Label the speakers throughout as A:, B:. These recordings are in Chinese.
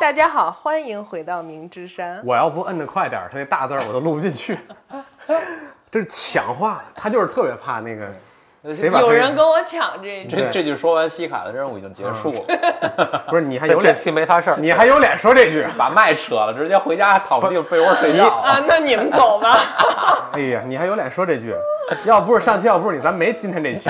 A: 大家好，欢迎回到明之山。
B: 我要不摁得快点儿，他那大字儿我都录不进去。 这是抢话，他就是特别怕那个谁把
A: 有
B: 他
A: 人跟我抢这一句，
B: 对
C: 这这句说完西卡的任务已经结束了，
B: 不是你还
C: 但
B: 有
C: 这
B: 脸，
C: 期没他事儿，
B: 你还有脸说这句？
C: 把麦扯了，直接回家躺地被窝睡觉了。
A: 啊，那你们走吧。
B: 哎呀，你还有脸说这句？要不是上期，要不是你，咱没今天这期。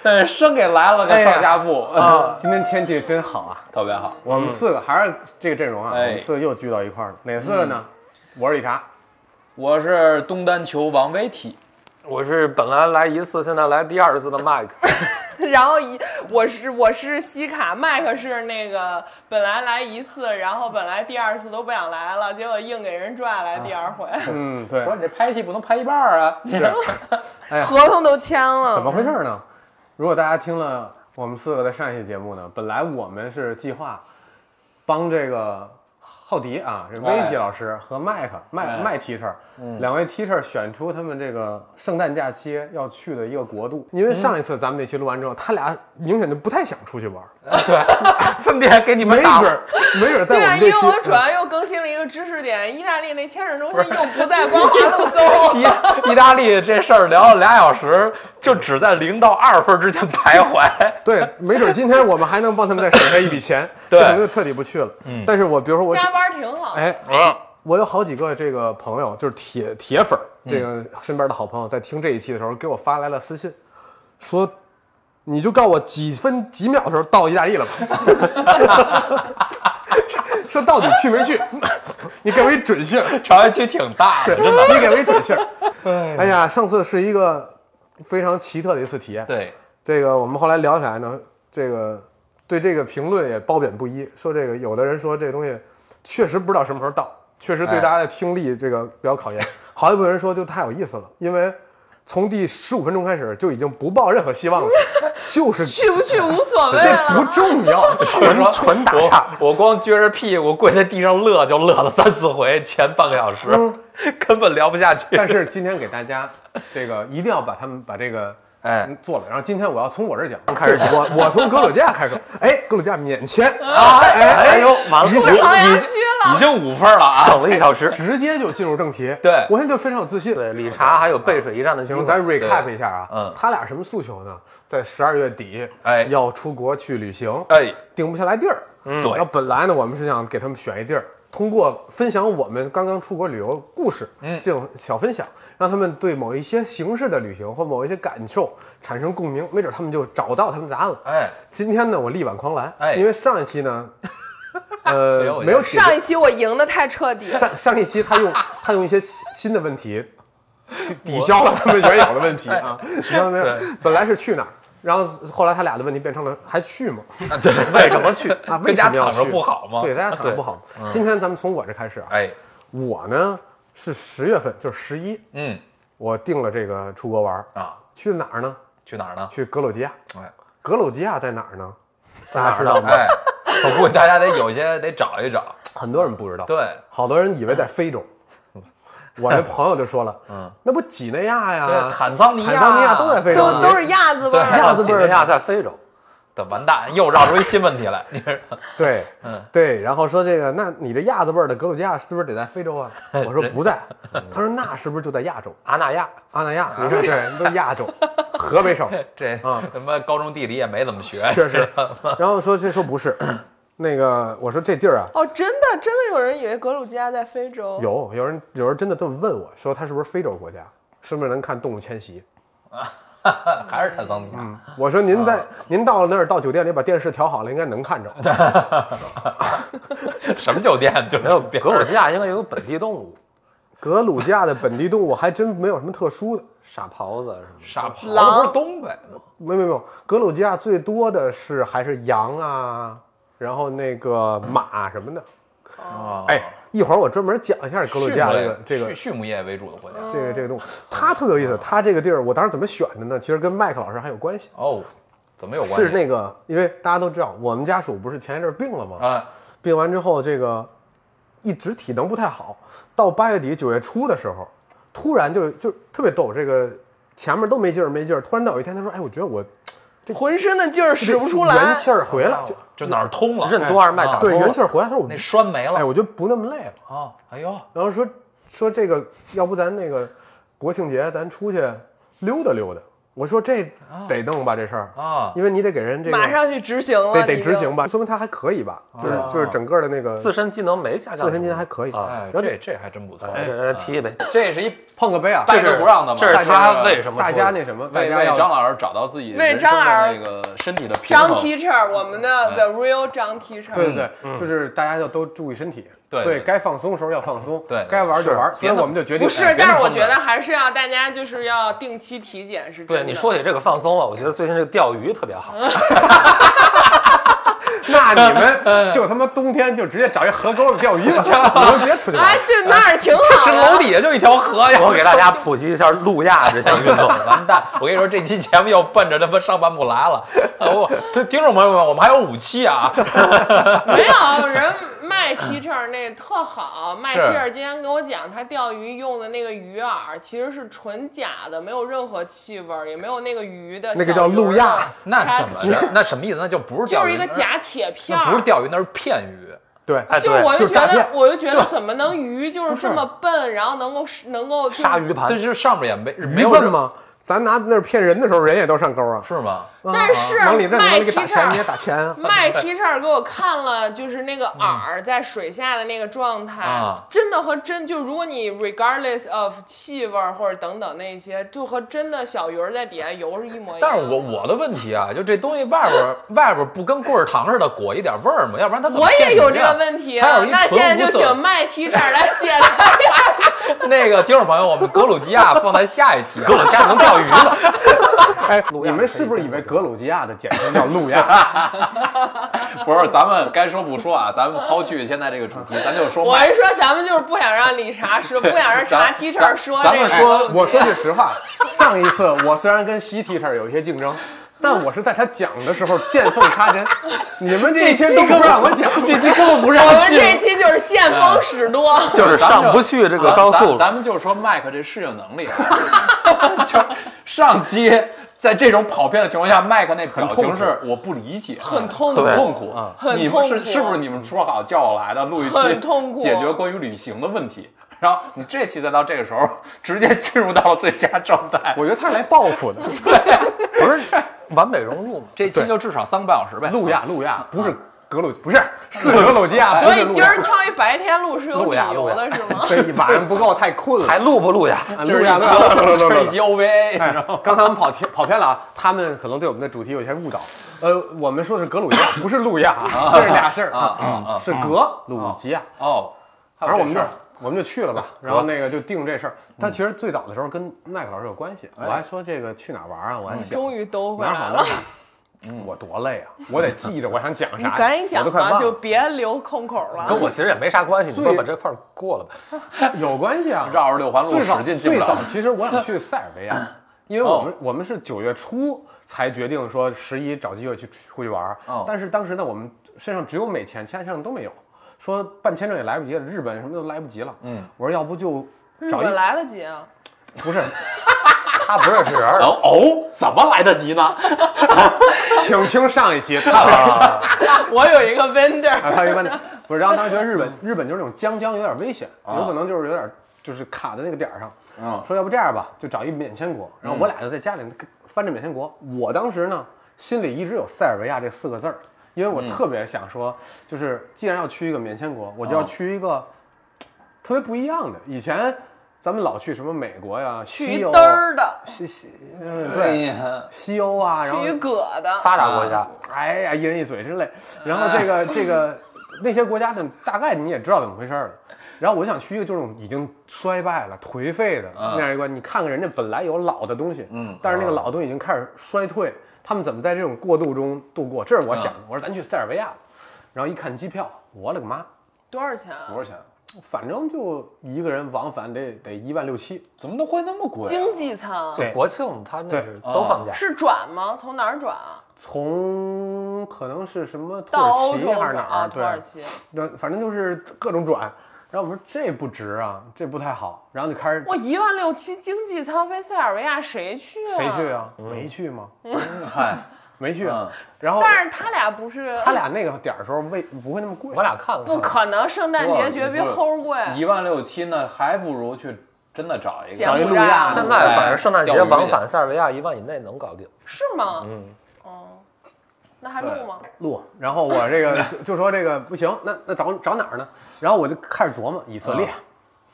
C: 但是生给来了
B: 哎
C: 个
B: 呀
C: 上下铺，嗯
A: 啊
B: 今天天气真好啊！
C: 特别好。
B: 我们四个还是这个阵容啊，
C: 哎
B: 我们四个又聚到一块儿了。哪四个呢？
A: 嗯
B: 我是理查，
C: 我是东单球王威体，
D: 我是本来来一次，现在来第二次的麦克。
A: 然后一我是我是西卡，麦克是那个本来来一次，然后本来第二次都不想来了，结果硬给人拽来第二回，
B: 嗯，对
C: 说，你这拍戏不能拍一半儿啊？
B: 是哎呀
A: 合同都签了，
B: 怎么回事呢？如果大家听了我们四个的上一期节目呢，本来我们是计划帮这个浩迪啊，这威
C: 哎
B: 提老师和麦克麦
C: 哎
B: 麦 teacher 两位 teacher 选出他们这个圣诞假期要去的一个国度，嗯因为上一次咱们那期录完之后，他俩明显就不太想出去玩儿，
D: 对，分别给你们
B: 没
D: 打
B: 准哎儿没准儿在
A: 对
B: 我
A: 啊，
B: 们
A: 因为
B: 这期嗯
A: 我主要又更新了一个知识点，意大利那签证中心又不在光华 路
D: 哎
A: 搜。
D: 意意大利这事儿聊了俩小时，就只在零到二分之间徘徊。
B: 对，没准儿今天我们还能帮他们再省下一笔 钱，
D: 对
B: 可能就彻底不去了。但是我比如说我只
A: 加班挺好，
B: 哎，我有好几个这个朋友，就是铁铁粉儿，这个身边的好朋友，在听这一期的时候给我发来了私信，说你就告我几分几秒的时候到意大利了吧， 说到底去没去， 你给我一准信儿，
C: 朝阳区挺大
B: 对，
C: 的，
B: 你给我一准信儿。哎呀，上次是一个非常奇特的一次体验，
C: 对，
B: 这个我们后来聊起来呢，这个对这个评论也褒贬不一，说这个有的人说这个东西确实不知道什么时候到，确实对
C: 哎
B: 大家的听力这个比较考验。好一部分人说就太有意思了，因为从第十五分钟开始就已经不抱任何希望了，就是
A: 去不去无所谓
B: 这不
A: 了。
B: 重 要，纯纯打岔。
D: 我我光撅着屁股跪在地上乐，就乐了三四回，前半个小时、根本聊不下去。
B: 但是今天给大家这个一定要把他们把这个。
C: 哎
B: 嗯，做了。然后今天我要从我这儿讲，开始我我从格鲁吉亚开始说，哎，格鲁吉亚免签啊，哎
D: 哎呦，完了，
B: 已经
A: 朝阳区了，
C: 已经五分了 啊，
D: 省了一小时。
B: 哎直接就进入正题。
C: 对
B: 我现在就非常有自信。
D: 对，理查还有背水一战的机
B: 行，
D: 会。
B: 咱 recap 一下啊，
C: 嗯
B: 他俩什么诉求呢？在十二月底，
C: 哎
B: 要出国去旅行，
C: 哎，嗯
B: 定不下来地儿。
C: 对
B: 然后本来呢，我们是想给他们选一地儿，通过分享我们刚刚出国旅游故事，嗯，这种小分享，让他们对某一些形式的旅行或某一些感受产生共鸣，没准他们就找到他们的答案了。
C: 哎，
B: 今天呢，我力挽狂澜，
C: 哎
B: 因为上一期 呢，
C: 没
B: 呃，
C: 有
B: 没有解决
A: 上一期我赢得太彻底了，
B: 上上一期他 用他用一些新新的问题抵抵消了他们原有的问题啊，你知道没有？本来是去哪儿，然后后来他俩的问题变成了还去吗？
C: 对，
D: 为什么去？
B: 啊， 为
C: 跟家
B: 什么要
C: 躺着
B: 去
C: 不？好吗？
B: 对，嗯大家躺着
D: 对
B: 不好吗。今天咱们从我这开始啊，
C: 哎，
B: 我呢是十月份，就是十一，
C: 嗯
B: 我定了这个出国玩儿，
C: 啊，
B: 去哪儿呢？
C: 去哪儿呢？
B: 去格鲁吉亚。
C: 哎，
B: 格鲁吉亚在哪儿呢？大家知道吗？
C: 哎，我估计大家得有些得找一找。
B: 很多人不知道，
C: 对，
B: 好多人以为在非洲。我那朋友就说了，嗯，那不几内亚呀
C: 对，、坦桑尼亚、
B: 坦桑尼亚都在非洲
A: 都
B: 呢，
A: 都是鸭子味
C: 对
A: 儿。
B: 亚字辈
D: 几内亚
B: 儿。
D: 在非洲，
C: 对，完蛋，又绕出一新问题来。你是
B: 对，
D: 嗯
B: 对。然后说这个，那你这亚字辈儿的格鲁吉亚是不是得在非洲 啊？我说不在，他说那是不是就在亚洲？
D: 阿那亚。啊哎
B: 阿那亚，你看对，都是 亚洲，河北省
C: 这
B: 啊
C: 什么高中地理也没怎么学，
B: 确实。然后说这说不是，那个我说这地儿啊，
A: 哦，真的，真的有人以为格鲁吉亚在非洲。
B: 有有人有人真的这么问我说他是不是非洲国家？是不是能看动物迁徙？
C: 还是坦桑尼亚。
B: 我说您
D: 啊
B: 在您到了那儿到酒店里把电视调好了，应该能看 着。
C: 什么酒店就
D: 没有，
C: 别
D: 格鲁吉亚应该有本地动物，
B: 格鲁吉亚的本地动物还真没有什么特殊的，
D: 傻狍子什么的。
C: 傻狍
A: 狼
C: 不是东北吗？
B: 没有没有没有，格鲁吉亚最多的是还是羊啊，然后那个马什么的。
C: 啊，
B: 哎，一会儿我专门讲一下格鲁吉亚这个这个
C: 畜畜牧业为主的国家。
B: 这个这个动物，它特别有意思。它这个地儿我当时怎么选的呢？其实跟麦克老师还有关系，
C: 哦，怎么有关系？
B: 是那个，因为大家都知道我们家属不是前一阵儿病了吗？
C: 啊，
B: 病完之后，这个一直体能不太好，到八月底九月初的时候，突然就就特别逗，这个前面都没劲儿没劲儿，突然到有一天他说：“哎，我觉得我
A: 浑身的劲儿使不出
B: 元
A: 来。
B: 气儿回
C: 啊哦
B: 来，就
D: 就哪儿通了，
C: 哎任
D: 任督二脉打通了，
B: 对元气儿回来。他说我
C: 啊那栓没了
B: 哎，我就不那么累了。
C: 啊！哎呦，
B: 然后说说这个，要不咱那个国庆节咱出去溜达溜达。我说这得弄吧，这事儿
C: 啊
B: 因为你得给人这个
A: 马上去执行了，
B: 得得
A: 你
B: 执
A: 就
B: 行吧，说明他还可以吧，就是
C: 啊
B: 就是整个的那个
D: 自身技能没下降，
B: 自身技能还可以
D: 啊。
C: 哎，
B: 然后
C: 这这还真不错。啊
D: 呃，提一杯，
C: 这是一
B: 碰个杯啊，
C: 掰着不让的嘛。
D: 这是他为什么
B: 大家那什么，大
C: 为
B: 家
C: 为
B: 要
C: 张老师找到自己
A: 为
C: 人生
A: 张老
C: 的
A: 师
C: 那个身体的平
A: 张
C: 衡。
A: Teacher，我们的 The Real 张 Teacher，
B: 对对对，就是大家要都注意身体，
C: 对
B: 所以该放松的时候要放松，
C: 对对
B: 该玩就玩。
C: 是
B: 所以我们就决定
A: 不是
B: 哎，别
A: 但是
B: 弄
A: 我
B: 了
A: 觉得还是要大家就是要定期体检，是真
D: 对
A: 的
D: 你说起这个放松了，我觉得最近这个钓鱼特别好。
B: 那你们就他妈冬天就直接找一河沟里钓鱼吧，你们别出去玩
A: 哎，。这那儿挺
C: 这
A: 好的。
C: 楼底下就一条河呀！
D: 我给大家普及一下路亚这项运 动。
C: 完蛋！ 我跟你说，这期节目要奔着他妈上半部来了。 啊我听众朋友们，我们还有五期啊！
A: 没有人卖 Teacher 那特好，卖
C: 是
A: Teacher 今天跟我讲，他钓鱼用的那个鱼饵其实是纯假的，没有任何气味儿，也没有那个鱼啊的
B: 那
A: 小
B: 个叫
A: 油
B: 路
A: 的
B: 亚
C: 那怎么
A: 开始？
C: 是？那什么意思？那就不是
A: 就
C: 钓
A: 是
C: 鱼，
A: 一个假铁片
C: 那
A: 儿，
C: 不是钓鱼，那是骗鱼。
B: 对，
D: 哎，
A: 就
D: 对，
A: 我
B: 就是
A: 觉
B: 诈
A: 得
B: 骗，
A: 我就觉得怎么能鱼就是这么笨，然后能够是能够就是
D: 鲨鱼盘
C: 但。是上面也没没
B: 一
C: 有
B: 问
C: 任
B: 吗？咱拿那儿骗人的时候，人也都上钩啊。
C: 是吗？
A: 但是
B: 往里扔，往
A: 卖
B: 里给打
A: T
B: 钱，
A: 恤
B: 你也打钱啊。
A: 卖 T 恤给我看了，就是那个饵在水下的那个状态，
C: 啊
A: 真的和真就如果你 regardless of 气味儿或者等等那些，就和真的小鱼儿在底下游是一模一样。
C: 但是我我的问题啊，就这东西外边外边不跟棍儿糖似的裹一点味儿吗？要不然它怎么
A: 我
C: 骗
A: 也
C: 你
A: 有这
C: 呀
A: 个问题
C: 它
A: 啊
C: 有，一
A: 那现
C: 纯
A: 在
C: 无
A: 就
C: 色
A: 请卖 T 恤来解答。
C: 那个听众朋友，我们格鲁吉 亚放在下一期，格鲁吉亚能钓鱼了。
B: 哎，你们是不是以为格鲁吉亚的简称叫路亚？
C: 不是，咱们该说不说啊，咱们抛去现在这个主题，咱就说
A: 我
C: 麦。
A: 是说，咱们就是不想让理查说，不想让查
C: 咱
A: T 恤
C: 咱
A: 说这
C: 咱
A: 个。
C: 们
B: 说，我说句实话，上一次我虽然跟西 T 这儿有一些竞争，但我是在他讲的时候见缝插针。你们这一天都不让我讲，
C: 这期根本不
A: 我
C: 让
A: 们这期就是见
B: 哎
A: 风使舵。
D: 就是上不去这个高速
C: 咱咱们就说麦克这适应能力啊， 就是上期在这种跑偏的情况下，麦克那表情是我不理解，很
A: 痛苦
C: 很痛苦
B: 啊
A: 很
C: 你们
A: 痛
C: 是
A: 苦
C: 是不是你们说好叫我来的录一期
A: 很痛苦
C: 解决关于旅行的问题？然后你这期再到这个时候，直接进入到了最佳状态。
B: 我觉得他是来报复的。
D: 不是完美融入吗？
C: 这期就至少三个半小时呗。
B: 路亚，路亚啊不是格鲁，不是是格鲁吉亚，不
A: 所
B: 是
A: 以
B: 路
A: 今
B: 亚
A: 儿。挑一白天录是有
D: 录
A: 理
D: 呀
A: 由
D: 录呀
A: 的，是 吗？
B: 这一晚上不够，太困了。
D: 还录不录呀？
B: 路亚，路亚，哎路
C: 这
B: 路
C: 是一集 OVA，你知道吗？
B: 刚才我们跑偏跑偏了啊，他们可能对我们的主题有些误导。呃，我们说的是格鲁吉亚，不是路亚啊，这是俩事儿啊，是格鲁吉亚。
C: 哦，
B: 反正我们就
C: 这
B: 我们就去了吧，然后那个就定这事儿。但其实最早的时候跟麦克老师有关系，我还说这个去哪儿玩啊，我还想
A: 嗯终于兜回
B: 哪儿
A: 来
B: 好
A: 了
B: 呢。。 我多累啊！我得记着我想讲
A: 你
B: 啥，
A: 赶紧
B: 我
A: 讲
B: 都快
A: 吧，
B: 忘
A: 就
B: 了。
A: 别留空口
D: 跟
A: 了。
D: 我其实也没啥关系，你
B: 所以
D: 们把这块儿过了吧。
B: 有关系啊！
C: 绕着六环路
B: 最早
C: 使劲进
B: 最
C: 不
B: 早
C: 了，。哦
B: 其实我想去塞尔维亚， 因为我们我们是九月初才决定说十一找机会去出去玩儿
C: 哦，
B: 但是当时呢，我们身上只有美签，其他签证都没有，说办签证也来不及了，日本什么都来不及了。嗯，我说要不就
A: 日
B: 找一
A: 本来得及啊，
B: 不是
D: 他不认识人儿，
C: 哦哦，怎么来得及呢？
B: 请听上一 期，他
A: 我有一个 vendor，
B: 啊他一 般的不是，然后当时觉得日本日本就是那种将将有点危险，有可能就是有点就是卡在那个点儿上。
C: 嗯
B: 说要不这样吧，就找一免签国，然后我俩就在家里翻着免签国。我当时呢，心里一直有塞尔维亚这四个字儿，因为我特别想说，就是既然要去一个免签国，我就要去一个特别不一样的。以前咱们老去什么美国呀，
A: 去
B: 西
A: 一
B: 欧
A: 嘚儿的，
B: 西西，嗯，
C: 哎
B: 对，西欧啊，然后
A: 去一葛的，
D: 发达国家
B: 哎呀，一人一嘴真累。然后这个这个那些国家呢，大概你也知道怎么回事儿了。然后我想去一个就是已经衰败了、颓废的
D: 啊
B: 那样一个，你看看人家本来有老的东西，嗯，但是那个老东西已经开始衰退，他们怎么在这种过渡中度过？这是
D: 啊
B: 我想的。我说咱去塞尔维亚吧，然后一看机票，我了个妈，
A: 多少钱啊
C: 多？少钱？
B: 反正就一个人往返得得一万六七，
C: 怎么能会那么贵啊？
A: 经济舱
B: 对
D: 国庆他那
B: 对
D: 是都放
B: 啊
D: 假。
A: 是转吗？从哪儿转啊？
B: 从可能是什么土
A: 到欧
B: 耳其
A: 洲
B: 还是
A: 转
B: 哪
A: 啊？
B: 儿？
A: 土
B: 对。
A: 耳其。
B: 那反正就是各种转。然后我们说这不值啊，这不太好，然后就开始
A: 我一万六七经济舱飞塞尔维亚，谁去啊？
B: 谁去？啊？没去吗？
C: 嗯嗨，
B: 没去
C: 嗯。
B: 然后
A: 但是他俩不是，
B: 他俩那个点儿的时候位不会那么贵
D: 我，俩看了
A: 不
D: 看，
A: 可能，圣诞节
B: 啊
C: 不
A: 绝逼
C: 不是
A: 齁贵。啊
C: 一万六七呢，还不如去真的找一个
A: 柬埔寨
C: 找一路亚。
D: 现在反正圣诞节
C: 钓鱼去
D: 往返塞尔维亚一万以内能搞定。
A: 是吗？嗯，哦，那还录吗？
B: 录。然后我这个就就说这个不行，那那找找哪儿呢？然后我就开始琢磨以色列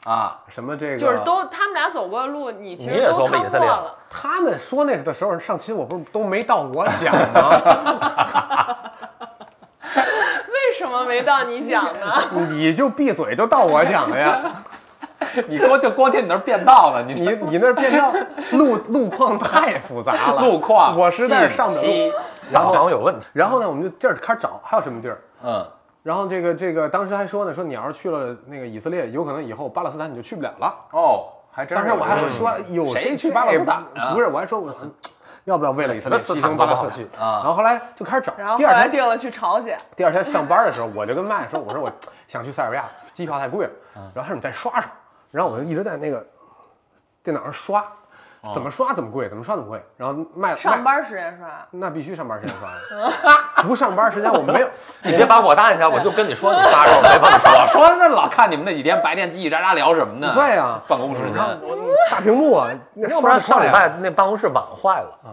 C: 啊，
B: 什么这个，
A: 就是都他们俩走过的路，你其
D: 你
A: 实
D: 也
A: 都
D: 走过
A: 趟
D: 以
A: 过
D: 色列
A: 了。
B: 他们说那个的时候，上期我不是都没到我讲吗？
A: 为什么没到你讲呢？
B: 你就闭嘴，就到我讲了呀。
C: 你光就光听你那儿变道了，你
B: 你你那儿变道路路况太复杂了，
C: 路况
B: 我实在是上不
C: 信
B: 了路。
C: 息
D: 导航有问题，
B: 然
A: 嗯
B: 后呢，我们就这儿开始找还有什么地儿。
C: 嗯
B: 然后这个这个当时还说呢，说你要是去了那个以色列，有可能以后巴勒斯坦你就去不了了。
C: 哦，还
A: 嗯
C: 真嗯
B: 当时我还说，有
C: 谁去巴勒斯坦啊
B: 不是，我还说我要不要为了以色列牺牲巴勒斯坦？
C: 啊
B: 然后后来就开始找
A: 然后，后
B: 第二
A: 来
B: 天
A: 定了去朝鲜，
B: 第二天上班的时候，我就跟麦说，我说我想去塞尔维亚，机票太贵了。
A: 嗯
B: 然后他说你再刷刷，然后我就一直在那个电脑上刷，怎么刷怎么贵，怎么刷怎么贵。然后麦
A: 哦上
B: 麦
A: 班时间刷。
B: 那必须上班时间刷， 不上班时间我没有。
D: 你别把我搭一下，我就跟你说你仨时候没帮你
C: 我
D: 说。
C: 说那老看你们那几天白天叽叽喳喳聊什么呢？
B: 对呀
C: 办公室
B: 你
C: 呢
B: 看我大屏幕啊， 那
D: 要不
B: 刷
D: 然
B: 的
D: 上礼拜那办公室网坏了啊。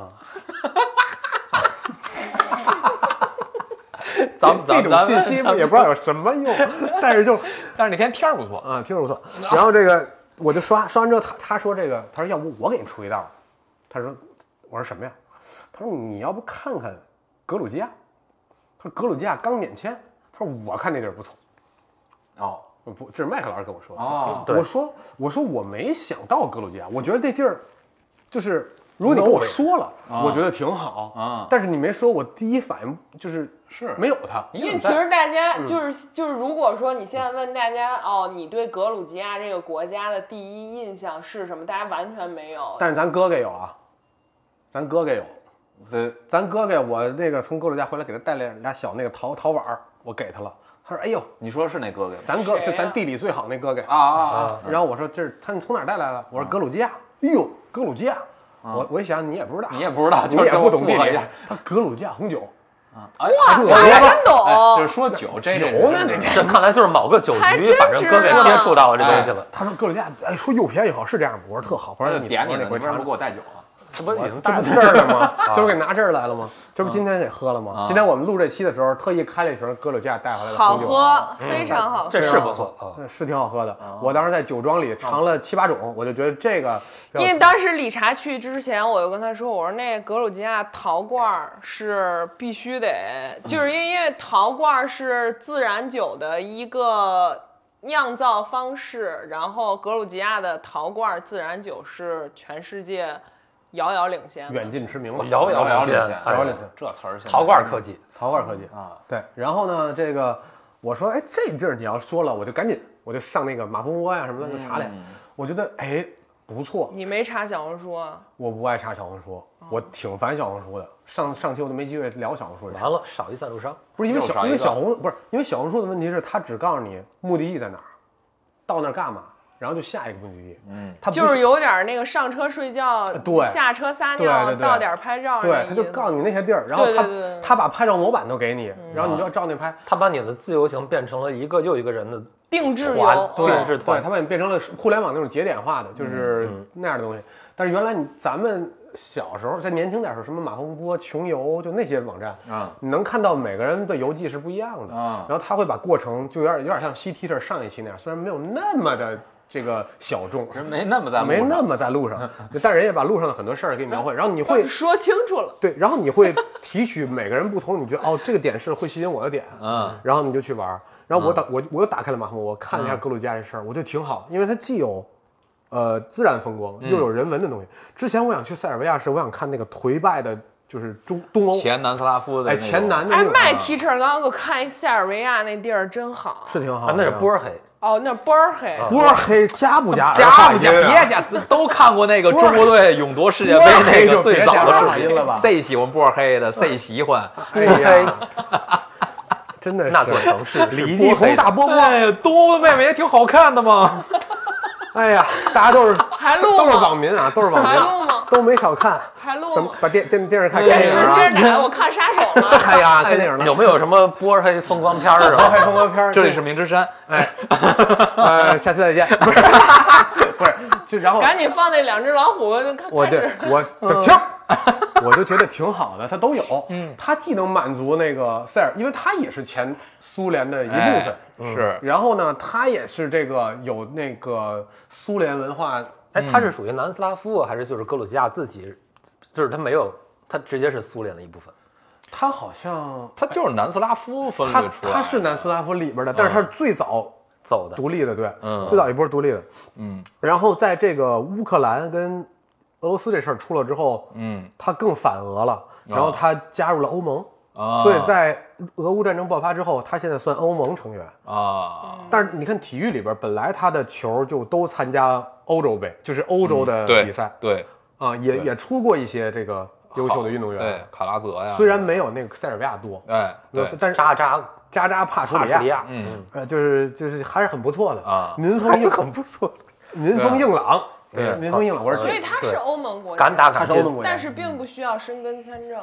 D: 咱们
B: 这
D: 咱们
B: 种
D: 咱
B: 信
D: 们
B: 息也不知道有什么用， 但是就
C: 但是那天天儿不错，
B: 啊，听着不错。然后这个我就刷刷完之后，他他说这个，他说要不我给你出一道，他说我说什么呀？他说你要不看看格鲁吉亚，他说格鲁吉亚刚免签，他说我看那地儿不错。
C: 哦
B: 我不，这是麦克老师跟我说的。
C: 哦，
D: 对
B: 我说我说我没想到格鲁吉亚，我觉得那地儿就是如果你跟我说了，
D: 啊
C: 嗯
B: 我觉得挺好
C: 啊
B: 但是你没说，我第一反应就是
C: 是
B: 没有它。
C: 你
A: 因为
C: 怎么
A: 其
C: 在
A: 实大家就是、就是，如果说你现在问大家哦，你对格鲁吉亚这个国家的第一印象是什么？大家完全没有。
B: 但是咱哥哥有啊，咱哥哥有。
C: 对
B: 咱哥哥，我那个从格鲁吉亚回来，给他带了俩小那个陶陶碗儿，我给他了。他说：“哎呦，
C: 你说是那哥哥吗
B: 咱哥
A: 谁呀
B: 就咱地理最好那哥哥。
C: 啊啊啊！
B: 然后我说：“这是他你从哪儿带来的？”我说：“格鲁吉亚。”哎呦，格鲁吉亚！我我一想你也不知道，
C: 你也不知道，
B: 你
C: 就是
B: 也
C: 这
B: 不
C: 么
B: 懂地
C: 附和一
B: 理
C: 下。
B: 他格鲁吉亚红酒，
C: 哎呀，
A: 他还真懂，
C: 哎就是说酒这
B: 哦酒
C: 种
B: 呢
C: 事儿
D: 这看来就是某个酒
A: 还
D: 局
A: 真，
D: 反正哥给接触到这东西了。
B: 他说格鲁吉亚，哎，说又便宜好是这样吗？我说特好，我
C: 他
B: 说
C: 就
B: 你
C: 点你
B: 尝尝
C: 呢，
B: 这
C: 你
B: 回
C: 为什
B: 尝尝
C: 么不给。我带酒啊？
D: 这不已经
B: 这
D: 带
B: 不
D: 了
B: 这儿了吗？这不给拿这儿来了吗？这不今天给喝了吗
C: 啊？
B: 今天我们录这期的时候，特意开了一瓶格鲁吉亚带回来的
A: 好
B: 红酒。
A: 喝，非常好喝。
D: 这是不错啊。
B: 嗯，是挺好喝的。我当时在酒庄里尝了七八种，我就觉得这个比较
A: 因为当时理查去之前，我就跟他说，我说那格鲁吉亚陶罐儿是必须得，就是因为
B: 嗯
A: 因为陶罐儿是自然酒的一个酿造方式，然后格鲁吉亚的陶罐儿自然酒是全世界遥遥领先的
B: 远。近驰名吧。
D: 遥遥
C: 聊
D: 领先
C: 领
D: 哎
B: 遥
C: 聊
B: 领
C: 先，这词儿现在
D: 陶罐科技，
B: 陶罐科技
C: 啊，
B: 对。然后呢，这个我说，哎，这地儿你要说了，我就赶紧我就上那个马蜂窝呀什么的就查了，我觉得哎不错。
A: 你没查小红书啊？
B: 我不爱查小红书，我挺烦小红书的。上上期我都没机会聊小红书这事儿，
D: 完了少一赞助商，
B: 不是因为
C: 又
B: 小
C: 少一
B: 因为
C: 个
B: 小红不是因为小红书的问题是，它只告诉你目的地在哪儿，到那儿干嘛，然后就下一个目的地。嗯，它不呃
A: 就是有点那个上车睡觉，
B: 对
A: 下车撒
B: 对
A: 尿，
B: 对对
A: 到点儿拍照那意
B: 对
A: 思。，
B: 他就告诉你那些地儿，然后
A: 对
B: 他
A: 对对嗯对
B: 他把拍照模板都给你，然后你就要照那拍。
D: 他把你的自由行变成了一个又一个人的
A: 定制
D: 团
A: 游，
D: 哦对
B: 对
D: 是
B: 对，
D: 团嗯
B: 他把你变成了互联网那种节点化的，就是那样的东西。但是原来你咱们小时候，在年轻点儿时候，什么马蜂窝、穷游，就那些网站，
C: 啊
B: 你能看到每个人的游记是不一样的。
C: 啊
B: 然后他会把过程就有点有点像 CT 这上一期那样，虽然没有那么的这个小众，
C: 人没那么在
B: 没那
C: 么
B: 么在路上， 但人也把路上的很多事儿给你描绘，然后你会
A: 说清楚了。
B: 对，然后你会提取每个人不同，你觉得哦，这个点是会吸引我的点，
C: 嗯，
B: 然后你就去玩儿。然后我打、我我又打开了马蜂窝，我看了一下格鲁吉亚这事儿，我觉得挺好，因为它既有呃自然风光，又有人文的东西。之前我想去塞尔维亚时，我想看那个颓败的，就是中东欧，
C: 前南斯拉夫的
B: 哎，
C: 那种
B: 前南的
A: 哎，
B: 那啊种，
A: 麦 teacher 刚刚给我看一塞尔维亚那地儿真好，
B: 是啊挺好
D: 啊那
B: 的，，
D: 是波尔黑，
A: 哦，那波尔黑，
B: 波尔黑加不加阿尔
D: 加
B: 法
D: 不
B: 音
D: 加？
B: 啊？
D: 别加，都看过那个中国队勇夺世界杯那个最早的视频谁喜欢波尔黑的？谁喜欢？
B: 哎呀，真的是
D: 那座城 市是
B: 李
D: 波
B: 继
D: 黑
B: 红
D: 的
B: 大波波，
D: 哎呀，东欧的妹妹也挺好看的嘛。
B: 哎呀，大家都是
A: 还录
B: 都是
A: 吗
B: 网民啊，都是网
A: 还
B: 民，
A: 录吗？
B: 都没少看。
A: 还还录
B: 咱们
A: 吗？
B: 把电电电视看
A: 电
B: 电
A: 视
B: 影啊
A: 接着打，我看杀手 了。
B: 哎呀，看电影呢，
D: 有没有什么波黑风光片儿
B: 拍
D: 啊？
B: 风光片儿？
D: 这里是明之山，
B: 呃，下期再见。不是，不是，就然后
A: 赶紧放那两只老虎，就开
B: 我
A: 开
B: 对
A: 始
B: 我就听，我就觉得挺好的，它都有。嗯，它既能满足那个塞尔，因为它也是前苏联的一部分嗯
C: 哎。是
B: 然后呢，它也是这个有那个苏联文化，
D: 哎，它是属于南斯拉夫啊还是就是格鲁吉亚自己？就是它没有，它直接是苏联的一部分。
B: 它好像
C: 它就是南斯拉夫分
B: 它
C: 裂出来，
B: 它是南斯拉夫里边的，但是它是最早
D: 走的
B: 独立的，对，
C: 嗯
B: 最早一波独立的。
C: 嗯
B: 然后在这个乌克兰跟俄罗斯这事儿出了之后，
C: 嗯哦
B: 他更反俄了，然后他加入了欧盟，
C: 啊
B: 所以在俄乌战争爆发之后，他现在算欧盟成员。
C: 啊，
B: 但是你看体育里边，本来他的球就都参加欧洲杯，就是欧洲的
C: 对
B: 比赛
C: 对
B: 啊、也也出过一些这个优秀的运动员啊
C: 对，，卡拉泽呀，
B: 虽然没有那个塞尔维亚多，
C: 哎对
B: 但是
D: 扎扎
B: 扎扎帕楚
D: 帕
B: 里
D: 斯利
B: 亚，
D: 亚，
C: 嗯
B: 呃，就是就是还是很不错的
C: 啊
B: 民风硬很不错，民风硬朗，
C: 对
B: 民风硬朗，我是
A: 所以它是
D: 对
A: 欧盟国家，
D: 敢打
B: 他
D: 敢
B: 是欧盟
D: 进，
B: 国家，嗯
A: 但是并不需要申根签证。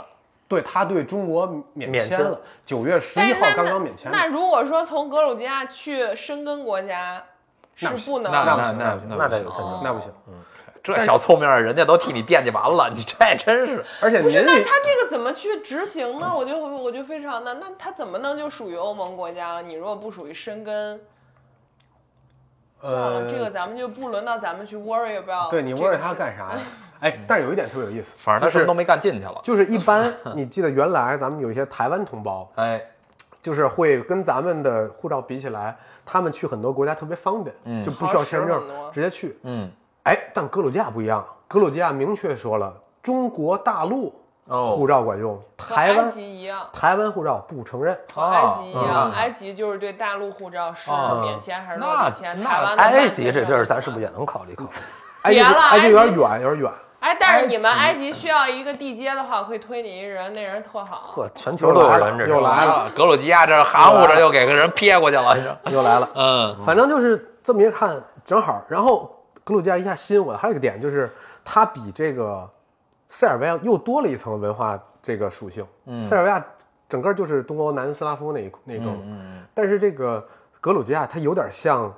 B: 对他对中国免
D: 免
B: 签
D: 签
B: 了，九月十
A: 但
B: 一
A: 是
B: 号
A: 那
B: 刚刚免签了
A: 那如果说从格鲁吉亚去申根国家，是
B: 那不行
A: 不能
C: 那
B: 那不
C: 那
B: 行
C: 那
D: 那得有签
C: 行
D: 证。
B: 那不行。
D: 这小臭面儿，人家都替你惦记完了，你这真是
B: 而且
A: 不
B: 您
A: 是，那
B: 里
A: 他这个怎么去执行呢？我就我就非常的，那他怎么能就属于欧盟国家了？你如果不属于申根，算了，
B: 呃，
A: 这个咱们就不轮到咱们去 worry about。
B: 对你问他干啥
A: 嗯
B: 呀？ 哎，但是有一点特别有意思，
D: 反正他
B: 就
D: 什么
B: 是
D: 都没干进去了。
B: 就是一般你记得原来咱们有一些台湾同胞，
D: 哎，
B: 就是会跟咱们的护照比起来，他们去很多国家特别方便，就不需要签
A: 好
B: 证
A: 使很多，
B: 直接去。
C: 嗯
B: 哎，但格鲁吉亚不一样，格鲁吉亚明确说了，中国大陆
C: 哦
B: 护照管用，
A: 和
B: 台
A: 埃
B: 湾
A: 及一样。
B: 台湾护照不承认。
A: 和
C: 啊
A: 埃及一样，
C: 嗯
A: 埃及就是对大陆护照是
C: 啊
A: 免签还是
C: 那
A: 免签？
C: 那
A: 台湾的办
D: 埃
A: 签
D: 及这地儿，咱是不
A: 证
D: 是也能考虑考虑？
B: 哎，
A: 别了
B: 哎，这有
A: 埃
B: 点
A: 及
B: 远，有点远。
A: 哎，但是你们埃及需要一个地接的话，我可以推你一人，那人特好。
D: 呵，全球都有人，这是
B: 又来了，
D: 格鲁吉亚这含糊着又给个人撇过去了，你知道
B: 又来了。
D: 嗯，
B: 反正就是这么一看，正好。然后格鲁吉亚一下吸引我的还有一个点就是，它比这个塞尔维亚又多了一层文化这个属性。嗯，塞尔维亚整个就是东欧南斯拉夫那一那一种，但是这个格鲁吉亚它有点像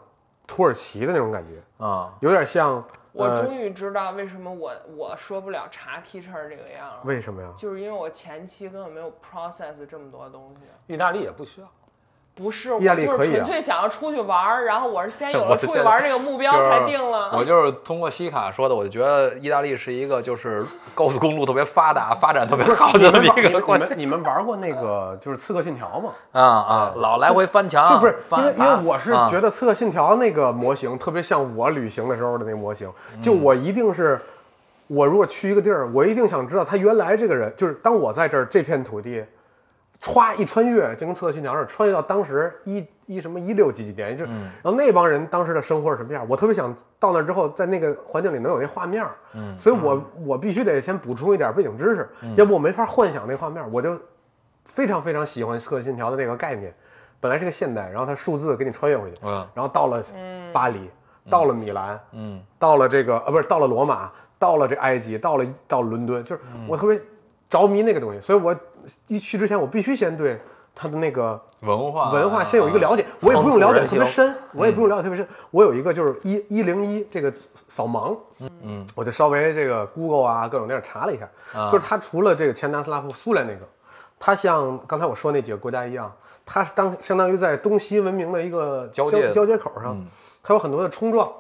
B: 土耳其的那种感觉，
C: 嗯
D: 啊，
B: 有点像呃
A: 我终
B: 于
A: 于知道为什么我我说不了查 T 恤这个样了，
B: 为什么呀？
A: 就是因为我前期根本没有 process 这么多东西。
D: 意大利也不需要。
A: 不是，我
B: 意大利
A: 就是
B: 可以
A: 纯
B: 啊
A: 粹想要出去玩儿，然后我是先有了
D: 我是
A: 出去
D: 先
A: 玩儿这个目标
C: 就是
A: 才定了。
C: 我就是通过西卡说的，我就觉得意大利是一个就是高速公路特别发达、发展特别好的
B: 你
C: 这
B: 们
C: 么一
B: 玩你
C: 个
B: 们
C: 国
B: 你
C: 家
B: 们你们玩过那个就是《刺客信条》吗？
D: 啊啊，老来回翻墙，
B: 就不是因为
D: 翻
B: 因为我是
D: 啊
B: 觉得《刺客信条》那个模型特别像我旅行的时候的那个模型，就我一定是。我如果去一个地儿，我一定想知道他原来这个人，就是当我在这儿这片土地，歘一穿越，就跟《刺客信条》似的，穿越到当时一一什么一六几几年，就、然后那帮人当时的生活是什么样，我特别想到那之后，在那个环境里能有那画面，嗯，所以我我必须得先补充一点背景知识，要不我没法幻想那画面，我就非常非常喜欢《刺客信条》的那个概念，本来是个现代，然后它数字给你穿越回去，
C: 嗯
B: 然后到了巴黎，到了米兰，
C: 嗯
B: 到了这个呃不是到了罗马，到了这埃及，到了到伦敦，就是
C: 嗯
B: 我特别着迷那个东西，所以我一去之前我必须先对它的那个
C: 文化
B: 文化先啊有一个了解，我也不用了解特别深，我也不用了解特别深，我有一个就是一一零一这个扫盲，嗯，啊我就稍微这个 Google 啊各种地儿查了一下，就是它除了这个前南斯拉夫苏联那个，它像刚才我说那几个国家一样，它是当相当于在东西文明的嗯一个
C: 交
B: 交
C: 界
B: 交接口上，它有很多的冲撞，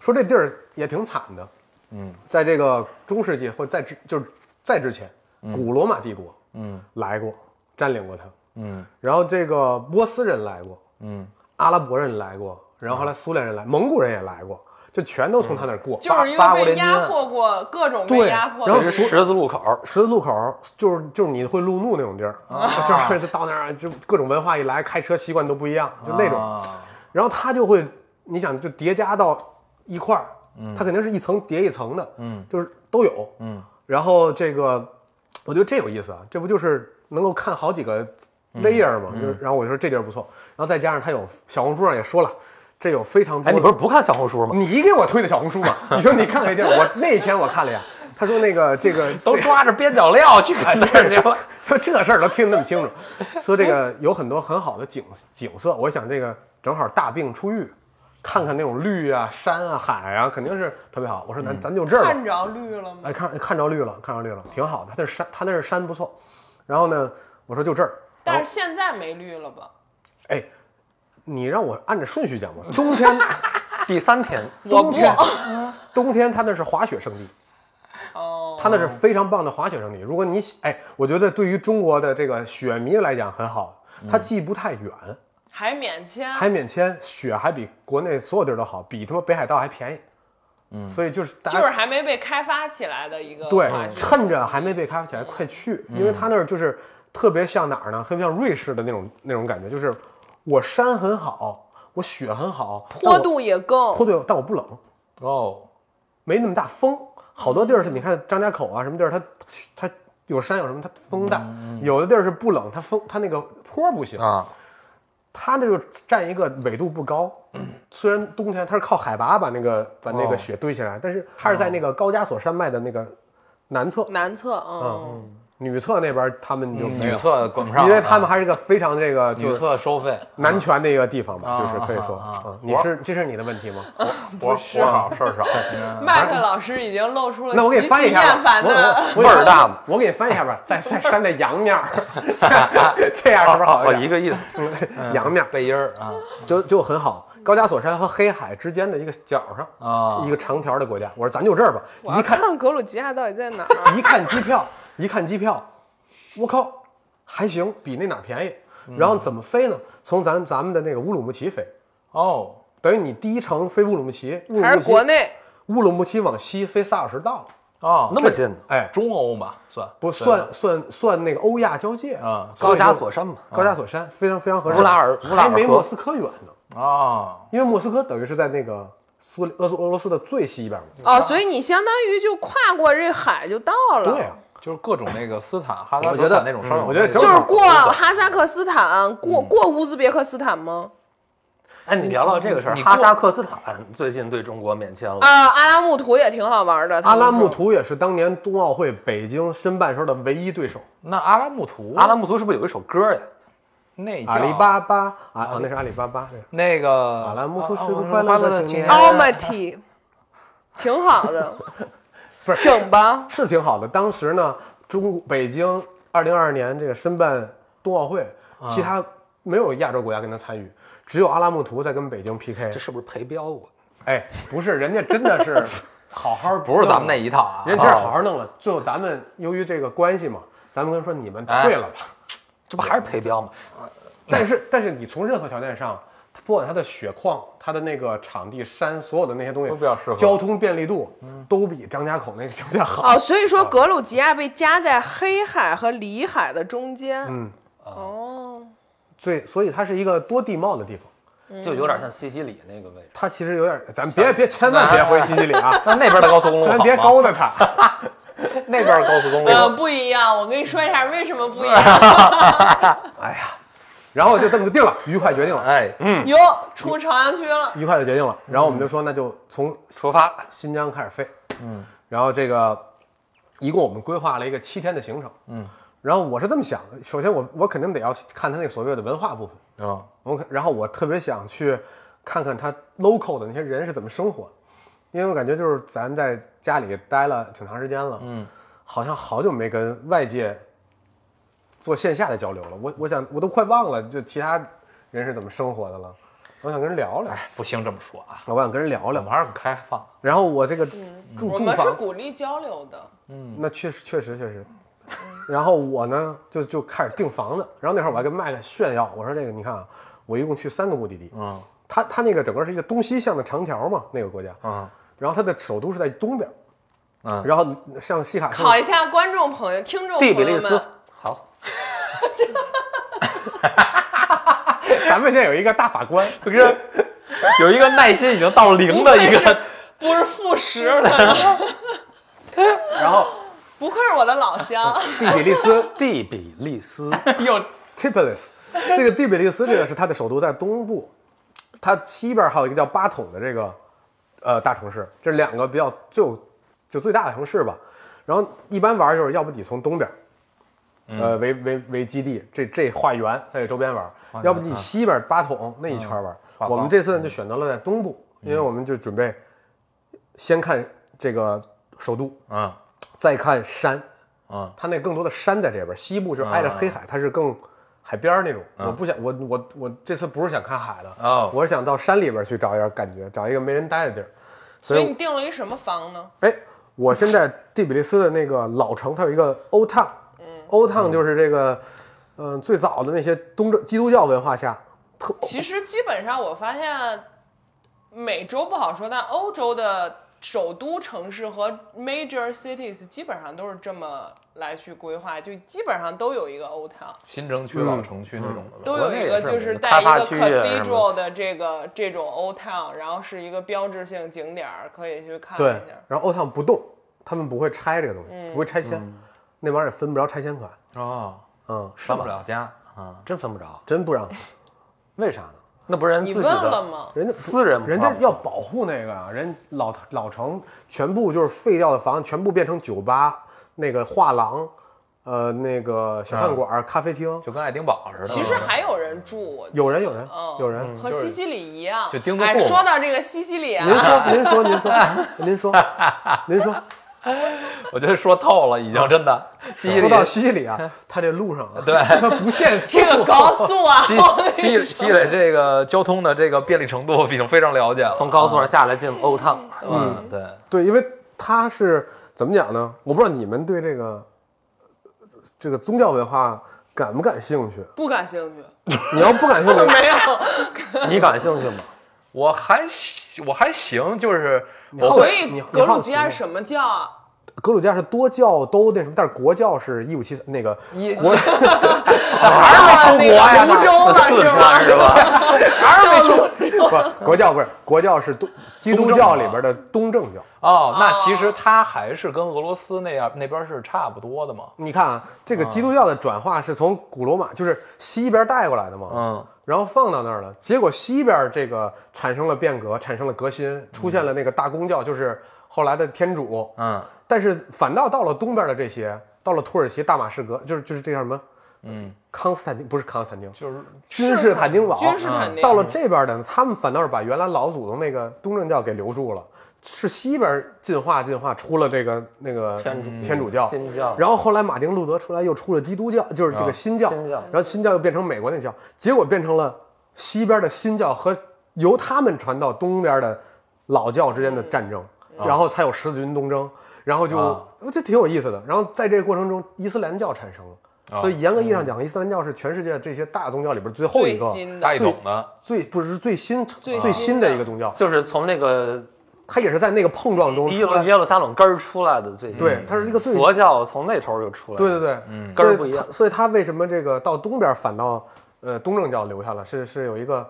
B: 说这地儿也挺惨的，嗯，在这个中世纪或在之就是在之前，古罗马帝国，嗯，来过占领过它，
C: 嗯
B: 然后这个波斯人来过，
C: 嗯，
B: 阿拉伯人来过，然后后来苏联人来，蒙古人也来过，就全都从他那儿过。
C: 嗯
A: 就是因
D: 八八国
A: 为被
D: 联军
A: 压迫过，各种被
B: 对
A: 压迫
B: 然后
D: 这
A: 过
B: 所
D: 是十字路口，
B: 十字路口就是就是你会路怒那种地儿，
C: 啊
B: 就是就 到那儿就各种文化一来，开车习惯都不一样，就那种。
C: 啊
B: 然后他就会，你想就叠加到一块儿，它肯定是一层叠一层的，嗯，就是都有，嗯。然后这个，我觉得这有意思啊，这不就是能够看好几个 layer 吗？就是，然后我就说这地儿不错，然后再加上它有小红书上也说了，这有非常多
D: 哎，
B: 的。
D: 你不是不看小红书吗？
B: 你给我推的小红书嘛？你说你看看这地儿，我那天我看了呀，他说那个这个
D: 都抓着边角料 去看这儿去了。
B: 说这事儿都听那么清楚，说这个有很多很好的景景色，我想这个正好大病初愈，看看那种绿啊、山啊、海啊，肯定是特别好。我说咱咱就这儿吧
A: 看，着绿了吗？
B: 哎，看看着绿了，看着绿了，挺好的。他那山，他那是山不错。然后呢，我说就这儿。然
A: 但
B: 后
A: 是现在没绿了吧？
B: 哎，你让我按着顺序讲吧。冬天第三天，
A: 我
B: 冬天冬天它那是滑雪圣地，
A: 哦，
B: 它那是非常棒的滑雪圣地。如果你喜哎，我觉得对于中国的这个雪迷来讲很好，它既不太远，
A: 还免签，
B: 还免签，雪还比国内所有地儿都好，比他妈北海道还便宜。嗯，所以就是大家
A: 就是还没被开发起来的一个
B: 对
A: 话，题
B: 趁着还没被开发起来，快去，因为它那儿就是特别像哪儿呢？特别像瑞士的那种那种感觉，就是我山很好，我雪很好，但
A: 坡
B: 我
A: 度也够
B: 坡，度，但我不冷，
D: 哦，
B: 没那么大风。好多地儿是，你看张家口啊，什么地儿它它有山有什么，它风大，有的地儿是不冷，它风它那个坡不行，
D: 嗯啊，
B: 它那就占一个纬度不高。虽然冬天它是靠海拔把那个把那个
D: 哦
B: 雪堆起来，但是它是在那个高加索山脉的那个南侧，
A: 南侧，嗯，
B: 女厕那边他们就没
D: 哦女
B: 有，
D: 厕管不上，啊
B: 因为他们还是个非常这个就
D: 女
B: 是
D: 厕收费。
B: 男权的一个地方吧，
D: 啊
B: 就是可以说，
D: 啊啊啊
B: 嗯你是这是你的问题吗？
D: 活活好事儿 少，
A: 麦克老师已经露出了
B: 嗯那我给
A: 极
B: 你翻译
A: 其
B: 一下
A: 厌
B: 吧
A: 烦，
B: 我
A: 的，
B: 我我
D: 味儿大吗
B: 我给你翻译一下吧，在 在山的阳面儿，这这样是不是好
D: 哦，
B: 一
D: 一
B: 点？
D: 个意思，
B: 阳面儿
D: 背音儿啊
B: 就就很好，高加索山和黑海之间的一个角上，
D: 啊
B: 是一个长条的国家。我说咱就这儿吧，
A: 我要
B: 一看
A: 看格鲁吉亚到底在哪 儿。啊
B: 一看机票，一看机票，我靠，还行，比那哪儿便宜。
D: 嗯
B: 然后怎么飞呢？从咱咱们的那个乌鲁木齐飞，
D: 哦，
B: 等于你第一程飞乌鲁木齐，乌鲁
A: 还
B: 木
A: 是国
B: 齐
A: 内，
B: 乌鲁木齐往西飞仨小时到了，
D: 哦，
B: 那么近呢
D: 哎，中欧嘛算
B: 不
D: 对
B: 算算算那个欧亚交界
D: 啊
B: 所以说
D: 高加索山嘛
B: 高加索山非常非常合适。
D: 乌拉尔乌拉尔
B: 还没
D: 河
B: 莫斯科远呢，
D: 啊，
B: 因为莫斯科等于是在那个苏联俄俄罗斯的最西边嘛。
A: 哦，所以你相当于就跨过这海就到了，
B: 对啊，
D: 就是各种那个斯坦、哈萨
B: 我
D: 克
B: 觉
D: 斯
B: 得
D: 坦那种烧
B: 嗯
D: 烤，
B: 我觉得
D: 那
B: 正
A: 就
D: 种
A: 是
B: 好
A: 过哈萨克斯坦，过
B: 嗯
A: 过乌兹别克斯坦吗？
E: 哎，你聊到这个事儿，
D: 你过
E: 哈萨克斯坦最近对中国免签了，
A: 啊，阿拉木图也挺好玩的，他
B: 阿
A: 们
B: 拉木
A: 说
B: 图也是当年冬奥会北京申办时候的唯一对手。
D: 那阿拉木图，
E: 阿拉木图是不是有一首歌呀？
D: 那叫
B: 阿里巴巴啊啊，那是阿里巴巴。对
D: 那个
B: 阿拉木图
D: 啊
B: 是个
D: 啊
B: 快乐的青年哦
A: Almaty，挺好的，
B: 不是
A: 整吧。
B: 是挺好的。当时呢，中北京二零二二年这个申办冬奥会，
D: 啊
B: 其他没有亚洲国家跟他参与，只有阿拉木图在跟北京 PK
E: 这。是不是陪标啊？
B: 哎，不是，人家真的是好好弄 了，
D: 不是咱们那一套啊，
B: 人家真是好好弄了。最后咱们由于这个关系嘛，咱们跟他说你们
D: 哎
B: 退了吧。
E: 这不还是陪标吗？
B: 但是但是你从任何条件上。不管它的雪况、它的那个场地、山，所有的那些东西
D: 都比较适合嗯
B: 交通便利度都比张家口那个条件好。
A: 哦，所以
B: 啊
A: 说格鲁吉亚被夹在黑海和里海的中间。
B: 嗯，
A: 哦，
B: 所以所以它是一个多地貌的地方。
A: 嗯
E: 就有点像西西里那个位置。
B: 它其实有点，咱别别，千万别回西西里啊，
D: 那 那边的高速 公路好
B: 咱
D: 吗
B: 别，勾搭它。
D: 那边的高速公路
B: 嗯
A: 呃，不一样，我跟你说一下为什么不一样。
B: 然后就这么就定了，愉快决定了，
D: 哎，嗯，
A: 哟，出朝阳区了，
B: 愉快就决定了。然后我们就说，那就从
D: 出发，
B: 新疆开始飞，嗯，然后这个一共我们规划了一个七天的行程，嗯，然后我是这么想的，首先我我肯定得要看它那个所谓的文化部分，
D: 嗯，
B: 我可然后我特别想去看看他 local 的那些人是怎么生活的，因为我感觉就是咱在家里待了挺长时间了，嗯，好像好久没跟外界做线下的交流了。我我想我都快忘了就其他人是怎么生活的了，我想跟人聊聊，
D: 不行这么说啊，
B: 我想跟人聊
D: 我
B: 聊。
D: 们还是很开放，
B: 然后我这个住
A: 嗯我
B: 嗯住
A: 们是
B: 房，
A: 鼓励交流的。
B: 那确实确实确实。然后我呢，就就开始订房子。然后那会儿我还跟麦克炫耀，我说这个你看啊，我一共去三个目的地。嗯，它它那个整个是一个东西向的长条嘛，那个国家。
D: 嗯，
B: 然后它的首都是在东边。
D: 嗯
B: 然后你像西卡，
A: 考一下观众朋友、听众朋
E: 第
A: 友
E: 比
A: 们，
E: 利斯，好，
B: 咱们现在有一个大法官，
D: 不是有一个耐心已经到零
A: 不
D: 的
A: 愧
D: 一
A: 是
D: 个，
A: 不是副食了，
B: 然后嗯
A: 不愧是我的老乡。
B: 第比利斯
E: 第比利斯
D: 又
B: Tipolis，这个第比利斯这个是它的首都在东部，它西边还有一个叫巴统的这个呃大城市，这两个比较最有就最大的城市吧。然后一般玩就是要不你从东边，呃为为为基地，这这画圆在这周边玩，要不你西边八筒那一圈玩。我们这次呢就选择了在东部，因为我们就准备先看这个首都，
D: 嗯
B: 再看山，
D: 嗯，
B: 它那更多的山在这边，西部是挨着黑海，它是更海边儿那种。我不想，我我我这次不是想看海的，
D: 哦
B: 我是想到山里边去找一点感觉，找一个没人待的地儿。所
A: 所以你
B: 以，
A: 订了一什么房呢？
B: 哎，我现在第比利斯的那个老城，它有一个欧烫，欧烫就是这个，嗯、最早的那些东正基督教文化下，特
A: 其实基本上我发现，美洲不好说，但欧洲的首都城市和 major cities 基本上都是这么来去规划，就基本上都有一个 old town，
D: 新城区、
B: 嗯
D: 老城区那种的吧。
A: 都有一个就是带一个 cathedral 的这个这种 old town，然后是一个标志性景点儿，可以去看一
B: 对
A: 下。，
B: 然后欧烫不动，他们不会拆这个东西，不会拆迁，那玩意儿也分不着拆迁款，
D: 哦，
B: 嗯，
D: 上不了家啊，
E: 真分不着，
B: 真不让，
E: 为啥呢？那不是人
A: 你
E: 自己
A: 问了
E: 的
A: 吗？
B: 人家
E: 私人
B: 人家要保护那个啊，人老老城全部就是废掉的房，全部变成酒吧、那个画廊、呃那个小饭馆、咖啡厅，
D: 就跟爱丁堡似的。
A: 其实还有人住，我觉得
B: 有人有人
A: 嗯
B: 有人。
A: 和西西里一样。
D: 就钉子
A: 哎，
D: 户嘛
A: 说到这个西西里啊，
B: 您说， 您说，您说，您说，您说，
D: 我觉得说透了，已经真的。西西里
B: 说到西西里啊， 他这路上啊，
D: 对，
B: 不限速，
A: 这个高速啊，
D: 西西西西里这个交通的这个便利程度已经非常了解了。
E: 从高速上下来进欧烫，
D: 嗯，对，
B: 对，因为他是怎么讲呢？我不知道你们对这个这个宗教文化感不感兴趣？
A: 不感兴趣，
B: 你要不 感兴趣，
A: 没有。
E: 你感 兴趣吗？
D: 我还行我还行，就是我
B: 好
A: 所
D: 会
B: 奇
A: 以
B: 你
A: 格
B: 你好
A: 鲁
B: 奇
A: 吉亚
B: 吗
A: 是什么教啊？
B: 格鲁吉亚是多教都那什么，但是国教是一五七那个
D: 一
B: 国
D: 还是没出国呀？
A: 泸州了
D: 四川
A: 是
D: 是吧？
A: 还是没说
B: 不国教不是国教是东基督教里边的东正教。
D: 哦，那其实它还是跟俄罗斯那样那边是差不多的嘛。
B: 你看啊，这个基督教的转化是从古罗马，就是西边带过来的嘛，
D: 嗯，
B: 然后放到那儿了。结果西边这个产生了变革，产生了革新，出现了那个大公教，就是后来的天主。
D: 嗯，
B: 但是反倒到了东边的这些，到了土耳其、大马士革，就是就是这叫什么？嗯，康斯坦丁不是康斯坦丁，
D: 就是啊
B: 君士坦丁堡，
A: 君士坦丁
B: 到了这边的呢，他们反倒是把原来老祖宗那个东正教给留住了，是西边进化进化出了这个那个
E: 天主
B: 天主教，
E: 新教
B: 然后后来马丁路德出来又出了基督教，就是这个新教，
E: 新教
B: 然后新教又变成美国那教，结果变成了西边的新教和由他们传到东边的老教之间的战争，然后才有十字军东征，然后就、哦
D: 啊
B: 这挺有意思的。然后在这个过程中，伊斯兰教产生了。所以严格意义上讲，伊斯兰教是全世界这些大宗教里边最后一
A: 最
B: 个，
A: 新
D: 大
A: 的
D: 一统的，
B: 最不是最新
A: 最
B: 最
A: 新
B: 新
A: 的
B: 的一个宗教，
E: 就是从那个
B: 它也是在那个碰撞中
E: 耶
B: 出
E: 路
B: 来。
E: 耶路撒冷根儿出来的最近，
B: 对，它是一个最
E: 佛教从那头儿就出来了，
B: 对对对，
D: 嗯
B: 所
E: 根儿
B: 以
E: 不一
B: 它
E: 样
B: 所以它为什么这个到东边反倒呃东正教留下了？是是有一个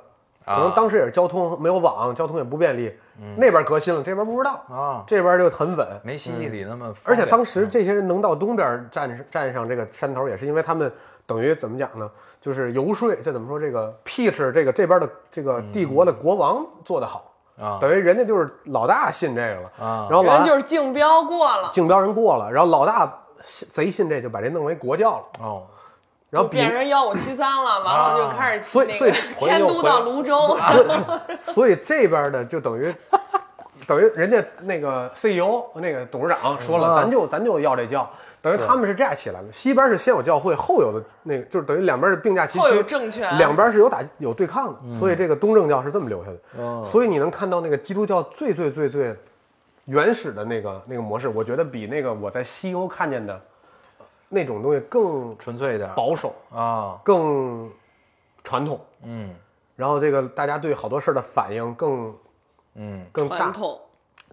B: 可
D: 啊
B: 能当时也是交通没有网，交通也不便利，
E: 嗯
B: 那边革新了，这边不知道，
D: 啊，
B: 这边就很稳。
D: 没西西里那么方
B: 而
D: 便。
B: 且当时
E: 嗯
B: 这些人能到东边站站上这个山头，也是因为他们等于怎么讲呢？就是游说，这怎么说？这个 Peter 这个这边的这个
E: 嗯
B: 帝国的国王做得好，
D: 啊
B: 等于人家就是老大信这个了，
D: 啊
B: 然后老
A: 人
B: 大
A: 就是竞标过了，
B: 竞标人过了，然后老大信贼信这就把这弄为国教了，
D: 哦，
B: 然后
A: 就
B: 比啊
A: 变成幺五七三了，完了就开始
B: 所以
A: 那
B: 所以
A: 个
B: 回
A: 迁都到泸州，
B: 所以这边的就等于 等于人家那个 CEO 那个董事长说了，咱就咱就要这教，等于他们是这样起来的，西边是先有教会，后有的那个就是等于两边是并驾齐
A: 后有
B: 驱，
A: 政权
B: 两边是有打有对抗的，所以这个东正教是这么留下的，所以你能看到那个基督教最最最最原始的那个那个模式，我觉得比那个我在西欧看见的呃那种东西更
D: 纯粹一点
B: 保守。哦
D: 啊，
B: 更传统，
D: 嗯
B: 然后这个大家对好多事儿的反应更
D: 嗯
B: 更啊大
A: 传。统。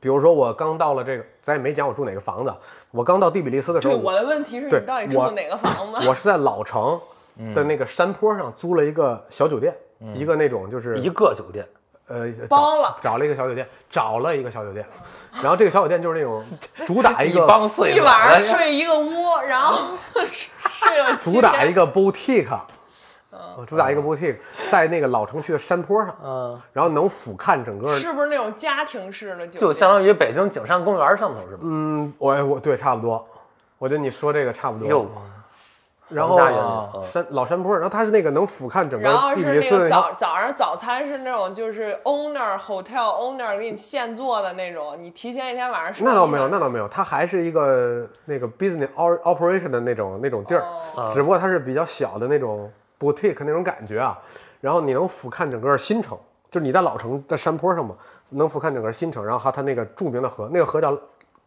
B: 比如说我刚到了这个，咱也没讲我住哪个房子。我刚到第比利斯的时
A: 对，
B: 候，
A: 我的问题是
B: 对
A: 你到底
B: 我
A: 住哪个房子？
B: 我是在老城的那个山坡上租了一个小酒店，一个那种就是
E: 一个酒店，
B: 呃
A: 包了
B: 找，找了一个小酒店，找了一个小酒店，然后这个小酒店就是那种主打一个
D: 帮碎
A: 一晚上睡一个屋，然后睡了七
B: 主打
A: 天。
B: 一个 boutique，主
A: 嗯
B: 打一个 boutique，在那个老城区的山坡上，
E: 嗯，
B: 然后能俯瞰整个
A: 是不是那种家庭式的酒
E: 就
A: 店？
E: 相当于北京景山公园上头是吧？
B: 嗯嗯，我我对，差不多。我觉得你说这个差不
E: 哟
B: 多。，然
E: 大原理
B: 后呃
E: 嗯
B: 山老山坡，然后它是那个能俯瞰整个
A: 然后
B: 地
A: 是
B: 比
A: 那
B: 斯的
A: 个
B: 条
A: 早早上早餐是那种就是 owner hotel owner 给你现做的那种，你提前一天晚上说
B: 那倒没有，
A: 你
B: 那倒没有，它还是一个那个 business or- operation 的那种那种地儿，
A: 哦
B: 只不过它是比较小的那种 boutique 那种感觉啊。然后你能俯瞰整个新城，就是你在老城的山坡上嘛，能俯瞰整个新城。然后还有它那个著名的河，那个河叫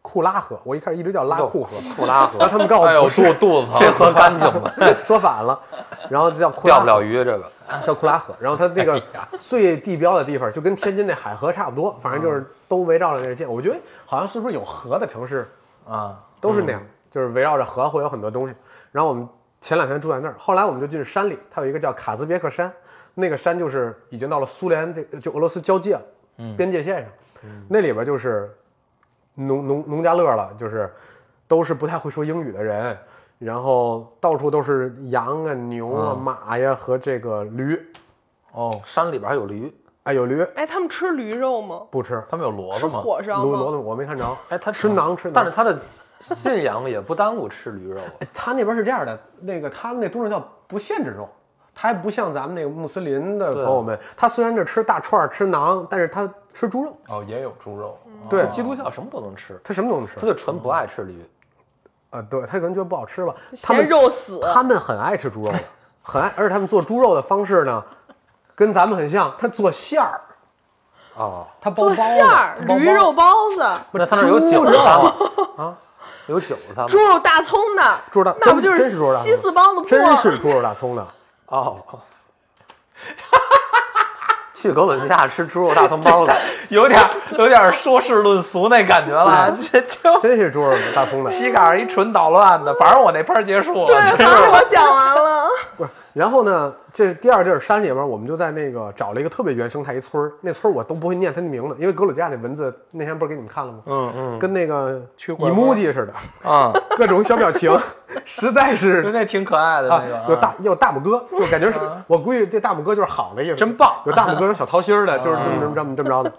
B: 库拉河，我一开始一直叫拉库河，
E: 库拉河
B: 然后，他们告诉
D: 哎
B: 我
D: 呦，
B: 不
D: 肚
B: 是，
D: 肚子疼，
E: 这河干净吗？
B: 说反了，然后就叫库拉
E: 钓
B: 河
E: 啊 不了鱼，这个
B: 叫库拉河，然后它那个最地标的地方就跟天津那海河差不多，反正就是都围绕着那个建。我觉得好像是不是有河的城市
C: 啊，
B: 都是那样，就是围绕着河会有很多东西。然后我们前两天住在那儿，后来我们就进山里，它有一个叫卡兹别克山，那个山就是已经到了苏联这就俄罗斯交界了，边界线上，那里边就是农农农家乐了，就是都是不太会说英语的人，然后到处都是羊啊、牛啊、马呀和这个驴。
C: 哦，
E: 山里边还有驴，
B: 哎，有驴
A: 哎，他们吃驴肉吗？
B: 不吃，
D: 他们有骡
A: 吃
D: 子吗？
A: 火烧
B: 骡骡
A: 吗？
B: 子我没看着。
E: 哎，他
B: 吃馕吃馕
E: 但是他的信仰也不耽误吃驴肉。
B: 他那边是这样的，那个他们那东正教不限制肉，他还不像咱们那个穆斯林的朋友们，他虽然这吃大串儿吃馕，但是他吃猪肉，
C: 哦，也有猪肉，
D: 啊
B: 对，
E: 基督教什么都能吃，
B: 他什么都能吃
E: 他。就纯不爱吃驴。
B: 啊，对他可能觉得不好吃吧，他
A: 嫌
B: 们
A: 肉死。
B: 他们很爱吃猪肉的，很爱，而且他们做猪肉的方式呢，跟咱们很像，他做馅儿，
E: 哦，
B: 他包包
A: 做
B: 子
A: 馅儿，
B: 他包包
A: 驴肉包子，
E: 那他那有
B: 猪
E: 韭
B: 肉
E: 菜吗？ 啊，有韭菜吗？
A: 猪肉大葱的，
B: 猪肉大
A: 那不就
B: 真真是猪肉大葱
A: 西四帮子铺？
B: 真是猪肉大葱的，
E: 哦，去格鲁吉亚吃猪肉大葱包子，
D: 有点有点说事论俗那感觉了，这就
B: 真是猪肉大 葱的。
D: 膝盖儿一纯捣乱的。反正我那拍儿结束了，
A: 对，反正我讲完 了。
B: 不是，然后呢，这是第二地儿山里边儿，我们就在那个找了一个特别原生态一村儿，那村儿我都不会念它的名字，因为格鲁吉亚那文字那天不是给你们看了吗？嗯嗯，跟那个
C: 区块链
B: emoji 似的，
D: 嗯，
B: 各种小表情，实在
D: 就是那挺可爱的
B: 啊
D: 那个，，
B: 有大有大拇哥，就感觉是，我估计这大拇哥就是好的意思，
D: 真棒
B: 有大拇哥有小桃心儿的，就是这么这么这么这么着的，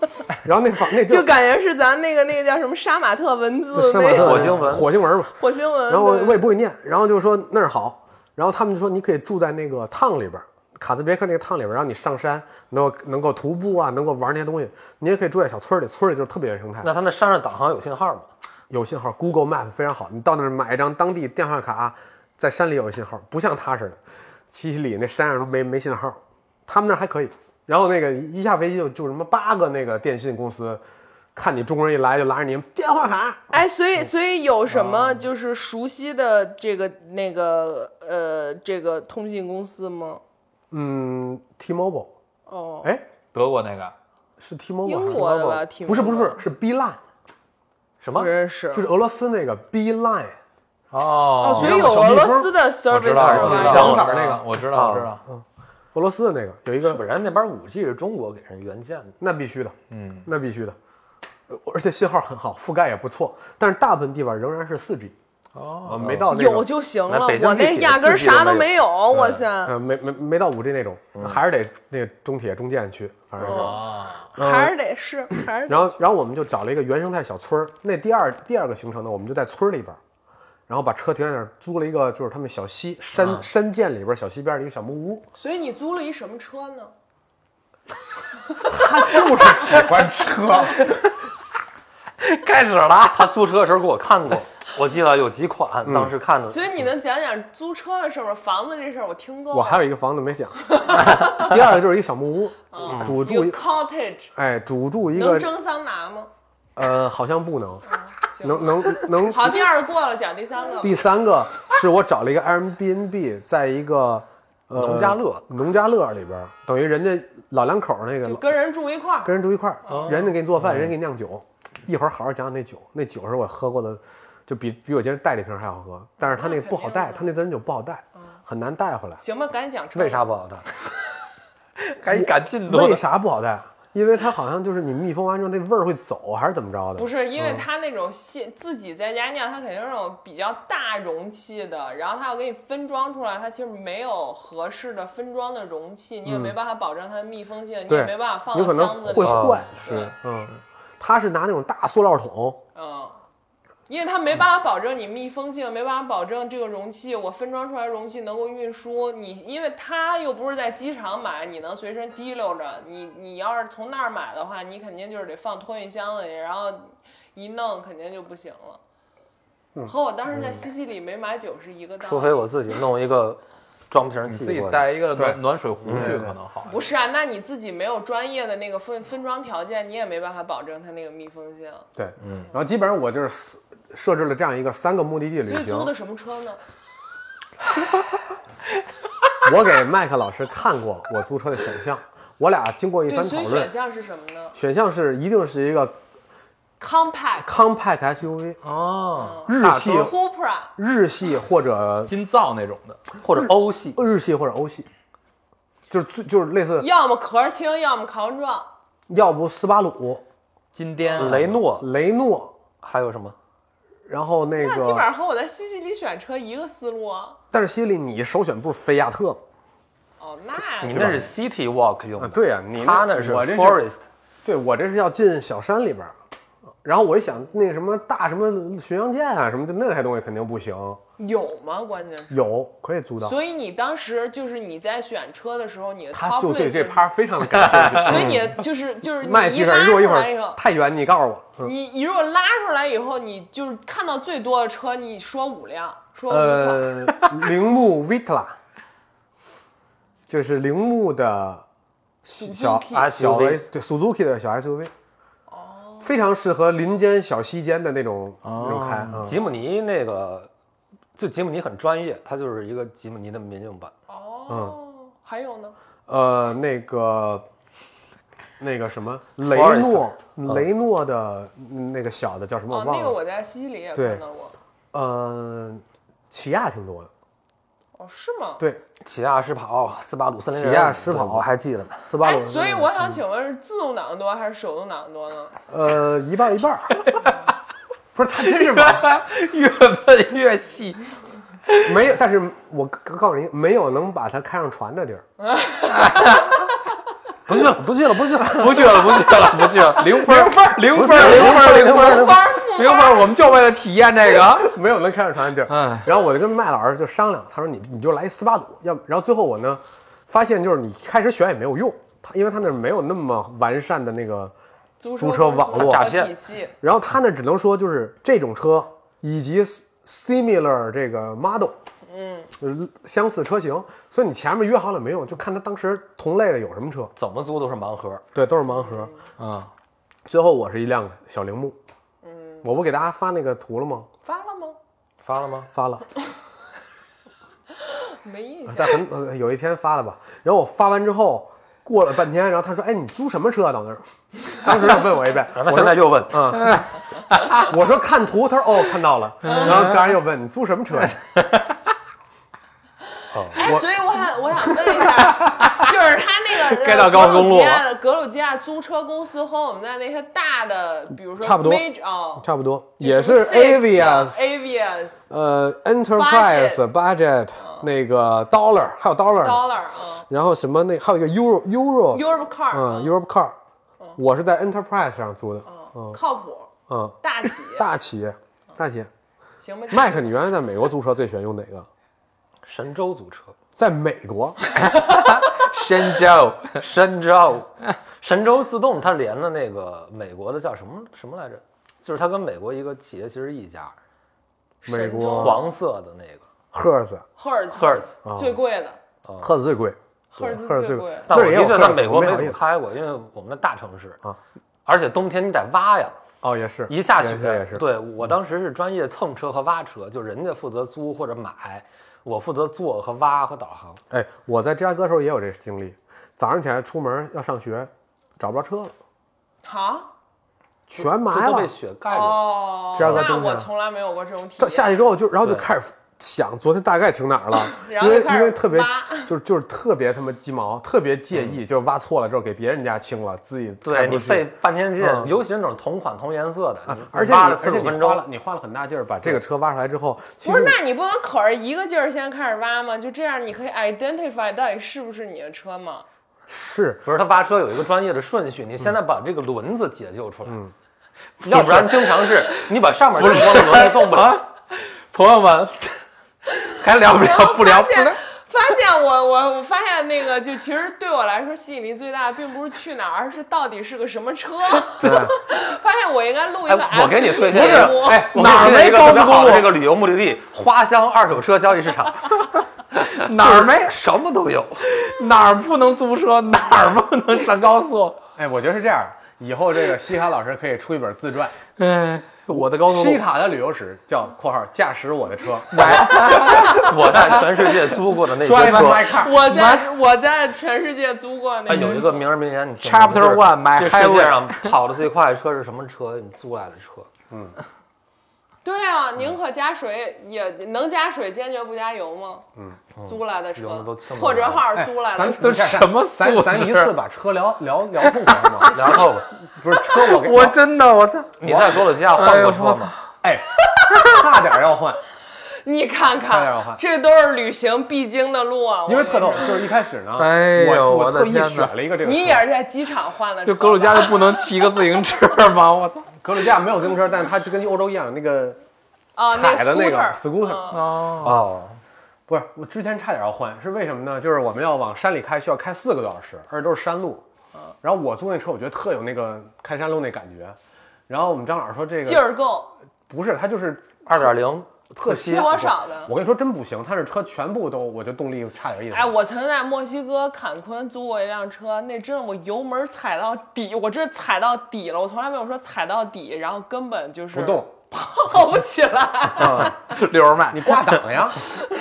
B: 然后那房那地
A: 就
B: 儿
A: 感觉是咱那个那个叫什么杀马特文字
B: 就圣马
A: 那
B: 特
A: 个
E: 火星文
B: 火星文嘛，
A: 火星文，
B: 然后
A: 嗯对
B: 我也不会念，然后就说那儿好，然后他们就说你可以住在那个趟里边儿，卡兹别克那个趟里边儿，让你上山能够能够徒步啊，能够玩那些东西，你也可以住在小村儿里，村儿里就是特别原生态，
E: 那他那山上导航有信号吗？
B: 有信号，Google Map 非常好，你到那儿买一张当地电话卡，在山里有信号，不像他似的，西西里那山上都没没信号，他们那儿还可以，然后那个一下飞机就就什么八个那个电信公司，看你中国人一来就拉着你电话卡，
A: 哎，所
B: 嗯
A: 以所以有什
B: 啊
A: 么就是熟悉的这个那个呃这个通信公司吗？
B: 嗯，T-Mobile，
A: 哦，
B: 哎。
D: 德国那个
B: 是 T-Mobile
A: 英
B: 还是
A: 国的
B: T-Mobile
A: 吧，T-Mobile
B: 不是不是是 B Line，
E: 什
A: 不
E: 么？
A: 认识
B: 就是俄罗斯那个 B Line，
A: 哦，
D: 哦
A: 所以有俄罗斯的 service
D: 我知道，
E: 小
A: provider
E: 色
D: 那个，我知道，我知道。
B: 俄罗斯的那个有一
E: 不
B: 个，
E: 然那边五 G 是中国给人援建的，
B: 那必须的，嗯，那必须的，呃而且信号很好，覆盖也不错，但是大部分地方仍然是4 G，
D: 哦，
B: 啊，没到那
A: 有
B: 个，
A: 就行了，
E: 那北京
A: 我
E: 地铁
A: 那压根儿
E: 四 G 都
A: 啥都
E: 没
A: 没有，我天，
B: 呃，没没没到5 G 那种，还是得那个中铁中建去，反正
D: 哦
B: 是。
D: 啊
A: 还是得是还是得
B: 然后，然后我们就找了一个原生态小村儿。那第二第二个行程呢，我们就在村儿里边儿，然后把车停在那儿，租了一个就是他们小溪山、山涧里边儿小溪边儿的一个小木屋。
A: 所以你租了一什么车呢？
B: 他 就是喜欢车，
E: 开始了。他租车的时候给我看过，我记得有几款，当时看的。
A: 所以你能讲讲租车的事儿吗？房子这事儿我听够了。
B: 我还有一个房子没讲， 第二个就是一个小木屋，主
A: 有
B: 住一
A: cottage，
B: 哎主住一
A: 哦能
B: 个
A: 蒸桑拿吗？
B: 呃好像不能，
A: 行
B: 能能能。
A: 好，第二个过了，讲第三个吧。
B: 第三个是我找了一个 Airbnb，在一个呃
E: 农家乐
B: 农家乐里边儿，等于人家老两口儿那个
A: 就
B: 老
A: 跟人住一块儿，
B: 跟人住一块儿，
E: 哦
B: 人家给你做
E: 嗯
B: 饭，人家给你酿酒。一会儿好好讲讲那酒，那酒是我喝过的，就比比我今天带这瓶还好喝，但是他那个不好带，他那自然酒不好
A: 哦
B: 带，很难带回来。
A: 行吧，赶紧讲车。
E: 为？啥不好带？
D: 还赶进度呢
B: 为啥不好带？因为它好像就是你密封完之后，那味儿会走，还是怎么着的？
A: 不是，
B: 嗯
A: 因为他那种现自己在家酿，他肯定是那种比较大容器的，然后他要给你分装出来，他其实没有合适的分装的容器，你也没办法保证它的密封性，你
B: 嗯对，
A: 也没办法放
B: 有可
A: 到
B: 能
A: 箱子
B: 会
A: 里。
B: 坏。
A: 是，
B: 嗯，他是拿那种大塑料桶，
A: 嗯，因为它没办法保证你密封性，没办法保证这个容器我分装出来的容器能够运输。你因为它又不是在机场买，你能随身提溜着。你你要是从那儿买的话，你肯定就是得放托运箱子里，然后一弄肯定就不行了。
B: 嗯
A: 和我当时在西西里没买酒是一个道理。
E: 除非我自己弄一个装瓶
C: 你
E: 器，
C: 嗯自己
E: 我
C: 带一个
B: 对
C: 暖暖水壶
D: 嗯
C: 去可能好。
A: 不是啊，那你自己没有专业的那个分分装条件，你也没办法保证它那个密封性。
B: 对，嗯，然后基本上我就是四设置了这样一个三个目的地旅
A: 所以租
B: 行
A: 的。什么车呢？
B: 我给麦克老师看过我租车的选项，我俩经过一
A: 对，
B: 番
A: 所
B: 讨
A: 以
B: 论
A: 选，项是什么呢
B: 选项是一定是一个
A: ？Compact、
B: compact SUV，
D: 哦，
B: 日系
A: Cupra、
B: 日系或者
D: 金造那种的，
E: 或者欧系，
B: 日系或者欧系，就是最就是类似，
A: 要么壳儿轻，要么扛撞。
B: 要不斯巴鲁、
D: 金
C: 嗯
D: 颠啊
E: 雷诺
B: 雷诺，
E: 还有什么？
B: 然后那
A: 那基本
B: 个，
A: 上和我在西西里选车一个思路啊。
B: 但是西里你首选不是菲亚特吗？
A: 哦，那
E: 你那是 City Walk 用
B: 啊，
E: 的，
B: 对呀、你
E: 他那是
B: 我这
E: Forest，
B: 对我这是要进小山里边儿，然后我一想那个什么大什么巡洋舰啊什么的那些东西肯定不行，
A: 有吗？关键是。
B: 有可以租到，
A: 所以你当时就是你在选车的时候，你的 top
B: 他就对这
A: list
B: 嗯趴非常的感兴 趣。
A: 所 以你的就是就是你
B: 麦
A: 一
B: 基
A: 拉
B: 这如
A: 出
B: 果一会
A: 来以后
B: 儿，太远，你告诉我。嗯
A: 你你如果拉出来以后，你就是看到最多的车，你说五辆，说五款，
B: 呃，铃木 Vitla，就是铃木的小
A: Suzuki
B: 啊小
E: SUV
B: S 对 Suzuki 的小 SUV，哦，非常适合林间小西间的那种那种开啊。
E: 吉姆尼那个，就吉姆尼很专业，它就是一个吉姆尼的民用版。
A: 哦，还有呢，
B: 呃，那个那个什么雷
E: Forester，
B: 诺雷诺的那个小的叫什么我
A: 哦，
B: 忘
A: 那个
B: 了，
A: 我在西西里也
B: 对
A: 看到过，
B: 呃，起亚挺多的，
A: 哦，是吗？
B: 对，
E: 起亚狮跑、斯巴鲁森林人，
B: 起亚狮跑
E: 对我还记得呢。
B: 斯巴
A: 哎，
B: 鲁。
A: 所以我
B: 嗯
A: 想请问是自动挡多还是手动挡多呢？
B: 呃一半儿 一半儿，
D: 不是他真是吧， 越问越细。
B: 没有，但是我告诉您，没有能把它开上船的地儿。
E: 不去了，不去了，不去了。
D: 不去了，不去 了，不去了，零分，零分，零分，零分，零分，零分，零分，我们就为了体验这 个。
B: 没有能开上船的地儿。
D: 哎
B: 然后我就跟麦老师就商量，他说你你就来斯巴鲁，要不然后最后我呢发现就是你开始选也没有用，他因为他那儿没有那么完善的那个，
A: 租
B: 租车
A: 公司
B: 网
A: 的
B: 络
E: 诈骗
A: 体系，
B: 然后他那只能说就是这种车以及 similar 这个 model，嗯，相似车型，所以你前面约好了没用，就看他当时同类的有什么车，
E: 怎么租都是盲盒，
B: 对，都是盲盒。
D: 嗯，
B: 啊最后我是一辆小铃木，嗯，我不给大家发那个图了吗？
A: 发了吗？
E: 发了吗？
B: 发了。
A: 没印象。
B: 在很呃有一天发了吧，然后我发完之后过了半天，然后他说：“哎，你租什么车啊？到那儿？”当时就问我一遍，
E: 啊 那现在又问，
B: 我说看图，他说：“哦，看到了。”然后当然又问你租什么车呀？啊
A: 哎，所以我想我想问一下，就是他那 个
E: 该到高速公路了
A: 呃格鲁吉亚的格鲁吉亚租车公司和我们在那些大的，比如说
B: 差不多
A: Major 哦，
B: 差不多，
A: 就
B: 也
A: 什么
B: 是
A: Six 啊
B: Avias，
A: Avias
B: 呃，Enterprise Budget 那个 Dollar，还有 Dollar，呢
A: Dollar 啊
B: 然后什么那还有一个 Euro Euro，
A: Europe Car
B: 嗯
A: 啊
B: ，Europe Car，我是在 Enterprise 上租的，
A: 靠谱，
B: 嗯，
A: 大企业
B: 大企业，大企业。
A: 行吧？
B: 麦克，你原来在美国租车最喜欢用哪个？
E: 神州租车，
B: 在美国，
D: 深交，
E: 神州，神州自动它连的那个美国的叫什么什么来着？就是它跟美国一个企业其实一家，
B: 啊美
A: 神州
B: 国
E: 黄色的那个
B: 赫尔斯，
A: Hertz
E: Hertz，
A: 最贵的
B: 赫尔斯最贵，
A: Hertz
B: 赫尔斯
A: 最
B: 最
A: 贵的。
E: 但我
B: 那儿也
E: 的
B: 有
E: 确
B: 赫
E: 在
B: 尔斯
E: 美国
B: 没
E: 没
B: 好
E: 怎
B: 意
E: 么
B: 思
E: 开过，因为我们那大城市
B: 啊，
E: 而且冬天你得挖呀，
B: 哦，也是
E: 一下雪
B: 也是也是
E: 对我当时是专业蹭车和挖车，就人家负责租或者买，我负责坐和挖和导航。
B: 哎，我在芝加哥的时候也有这个经历，早上起来出门要上学，找不着车了，
A: 好
B: 全
E: 这
B: 埋
E: 都被
B: 了。
E: 雪盖住了。
A: 哦，
B: 这样在
A: 那
B: 冬天
A: 我从来没有过这种体
B: 到
A: 验。，
B: 啊下去之后就，然后就
E: 对
B: 开始想昨天大概停哪儿了
A: 然后
B: 因为
A: 就开始
B: 因为特别
A: 挖
B: 就是就是特别他妈鸡毛，特别介意，就是挖错了之后给别人家清了，自己开
E: 对
B: 不
E: 你
B: 去
E: 费半天劲，
B: 哎嗯
E: 尤其是那种同款同颜色的，
B: 啊
E: 你，
B: 而且你
E: 挖了
B: 而
E: 四
B: 且
E: 十
B: 你
E: 分
B: 花了
E: 钟，
B: 你花了很大劲儿把这个车挖出来之后，其
A: 不是，
B: 实
A: 那你不能可儿一个劲儿先开始挖吗？就这样，你可以 identify 到底是不是你的车吗？
B: 是
E: 不是他挖车有一个专业的顺序，你现在把这个轮子解救出来，要不然经常是你把上面的涡轮轮动不了。
C: 朋 友们，还聊不
A: 然
C: 聊？
A: 后
C: 不聊
A: 发
C: 不
A: 现
C: 聊。
A: 发现我 我我发现那个就其实对我来说吸引力最大的并不是去哪儿，而是到底是个什么车。 发现我应该录一个 F1 节目。
E: 哎，我给你推
A: 不
E: 荐一个，哎，我给
C: 哪儿
E: 你
C: 没
E: 推荐一个特
C: 高
E: 别
C: 速公
E: 好的
C: 路
E: 这个旅游目的地——花乡二手车交易市场，
C: 哪儿没
E: 什么都有。
C: 哪儿不能租车，哪儿不能上高速？
B: 哎，我觉得是这样，以后这个西卡老师可以出一本自传，
C: 嗯，我的高速
E: 啊
B: 西卡的旅游史叫（括号驾驶我的车
E: 我在全世界租过的那些
B: ）Drive
E: 车，
B: my car。
A: 我在我在全世界租过
E: 它
A: 那
E: 哎有一
A: 个。
E: 个名人名言，你听过吗
C: Chapter
E: 就是
C: One，买
E: 这世
C: highway
E: 界上跑的最快的车是什么车？你租来的车。
A: 对啊，宁可加水也能加水，坚决不加油吗？嗯，租来的车
E: 油都清不
A: 破折
E: 了
A: 号租来的
B: 咱
A: 车。
B: 都
C: 什么素
B: 咱
C: 质
B: 咱一次把车聊聊聊透了吗？
E: 然后
B: 不是车我给
C: 我真的我操！
E: 你在格鲁吉亚换过车吗？
B: 哎，差点要换，
A: 你看
B: 差点儿
A: 看
B: 话，
A: 这都是旅行必经的路啊！
B: 因为
A: 我
B: 特逗，就是一开始呢，
C: 哎呦
B: 我
C: 我的
B: 特意
C: 天哪
B: 选了一个这个车，
A: 你也是在机场换的车吧，
C: 就格鲁吉亚就不能骑个自行车吗？我操！
B: 格鲁吉亚没有自行车，但是它就跟欧洲一样，那个
A: 啊，
B: 踩的那个
A: scooter，
B: scooter
A: 嗯
E: 哦，
B: 不是我之前差点要换，是为什么呢？就是我们要往山里开，需要开四个多小时，而且都是山路。然后我租那车，我觉得特有那个开山路那感觉。然后我们张老师说这
A: 劲
B: 个
A: 儿够
B: 不是，它就是
E: 二点零
B: 特
E: 吸
B: 稀
A: 多少的？
B: 我跟你说真不行，它是车全部都，我觉得动力差点意思。
A: 哎，我曾在墨西哥坎昆租过一辆车，那真的我油门踩到底，我这踩到底了，我从来没有说踩到底，然后根本就是
B: 不 动，
A: 跑不起来。
C: 溜儿慢
B: 你，挂档 呀？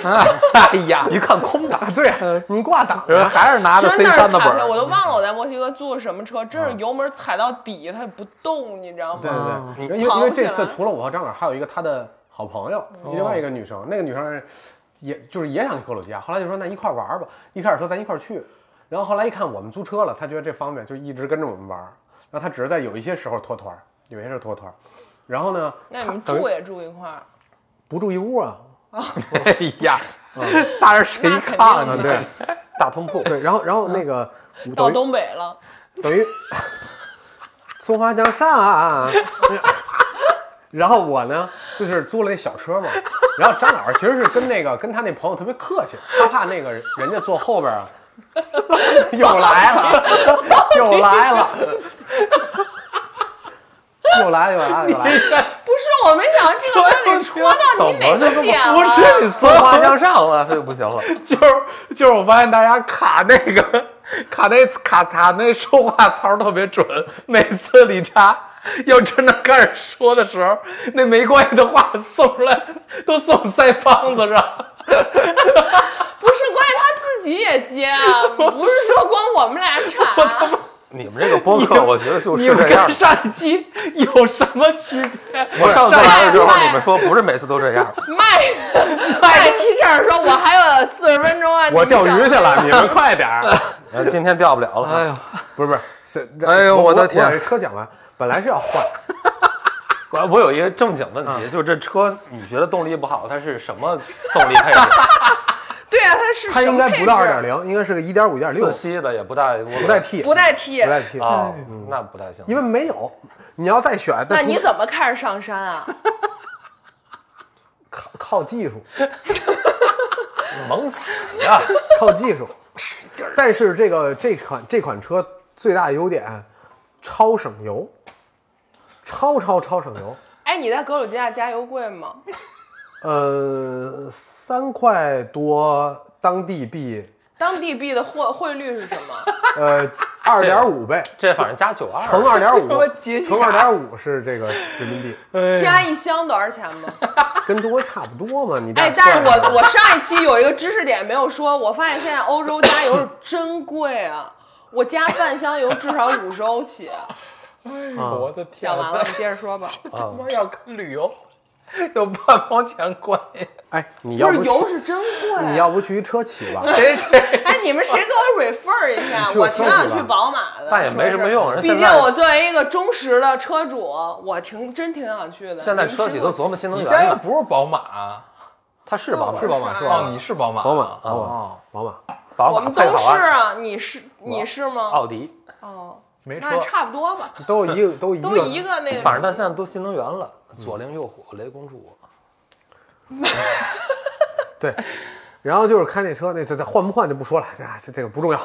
C: 哎呀，
E: 一看空的，
B: 对呀，你挂档呀。
C: 还是拿着 C
A: 真是踩
C: 三的
A: 不
C: 本
A: 下，我
C: 儿。
B: 嗯
A: 都忘了我在墨西哥租的什么车，真是油门踩到底它也不动，你知道
B: 对
A: 吗？
B: 对对，因为
A: 跑
B: 因为
A: 嗯起
B: 这
A: 来哦
B: 次除了我和张老师，还有一个他的好朋友，另外一个女生，那个女生也就是也想去格鲁吉亚，后来就说那一块儿玩儿吧，一开始说咱一块儿去，然后后来一看我们租车了，她觉得这方便，就一直跟着我们玩儿，然后她只是在有一些时候脱团儿，有一些是脱团儿，然后呢，
A: 那你
B: 她
A: 们
B: 等于
A: 住也住一块儿，
B: 不住一屋啊，
C: 哎呀，仨人谁
A: 那肯
C: 看
A: 定
C: 呢？
A: 的
B: 对
E: 大通铺。
B: 对，然后然后那个
A: 嗯到
B: 等于
A: 东北了。
B: 等于松花江上岸。然后我呢，就是租了那小车嘛。然后张老师其实是跟那个跟他那朋友特别客气，他怕那个人家坐后边啊，又来了，又来了，又来了，又来了，又来了。
A: 不是，我没想到这个问题戳到你哪个点了？
C: 不是你
E: 松
C: 松花
E: 花
C: 江，
E: 江上了，这就不行了。
C: 就是就是，我发现大家卡那个卡那卡卡那说话词儿特别准，每次理查。要真的开始说的时候，那没关系的话送出来都送腮帮子上。
A: 不是，关键他自己也接 啊，不是说光我们俩铲啊。
E: 你们这个播客，我觉得就
C: 你
E: 是
C: 们
E: 这样
C: 跟
E: 的。
C: 上一期有什么区别？
E: 我上次来的时候
A: 上一，次
E: 你们说不是每次都这样。
A: 卖卖 T 恤说，我还有四十分钟啊，
B: 我钓鱼去
A: 了。
B: 了，你们快点儿！
E: 呃今天掉不了了。哎呦，
B: 不是不是，是
E: 哎呦
B: 我
E: 我的
B: 我
E: 天
B: 把这车讲完，本来是要换，
E: 我我有一个正经问题，就是这车你觉得动力不好，它是什么动力配置？
A: 对啊，它是
B: 它应该不到二点
A: 零，
B: 零，应该是个一点五、一点六
E: 自，吸的也不带不
B: 不带 T，
A: 不带 T
B: 不。带 T
E: 啊，那不太行。
B: 因为没有，你要再选，
A: 那
B: 除
A: 你怎么开始上山 啊？
B: 靠靠技术，
E: 猛踩呀！
B: 靠技 术。但是这个这款这款车最大的优点，超省油，超超超省油。
A: 哎，你在格鲁吉亚加油贵吗？
B: 呃，三块多当地币，
A: 当地币的汇汇率是什么？
B: 呃，二点五倍，
E: 这反正加九二，
B: 乘二点五
C: 我杰，西
B: 乘
C: 卡
B: 二点五是这个人 民币，
A: 加一箱多少钱吗？
B: 跟中国差不多嘛。你这
A: 哎
B: 样，
A: 但
B: 算
A: 是
B: 上
A: 我我上一期有一个知识点没有说，我发现现在欧洲加油是真贵啊，我加半箱油至少五十欧起。
B: 啊
C: 我的天
A: 讲
C: 啊
A: 完了，你接着说吧。
C: 他妈要跟旅游有半毛钱关系？
B: 哎，你要
A: 不是
B: 不去
A: 油是真贵。
B: 你要不去一车企吧？
C: 谁谁？
A: 哎，你们谁给我 refer 一下？
B: 去我
A: 我
B: 车
A: 挺
B: 库
A: 想
B: 吧
A: 去宝马的，
E: 但也没什么用人
A: 是不是
E: 现
A: 毕
E: 在
A: 竟我作为一个忠实的车主，我挺真挺想去的。
E: 现在
A: 你们
E: 车
A: 谁
E: 企
A: 给
E: 都
A: 我
E: 琢磨新能
C: 你家
E: 源
C: 又
E: 了。
C: 不是宝马，
E: 它是宝马，
A: 是宝马是吧
C: 哦，你是宝马，
F: 宝马
E: 啊
F: 宝马
C: 哦，
F: 宝马，
E: 宝
A: 我
E: 马
A: 们
E: 配
A: 都
E: 好
A: 是
E: 啊，
A: 啊，你是你是吗？
E: 奥迪。
A: 哦，
E: 没车，
A: 那差不多吧，
B: 都一个都一
A: 都
B: 个
A: 一个那
E: 反
A: 个。
E: 正他现在都新能源了，左邻右火，雷公助我。
B: 对，然后就是开那车，那这这换不换就不说了，这啊这这个不重要。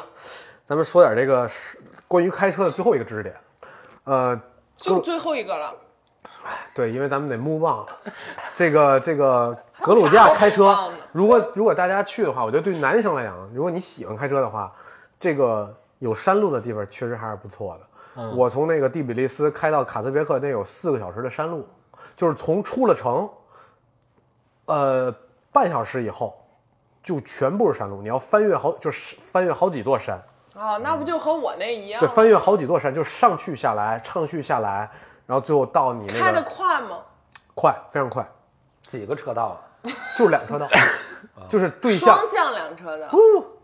B: 咱们说点这个是关于开车的最后一个知识点，呃，
A: 就最后一个了，
B: 对，因为咱们得目忘了。这个这个格鲁吉亚开车
A: 还有啥好 move on 的，
B: 如果如果大家去的话，我觉得对男生来讲，如果你喜欢开车的话，这个有山路的地方确实还是不错的。我从那个第比利斯开到卡兹别克，那有四个小时的山路，就是从出了城，呃，半小时以后就全部是山路，你要翻越好，就是翻越好几座山。
A: 啊，那不就和我那一样
B: 对，
A: 吗？
B: 翻越好几座山，就是上去下来，上去下来，然后最后到你那
A: 开的
B: 个
A: 快吗？
B: 快，非常快，
E: 几个车道啊？
B: 就是两车道，就是对向
A: 双向两车的，
B: 不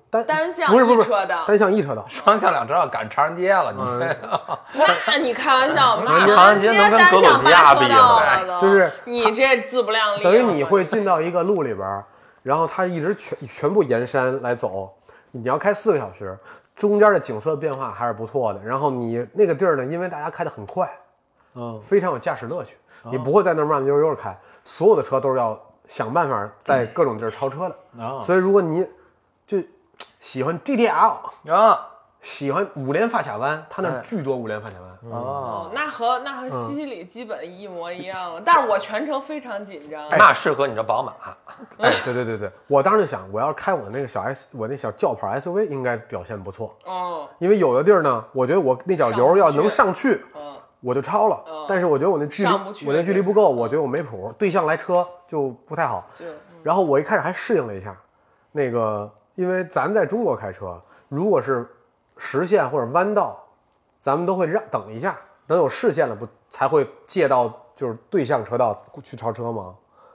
B: 单
A: 单向
B: 不是不
A: 一
B: 是
A: 车道
B: 单向一车道，
D: 双向两车道赶长安街了，
E: 嗯
D: 你
A: 那你开玩笑吗？
E: 长安街能跟格鲁吉亚比
A: 单向八
E: 吗
A: 车道了都
B: 就是
A: 你这自不量力。
B: 等于你会进到一个路里边儿，然后它一直全全部沿山来走，你要开四个小时，中间的景色变化还是不错的。然后你那个地儿呢，因为大家开的很快，嗯，非常有驾驶乐趣，你不会在那儿慢慢悠悠的开，所有的车都是要想办法在各种地儿超车的。所以如果你就喜欢 GTR，
C: 啊
B: 喜欢五连发卡弯，它那儿巨多五连发卡弯。
C: 啊，
A: 哦，那和那
B: 嗯
A: 和西西里基本一模一样了，但是我全程非常紧张。
E: 那适合你这啊宝马。
B: 哎，对对对对，我当时就想，我要开我那个小 S，我那小轿跑 SUV 应该表现不错，
A: 哦，
B: 因为有的地儿呢，我觉得我那脚油要能上去，
A: 嗯，
B: 我就超了。
A: 嗯
B: 但是我觉得我那距离
A: 上不去，
B: 我那距离不够，我觉得我没谱，对向来车就不太好。
A: 嗯就嗯
B: 然后我一开始还适应了一下，那个因为咱在中国开车，如果是实线或者弯道，咱们都会让等一下，等有视线了不才会借到就是对向车道去超车吗？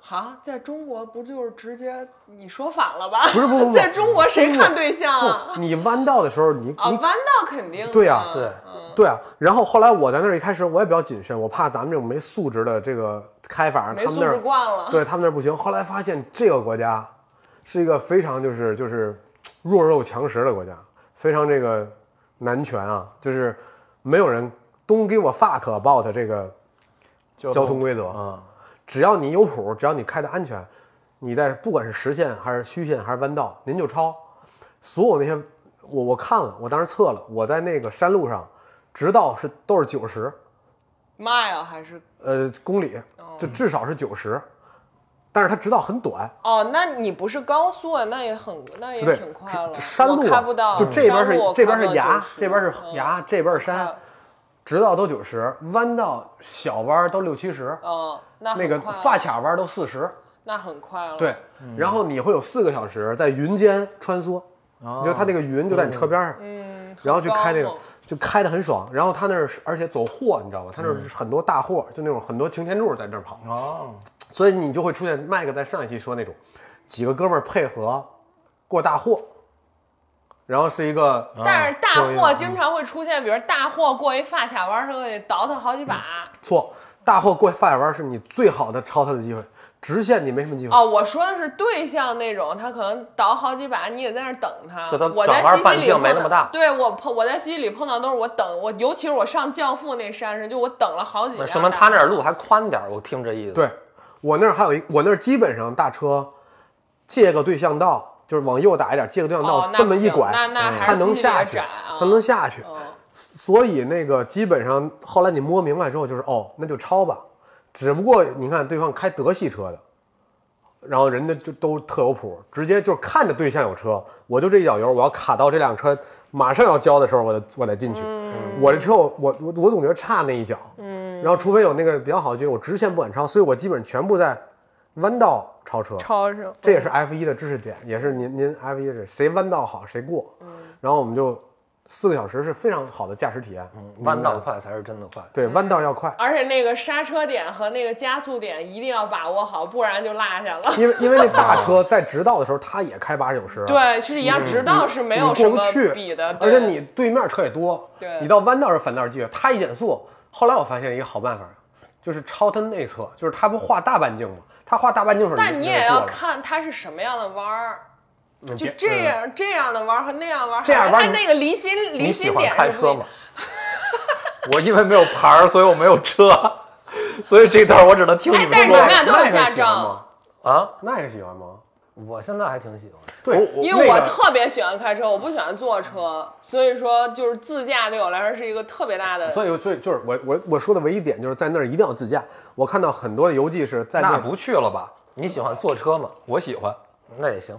A: 啊，在中国不就是直接你说反了吧？
B: 不是不不不
A: 在中国谁看对象啊？
B: 不，你弯道的时候你
A: 啊，
B: 你
A: 弯道肯定的
B: 对呀
E: 对
A: 嗯
B: 对啊，然后后来我在那儿一开始我也比较谨慎，我怕咱们这种没素质的这个开法，
A: 没
B: 他们
A: 素
B: 那
A: 质
B: 儿
A: 惯了。
B: 对他们那儿不行。后来发现这个国家是一个非常就是就是弱肉强食的国家，非常这个男权啊，就是没有人 don't give a fuck about 这个交通啊规则，
D: 嗯，
B: 只要你有谱，只要你开的安全，你在不管是实线还是虚线还是弯道，您就超。所有那些我我看了，我当时测了，我在那个山路上，直到是都是九十，
A: mile 啊还是
B: 呃，公里
A: 哦
B: 就至少是九十，但是它直道很短，
A: 哦，那你不是高速啊？那也很，那也
B: 对
A: 挺快了。
B: 这山路
A: 我
B: 啊
A: 开不到，
B: 就这边是
A: 山路我
B: 这边
A: 开不
B: 是
A: 到嗯
B: 崖，
A: 90
B: 这边是崖，这边
A: 嗯
B: 是山，直道都九十，弯道小弯都六七十，
A: 嗯，嗯那很
B: 那个
A: 快了嗯
B: 发卡弯都四十，
A: 那很快了。
B: 对，，然后你会有四个小时在云间穿梭，你就它那个云就在你车边上，
A: 嗯，
B: 然后去开
A: 很
B: 那个
A: 高猛
B: 就开得很爽。然后他那儿是而且走货，你知道吧？他那儿是很多大货，就那种很多擎天柱在这儿跑，
D: 哦，
B: 所以你就会出现麦克在上一期说那种几个哥们儿配合过大货，然后是一个
A: 但是大
B: 挺啊有意
A: 货
B: 思
A: 经常会出现，比如大货过一发卡弯儿，候得倒腾好几把。
B: 错大货过发拐弯是你最好的超他的机会，直线你没什么机会。
A: 哦，我说的是对象那种，他可能倒好几把，你也在那儿等他。
E: 就他
A: 我
E: 转
A: 在
E: 弯
A: 西西
E: 半
A: 里
E: 径
A: 碰
E: 没那
A: 到
E: 么大
A: 对我碰我在西西里碰到都是我等我，尤其是我上教父那山上，就我等了好几
E: 那
A: 辆大货。
E: 说明他那儿路还宽点儿，我听这意思。，
B: 对我那儿还有一，我那儿基本上大车借个对向道，就是往右打一点，借个对向道、
A: 哦那
B: 这么
A: 不
B: 一
A: 行
B: 拐，
A: 那那还
B: 它
A: 是
B: 能
A: 心里也
B: 下去，
A: 窄啊
B: 它能下去。
A: 嗯
B: 所以那个基本上后来你摸明白之后，就是哦，那就超吧。只不过你看对方开德系车的，然后人家就都特有谱，直接就看着对象有车，我就这一脚油，我要卡到这辆车马上要交的时候，我得我得进去。我这车我我我我总觉得差那一脚，嗯，然后除非有那个比较好的距离，我直线不敢超，所以我基本全部在弯道超车。
A: 超市
B: 这也是 F 1的知识点，也是您您 F 1是谁弯道好谁过。
A: 嗯
B: 然后我们就四个小时是非常好的驾驶体验。
A: 嗯
E: 弯道快才是真的快。
B: 对，弯道要快，
A: 而且那个刹车点和那个加速点一定要把握好，不然就落下了。
B: 因为因为那大车在直道的时候，它也开八九十，，
A: 对，是一样，直道是没
B: 嗯你
A: 有什
B: 过不
A: 么
B: 去
A: 比的，
B: 而
A: 对
B: 且你对面车也多，
A: 对
B: 你到弯道时反倒是机会，他一减速，后来我发现一个好办法，就是超他内侧，就是他不画大半径吗？他画大半径的时候，
A: 但你
B: 就
A: 也要
B: 过了
A: 看它是什么样的弯儿，
B: 嗯
A: 就
B: 别
A: 这样这样的弯儿和那样弯儿，
B: 这样
A: 还有
B: 弯儿
A: 它
B: 你
A: 那个离心离
E: 你喜
A: 心
E: 欢
A: 点
E: 开
A: 是不
E: 车
A: 一
E: 吗？
D: 我因为没有牌儿，所以我没有车，所以这段我只能听你
A: 哎，
D: 们
A: 但是你
D: 说
A: 们。俩都有驾
B: 喜欢
A: 照
B: 吗，？
E: 啊，
B: 那个喜欢吗？
E: 我现在还挺喜欢的。
B: 对，
A: 因为我
B: 那个
A: 特别喜欢开车，我不喜欢坐车，所以说就是自驾对我来说是一个特别大的。
B: 所以，所以就是我我我说的唯一点就是在那儿一定要自驾。我看到很多的游记是在
D: 那
B: 那
D: 不去了吧？
E: 你喜欢坐车吗？
D: 我喜欢，
E: 那也行。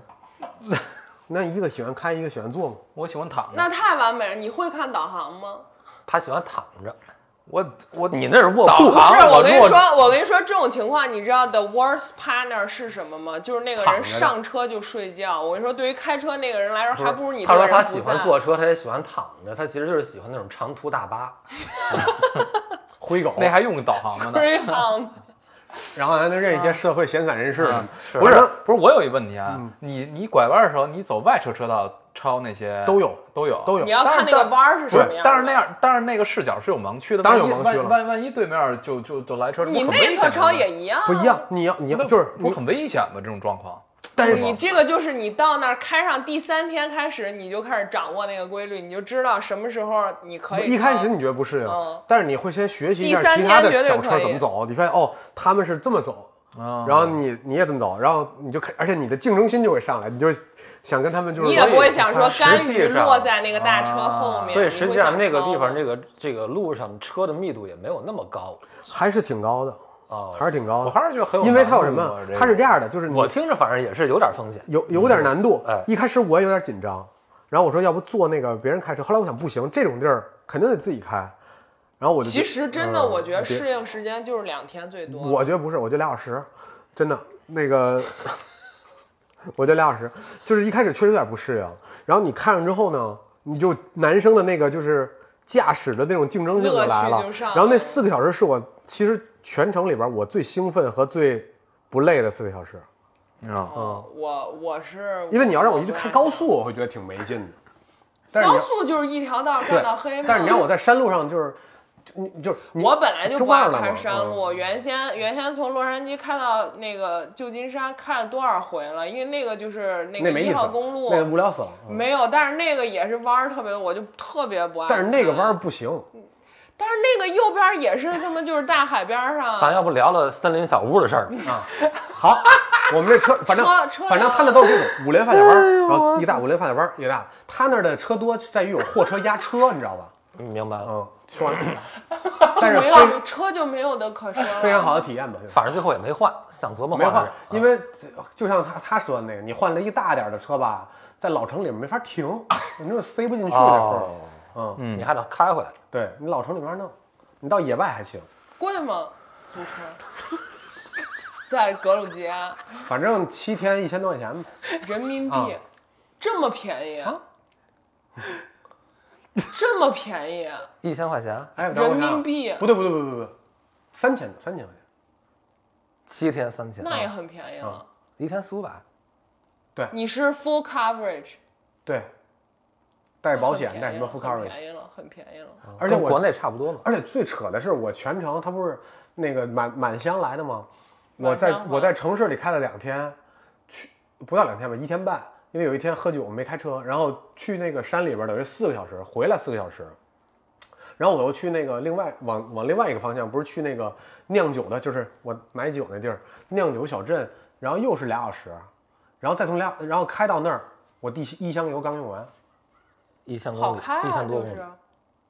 B: 那一个喜欢开，一个喜欢坐嘛。
D: 我喜欢躺着。
A: 那太完美了，你会看导航吗？
E: 他喜欢躺着，
D: 我我
E: 你那是卧
D: 导
E: 铺。
A: 不是，
D: 航
A: 我跟你
D: 若
A: 说，我跟你说这种情况，你知道 the worst partner 是什么吗？就是那个人
D: 着的
A: 上车就睡觉。我跟你说，对于开车那个人来说，还不如你
E: 他
A: 这个
E: 说
A: 人
E: 他
A: 不
E: 喜欢
A: 在啊
E: 坐车，他也喜欢躺着，他其实就是喜欢那种长途大巴。
A: 哎
B: 灰狗，
D: 那还用导航吗？那
A: Greyhound
B: 然后还能认一些社会闲散人士。
D: 啊
B: 嗯
D: 不是不是，我有一问题啊，你你拐弯的时候，你走外侧车道超那些
B: 都有
D: 都有
B: 都有
A: 你要看那个弯儿是什
D: 不
A: 么
D: 是
A: 样，
D: 但是那样，但是那个视角是有盲区的，
B: 当然
D: 万一
B: 有盲区了
D: 万万万一对面就就就来车，这不
A: 你
D: 很
A: 内
D: 危
A: 侧
D: 险
A: 超
D: 吗
A: 也一样，
B: 不一。样，你要你要就是
D: 不
B: 你
D: 是很危险吗？这种状况，
B: 但是
A: 你这个就是你到那儿开上第三天开始，你就开始掌握那个规律，你就知道什么时候你可以。
B: 一开
D: 啊
B: 始你觉得不适应
A: 嗯，
B: 但是你会先学习一
A: 第三
B: 下其
A: 天
B: 他的
A: 绝对
B: 小
A: 可
B: 车
A: 以
B: 怎么走，你发现哦，他们是这么走，
D: 然
B: 然后你你也这么走，然后你就开，而且你的竞争心就会上来，你就想跟他们就是
A: 你也不会想说
E: 实际
A: 甘于
E: 上
A: 落在那个大车后面，
E: 所以
A: 你
E: 实
A: 会
E: 际上
A: 想
E: 那个地
A: 超
E: 方，这个这个路上车的密度也没有那么高
B: 还是挺高的，
E: 哦。
B: 还是挺高的。
D: 我还是觉得很有
B: 因为它有
D: 难
B: 什
D: 度啊
B: 么
D: 这？个
B: 它是这样的，就是你
E: 我听着反正也是有点风险。
B: 有有点难度。
E: 哎
B: 一开始我也有点紧张，然后我说要不坐那个别人开车，后来我想不行，这种地儿肯定得自己开，然后我就
A: 其实真的，
B: 嗯
A: 我觉得
B: 别
A: 适应时间就是两天最多。
B: 我觉得不是，我觉得俩小时，真的那个， 我觉得俩小时，就是一开始确实有点不适应，然后你看上之后呢，你就男生的那个就是驾驶的那种竞争性就
A: 乐
B: 来了
A: 趣就，上来了
B: 然后那四个小时是我其实全程里边我最兴奋和最不累的四个小时，
D: 嗯
A: 哦我我是
B: 因为你要让我一直
A: 不
B: 开
A: 爱
B: 高速，我会觉得挺没劲的，但是你
A: 高
B: 要
A: 速就是一条道
B: 对
A: 干到黑嘛。
B: 但是你让我在山路上就是，就你就是你
A: 我本来就
B: 中
A: 不爱
B: 二了嘛嗯
A: 开山路，原先原先从洛杉矶开到那个旧金山开了多少回了？因为那个就是那
B: 那
A: 个
B: 没意
A: 一
B: 思，
A: 号公路
B: 那个无聊死了。嗯
A: 没有，但是那个也是弯儿特别多，我就特别不爱。
B: 但是那个弯儿，不行，
A: 嗯但是那个右边儿也是他妈就是大海边儿上，
E: 咱要不聊聊森林小屋的事
A: 嗯
E: 儿？啊
B: 好，我们这车反正
A: 车车辆
B: 反正他那都是这种五连发小弯儿，然后一个大五连发小弯儿，一个大。他那儿的车多在于有货车压车，你知道吧？
E: 嗯明白了，
B: 嗯，说 完了，但是
A: 没
B: 非
A: 有车就没有的可说了。
B: 非常好的体验吧，就是
E: 反正最后也没换，想琢磨
B: 没
E: 换
B: 换
E: 还是，
B: 因为就像他他说的那个，你换了一大点儿的车吧，在老城里面没法停，你就是塞不进去那缝儿。
E: 哦
B: 嗯，
E: 你还得开回来。
B: 对你老城里面弄，你到野外还行。
A: 贵吗？租车？在格鲁吉亚
B: 反正七天一千多块钱吧，
A: 人民币、
B: 啊
A: 这么便宜， 这么便 宜，
E: 一千块钱，
B: 哎，等
A: 人
B: 会儿我想
A: 民
B: 想
A: 币
B: 不对不对不对不对，三千三千块钱，
E: 七天三千，
A: 那也很便宜
B: 啊
A: 了。
E: 一天四五百，
A: 你是 full coverage，
B: 对，带保险
A: 很便宜
B: 带什么
A: 了
B: full
A: 很
B: coverage，
A: 便宜了，很便宜了。
B: 而且
E: 跟国
B: 我
E: 内差不多嘛。
B: 而且最扯的是我全程他不是那个满满乡来的吗？我
A: 满乡
B: 在
A: 吗
B: 我在城市里开了两天，去不到两天吧，一天半，因为有一天喝酒我没开车，然后去那个山里边儿等于四个小时，回来四个小时。然后我又去那个另外往往另外一个方向，不是去那个酿酒的，就是我买酒那地儿酿酒小镇，然后又是俩小时，然后再从俩，然后开到那儿，我第一箱油刚用完，
E: 一千
A: 好
E: 公里
A: 开，
E: 一
A: 啊，
E: 千多
A: 就
E: 公里
A: 是，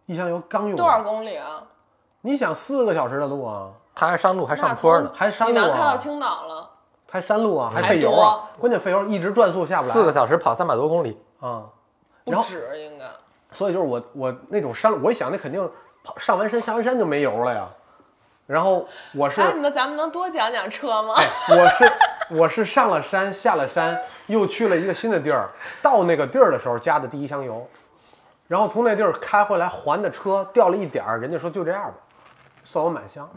B: 一箱油刚用完。
A: 多少公里啊？
B: 你想四个小时的路啊，
E: 它还上路还
A: 那
E: 上
A: 从
E: 坡呢，
B: 还山
A: 济
B: 路
A: 南开
B: 啊
A: 到青岛了，
B: 还山路啊，
A: 嗯
B: 还
A: 还
B: 费油啊，关键费油一直转速下不来。
E: 四个小时跑三百多公里，
B: 啊，然
A: 不
B: 后
A: 止应该。
B: 所以就是我我那种山路，我一想那肯定跑上完山下完山就没油了呀。然后我是、哎
A: 哎，那咱们能多讲讲车吗？
B: 我是我是上了山下了山，又去了一个新的地儿，到那个地儿的时候加的第一箱油，然后从那地儿开回来还的车掉了一点儿，人家说就这样吧，算我满箱，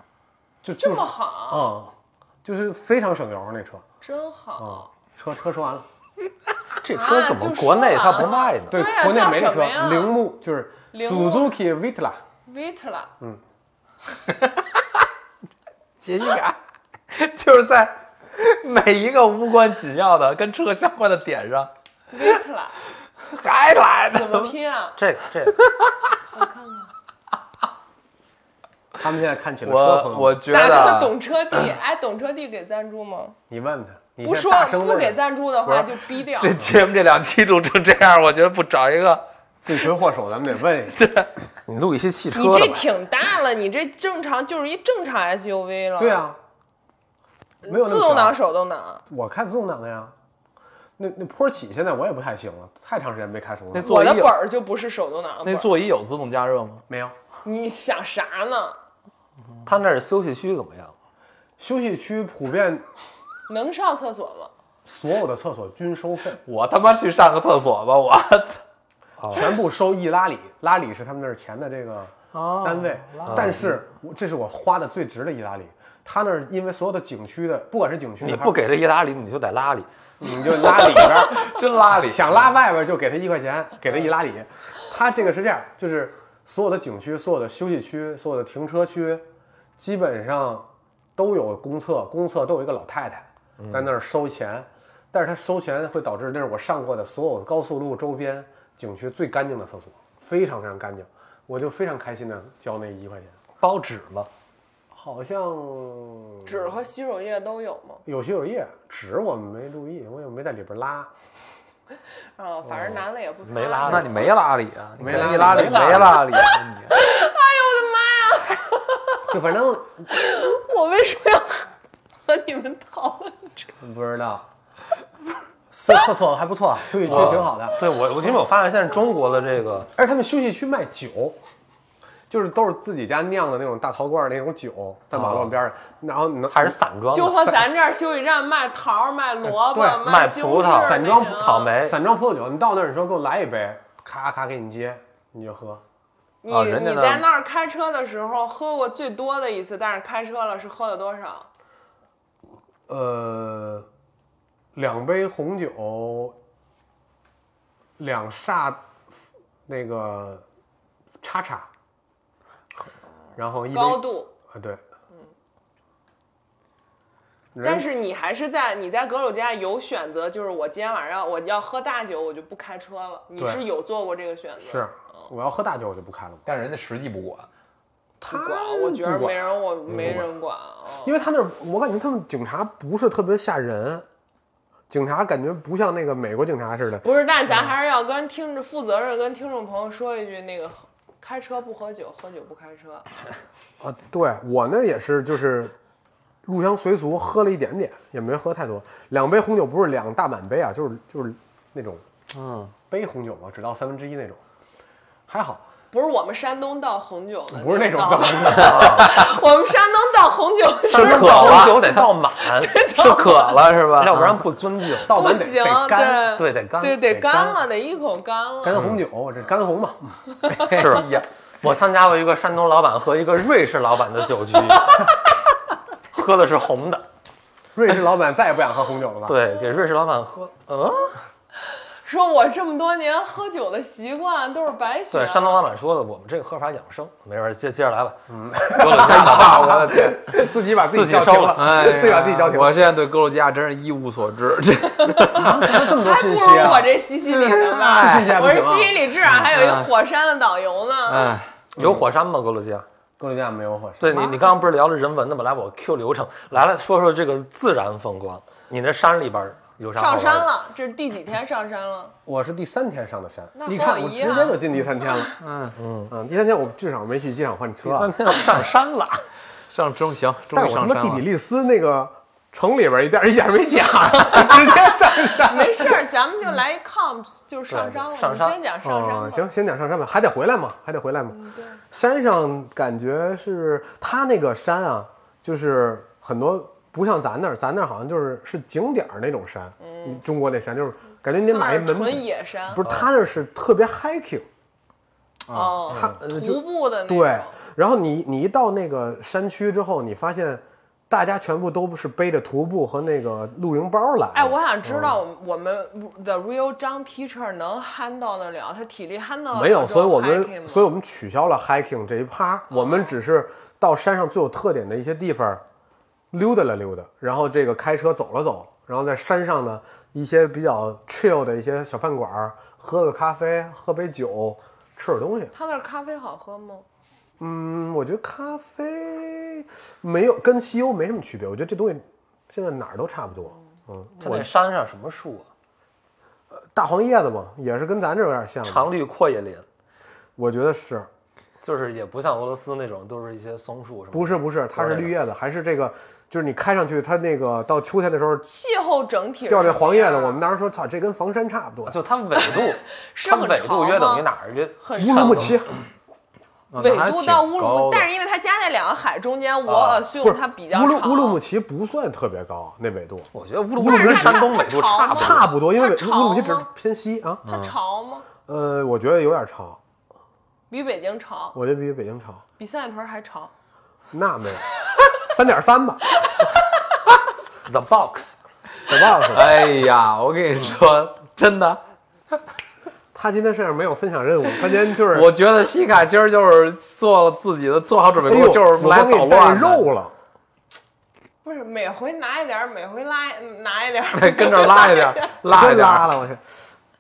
B: 就
A: 这
B: 就是
A: 么好，
B: 啊、就是非常省油那车
A: 真
B: 啊
A: 好。
B: 车车说完了。
E: 这
A: 啊
E: 车怎么国内它不卖呢？
B: 对
A: 对啊
B: 国内
A: 叫
B: 没
A: 什
B: 这
A: 么呀
B: 车，铃木就是
A: 铃木
B: Suzuki Vitara，
A: Vitla，
B: 嗯
D: 杰西卡，啊 就是在每一个无关紧要的跟车相关的点上
A: Vitla
D: 还来
A: 怎
D: 的。
A: 么拼啊？
E: 这个这个
A: 我看看，
B: 他们现在看起来车
G: 我
B: 朋友
G: 我觉
A: 打
G: 得
A: 个
G: 啊
A: 懂车帝，哎，懂车帝给赞助吗？
B: 你问他，你
A: 不
B: 先
A: 说
B: 大声
A: 不
B: 问
A: 给
B: 他
A: 赞助的话就逼掉。
C: 这节目这两期录成这样，我觉得不找一个
B: 罪魁祸首，咱们得问一下。
G: 你录一些汽车
A: 你这
G: 的吧，
A: 挺大了，你这正常就是一正常 SUV 了。
B: 对，啊，没有那
A: 自
B: 么
A: 动
B: 小
A: 挡、手动挡。
B: 我看自动挡的呀。那那坡起现在我也不太行了，太长时间没开手动
H: 那
B: 挡了。
H: 座
A: 我
H: 椅
A: 的本
H: 有
A: 儿就不是手动挡的本
H: 那
A: 儿。
H: 座椅有自动加热吗？
B: 没有
A: 你想啥呢？
E: 他那儿休息区怎么样？
B: 休息区普遍
A: 能上厕所吗？
B: 所有的厕所均收费，
C: 我他妈去上个厕所吧，我
B: 全部收一拉里，拉里是他们那儿钱的这个单位。但是我这是我花的最值的一拉里，他那儿因为所有的景区的，不管是景区的
E: 你
B: 还是
E: 不给这意大利，你就得拉里。
B: 你就拉里边儿，
C: 真拉里。
B: 想拉外边儿就给他一块钱，给他一拉里。他这个是这样，就是所有的景区、所有的休息区、所有的停车区，基本上都有公厕，公厕都有一个老太太在那儿收钱。但是他收钱会导致那是我上过的所有高速路周边景区最干净的厕所，非常非常干净。我就非常开心的交那一块钱，
E: 包纸吗？
B: 好像
A: 纸和洗手液都有吗？
B: 有些有液，纸我没注意，我也没在里边拉。
A: 啊，反正男的也不擦。
E: 没拉
C: 那你没拉里啊？你
B: 没
C: 给
B: 拉
C: 一拉里
B: 里没拉里
C: 没拉里啊，你。
B: 就反正
A: 我为什么要和你们讨论这 个？
B: 不知道，厕厕所还不错，休息区挺好的，
E: 对我，我因为我发现现在中国的这个
B: 而且他们休息区卖酒，就是都是自己家酿的那种大陶罐儿那种酒，在马路边上，然后你能
E: 啊还是散装的，
A: 就和咱这儿休息站卖桃儿、卖萝卜、
B: 对
E: 卖
A: 西
E: 葡
A: 红柿
E: 萄、
A: 那
E: 散
A: 行
E: 草。莓。
B: 散装葡萄酒，你到那儿你说给我来一杯，咔咔给你接，你就喝。
A: 你
H: 啊人家
A: 你
H: 那
A: 在那儿开车的时候喝过最多的一次，但是开车了是喝了多少？
B: 呃，两杯红酒，两煞那个叉叉，然后一杯
A: 高度。
B: 啊对，人
A: 嗯但是你还是在你在格鲁吉亚有选择，就是我今天晚上我要喝大酒，我就不开车了。你
B: 对
A: 是有做过这个选择？
B: 是，我要喝大酒我就不开了嘛，
H: 但人家实际不管，
A: 不管，我觉
B: 啊
A: 得没人，我没人管啊。
B: 因为他那儿我感觉他们警察不是特别吓人，警察感觉不像那个美国警察似的。
A: 不是，但咱还是要跟听着负责任跟听众朋友说一句，那个开车不喝酒，喝酒不开车。
B: 啊，对我那也是，就是入乡随俗，喝了一点点，也没喝太多。两杯红酒不是两大满杯啊，就是就是那种，嗯，杯红酒嘛，只倒三分之一那种，还好，
A: 不是我们山东倒红酒的，
B: 不是那
A: 嗯
B: 种
A: 倒
B: 倒，
A: 我们山东倒红酒
E: 是
A: 就是
E: 渴了，酒得倒 满，
C: 是渴了是
B: 啊
C: 吧？
E: 要 不然不尊敬。
B: 倒
A: 不
B: 满得
A: 行
B: 得，干，
E: 对，得干。
A: 对得
E: 得
A: 干了，得一口干了。
B: 干红酒，这干红嘛，
E: 是，我参加过一个山东老板和一个瑞士老板的酒局， 喝的是红的。
B: 瑞士老板再也不想喝红酒了吧？
E: 对，给瑞士老板喝，嗯，
A: 说我这么多年喝酒的习惯都是白学
E: 对，。山东老板说的，我们这个喝法养生，没事儿，接接着来吧。
B: 嗯
C: 啊，我的天，
B: 对， 自己把自
E: 自
B: 己
E: 己
B: 叫
E: 收
B: 停
E: 了
C: 哎呀，
B: 自己把自己叫停
C: 我现在对格鲁吉亚真是一无所知，这
E: 哎
B: 这么多
A: 还
B: 信
A: 不
B: 息
A: 如哎我
B: 啊！
A: 这西西里的呢。
B: 这信息还不
A: 我是
B: 行啊嗯
A: 西西里至少还有一个火山的导游呢。
C: 哎，
E: 有火山吗？格鲁吉亚？
B: 格鲁吉亚没有火山，
E: 对你，你刚刚不是聊了人文的吗？来，我 Q 流程，来了，说说这个自然风光。你那山里边儿有
B: 嗯
E: 啥？
A: 上山。了，这是第几天上山了？
B: 我是第三天上的山
A: 那，
B: 你
A: 和
B: 看
A: 我
B: 我
A: 一
B: 直
A: 样
B: 接就进第三天了。嗯嗯嗯，第三天我至少没去机场换车
E: 第三
B: 啊，
E: 天我上山了，
C: 上终行，终
B: 但
C: 于
B: 是我他
C: 上
B: 妈
C: 山
B: 地
C: 了
B: 理。利斯那个城里边一点一点没讲，直接上 山。
A: 没事儿，咱们就来一 comps，就是上山了。
E: 上
A: 你
E: 山
A: 先讲上山吧嗯
B: 嗯，。行，先讲上山吧，还得回来嘛，还得回来嘛。山上感觉是它那个山啊，就是很多不像咱那儿，咱那儿好像就是是景点儿那种山，嗯，中国那山就是感觉你得
A: 他那
B: 买一
A: 儿
B: 门
A: 纯
B: 票，
A: 野山，
B: 不是他那是特别 hiking，
A: 哦，
B: 他呃就
A: 徒步的那种。
B: 对，然后你你一到那个山区之后，你发现大家全部都是背着徒步和那个露营包来。
A: 哎，我想知道我
B: 嗯
A: 们我们的 real 张 teacher 能憨到得了，他体力憨到得了哦
B: 没有，
A: 这
B: 所以我
A: 种哦 hiking
B: 们
A: 吗
B: 所以我们取消了 hiking 这一趴，我们只是到山上最有特点的一些地方溜达了溜达，然后这个开车走了走，然后在山上呢一些比较 chill 的一些小饭馆儿喝个咖啡，喝杯酒，吃点东西。
A: 他那儿咖啡好喝吗？
B: 嗯，我觉得咖啡没有跟西欧没什么区别，我觉得这东西现在哪儿都差不
A: 哦
B: 多。嗯，
E: 它那山上什么树啊？
B: 大黄叶子嘛，也是跟咱这有点像的，
E: 常绿阔叶林，
B: 我觉得是。
E: 就是也不像俄罗斯那种都是一些松树什么的。
B: 不是不是，它是绿叶子，还是这个，就是你开上去，它那个到秋天的时候
A: 气候整体是啊
B: 掉这黄叶子，
A: 什么样
B: 我们当时说，操，这跟房山差不多。
E: 就它纬 度，
A: 是
E: 它
A: 很
E: 纬
A: 长
E: 度约等
A: 吗
E: 于哪儿？约
A: 很
B: 乌鲁木齐
E: 哦那还
A: 纬度到
E: 挺
A: 乌鲁
E: 高
A: 木
E: 的
A: 但是因为它夹在两个海中间，我
E: 啊
A: assume
B: 不是
A: 它比较
B: 乌
A: 长
B: 鲁乌鲁木齐不算特别高，那纬度
E: 我觉得乌鲁
B: 乌
E: 木
B: 鲁
E: 齐
B: 木
E: 跟
B: 齐
E: 山
A: 它
E: 东纬
A: 它
E: 度
A: 长
E: 差不多。
B: 差不多，因为纬
A: 它
B: 乌鲁木齐只
A: 长
B: 是
A: 吗
B: 偏西啊。
A: 它潮吗？
B: 呃，我觉得有点长，
A: 比北京潮，
B: 我觉得比北京长，
A: 比三里屯还潮。
B: 那没有，三点三吧，
E: The box，
B: 我忘了。
D: 哎呀，我跟你说，真的，
B: 他今天身上没有分享任务，他今天就是
D: 我觉得西卡今儿就是做了自己的，做好准备
B: 哎
D: 工
B: 呦，
D: 作，就是
B: 我
D: 来
B: 刚给
D: 捣
B: 你带
D: 乱的
B: 肉了，
A: 不是每回拿一点儿，每回拉嗯拿一点儿，
B: 哎
D: 跟这儿拉一点儿， 拉一
B: 真
D: 点
B: 啊
D: 儿。
B: 拉了，我去。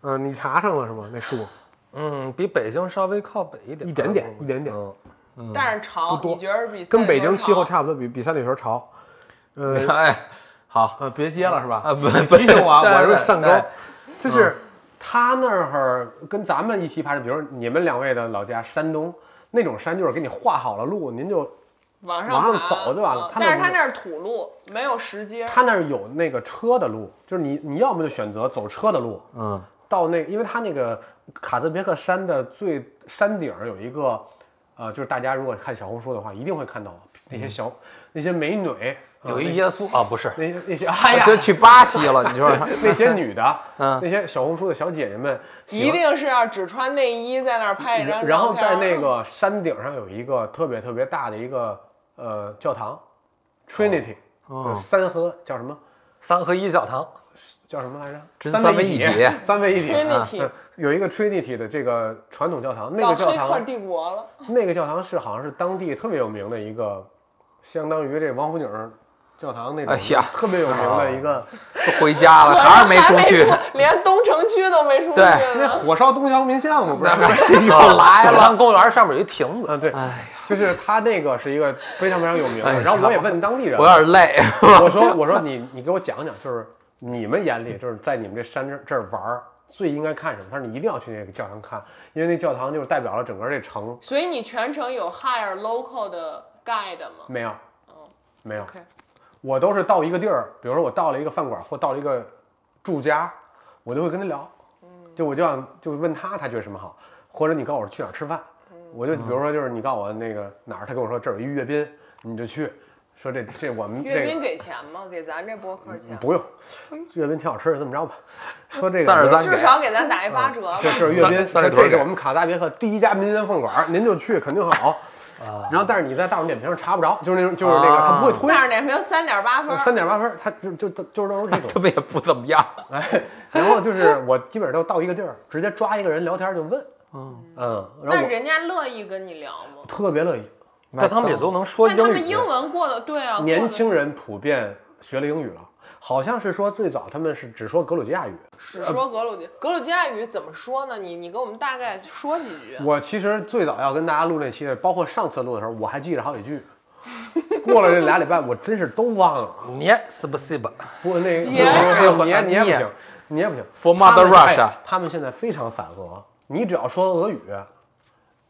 B: 嗯，你查上了是吗？那树
E: 嗯，比北京稍微靠北一点儿，
B: 一点点一点点
E: 嗯
A: 但是潮，
B: 不多
A: 你觉得比
B: 跟北京气候
A: 差？
B: 差不多，比比三里屯潮。呃
D: 哎，好
B: 呃，别接了是吧？
D: 啊，不提醒我啊，
B: 我
D: 我是
B: 是上高
D: 对，
B: 就是他那儿跟咱们一提爬山，比如你们两位的老家山东那种山，就是给你画好了路，您就
A: 往上
B: 往上
A: 爬
B: 走就完了
A: 嗯
B: 它那
A: 但是
B: 不
A: 它
B: 是
A: 那是土路，没有石阶。
B: 他那儿有那个车的路，就是你你要么就选择走车的路，
D: 嗯，
B: 到那，因为它那个卡兹别克山的最山顶儿有一个，呃，就是大家如果看小红书的话，一定会看到那些小、那些美女，呃
E: 有一耶稣啊，不是，
B: 那些那些哎呀
C: 啊
D: 就，去巴西了， 你说
B: 那些女的，
D: 嗯
B: 那些小红书的小姐姐们，喜
A: 一
B: 欢
A: 定是要只穿内衣在那儿拍一张照
B: 然
A: 片儿，
B: 然后在那个山顶上有一个特别特别大的一个呃教堂，Trinity，、呃
D: 哦
B: 三和叫什么
E: 三合一教堂，
B: 叫什么来着？
D: 真
B: 三
D: 三
B: 位
D: 位
B: 一
D: 一
B: 体
D: 体，
B: 三位一体。
A: Trinity
B: 嗯有一个 Trinity 的这个传统教堂，那
A: 到
B: 个教
A: 黑客
B: 堂
A: 帝国了，
B: 那个教堂是好像是当地特别有名的一个，相当于这王府井教堂那种，
D: 哎呀
B: 特别有名的一个。
D: 回家了，还是没出去。，
A: 连东城区都没出去
D: 对
B: 那
A: 呢。
B: 火烧东阳民巷嘛，不是？
D: 又来
E: 九
D: 了，
E: 塘啊公园上面有一亭子，
B: 啊，
D: 哎
B: 对，就是他那个是一个非常非常有名的。然后我也问当地人，
D: 我有点累。
B: 我 说我说你你给我讲讲，就是你们眼里就是在你们这山这儿这儿玩儿最应该看什么？他说你一定要去那个教堂看，因为那教堂就是代表了整个这城。
A: 所以你全程有 hire local 的 guide 吗
B: 没有，没有，
A: 哦？OK，
B: 我都是到一个地儿，比如说我到了一个饭馆或到了一个住家，我就会跟他聊，
A: 嗯
B: 就我就想就问他他觉得什么好，或者你告诉我去哪儿吃饭，
A: 嗯
B: 我就比如说就是你告诉我那个哪儿，他跟我说这儿有一阅宾，你就去，说这这我们
A: 阅
B: 这
A: 兵
B: 个
A: 给钱吗？给咱这播客钱吗？
B: 嗯不用，阅宾挺好吃的，这么着吧，说这个
D: 三十三
A: 至少给咱打一八折吧。
B: 这这是阅宾，
D: 三
B: 说
D: 三里
B: 这
D: 屯
B: 是
D: 给
B: 我们卡大别克第一家民间饭馆，您就去肯定好。然后但是你在大众点评上查不着，就是那种就是那个他不会推。
A: 但是点评三点八分，
B: 三点八分，他就就就就是都是这种
D: 他，们也不怎么样，
B: 哎， 然后就是我基本上都到一个地儿，直接抓一个人聊天就问，嗯然
A: 那
B: 后我
A: 人家乐意跟你聊吗？
B: 特别乐意。
E: 但他们也都能说
A: 但他
E: 英
A: 们
E: 语
A: 英。文过得对啊，过得
B: 年轻人普遍学了英语了，好像是说最早他们是只说格鲁吉亚语。
A: 只说格鲁吉格鲁吉亚语怎么说呢？你你给我们大概说几句。
B: 我其实最早要跟大家录那期的，包括上次录的时候，我还记着好几句。 过了这俩礼拜，我真是都忘了。
E: 你是不是吧？
B: 不，那
A: 也
B: 个你也你也不行，你也不行。
D: For Mother
B: 他们哎
D: Russia
B: 他们现在非常反俄，你只要说俄语，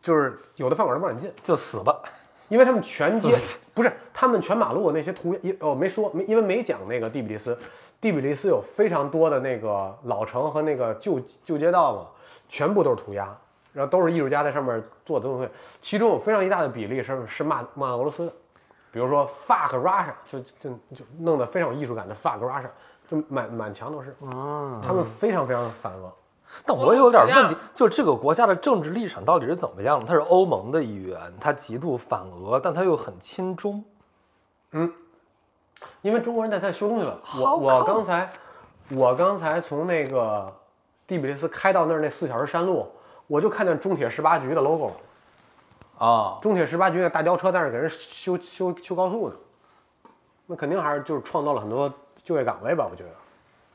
B: 就是有的饭馆都不让你进。
E: 就死吧。
B: 因为他们全街不是他们全马路那些图，一哦没说没，因为没讲那个第比利斯，第比利斯有非常多的那个老城和那个旧旧街道嘛，全部都是涂鸦，然后都是艺术家在上面做的东西，其中有非常一大的比例是是骂骂俄罗斯的，比如说 fuck Russia 就就就弄得非常有艺术感的 fuck Russia，就满满墙都是，他们非常非常反俄，
E: 但我有点
A: 怎
E: 问
A: 么
E: 题
A: 样，
E: 就这个国家的政治立场到底是怎么样的？它是欧盟的一员，它极度反俄，但它又很亲中。
B: 因为中国人在那修东西了。我我刚才，我刚才从那个第比利斯开到那儿那四小时山路，我就看见中铁十八局的 logo，了
D: 啊，
B: 中铁十八局那大轿车在那儿给人修修修高速呢。那肯定还是就是创造了很多就业岗位吧，我觉得。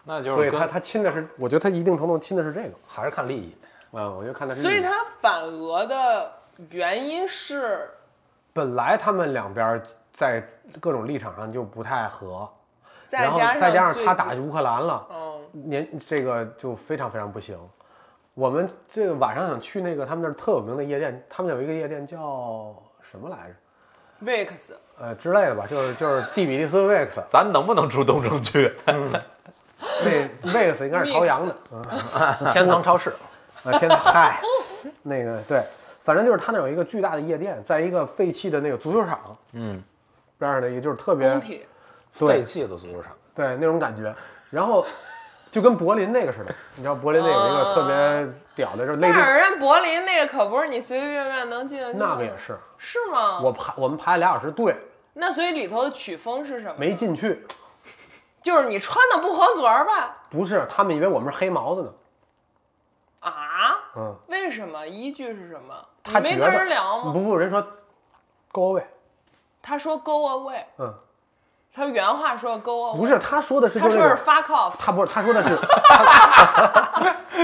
D: 那就
B: 所以
D: 是
B: 他
D: 跟
B: 他亲的是，我觉得他一定程度亲的是这个。
E: 还是看利益，
B: 啊，我就看他是。
A: 所以他反俄的原因是
B: 本来他们两边在各种立场上就不太合，
A: 再
B: 然后
A: 加上
B: 再加上
A: 最
B: 他
A: 近
B: 打乌克兰了，
A: 嗯，
B: 年这个就非常非常不行。我们这个晚上想去那个他们那儿特有名的夜店，他们有一个夜店叫什么来着？
A: Vix
B: 呃之类的吧，就是就是蒂比利斯 Vex，
C: 咱能不能出东城区？
B: 那 Vex 应该是朝阳的，嗯
E: 天堂超市，
B: 啊天嗨，那个对，反正就是他那有一个巨大的夜店，在一个废弃的那个足球场，嗯，边上的一个就是特别
A: 工体，
B: 对
E: 废弃的足球场，
B: 对那种感觉，然后就跟柏林那个似的，你知道柏林那有一个特别屌的，就是内
A: 但
B: 地
A: 是人家柏林那个可不是你随随便便能进得去的，
B: 那个也是，
A: 是吗？
B: 我排我们排了俩小时队
A: 那所以里头的曲风是什么？
B: 没进去，
A: 就是你穿的不合格吧？
B: 不是他们以为我们是黑毛子呢，
A: 啊？
B: 嗯，
A: 为什么？依据是什么？你
B: 他
A: 没
B: 觉
A: 跟
B: 得
A: 人聊吗？
B: 不不，人说高位，
A: 他说 go away，
B: 嗯，
A: 他原话说 go away，
B: 不是他说的是
A: 他
B: 就是
A: 说
B: 那
A: 是
B: 种。
A: fuck off，
B: 他不是，他说的 是，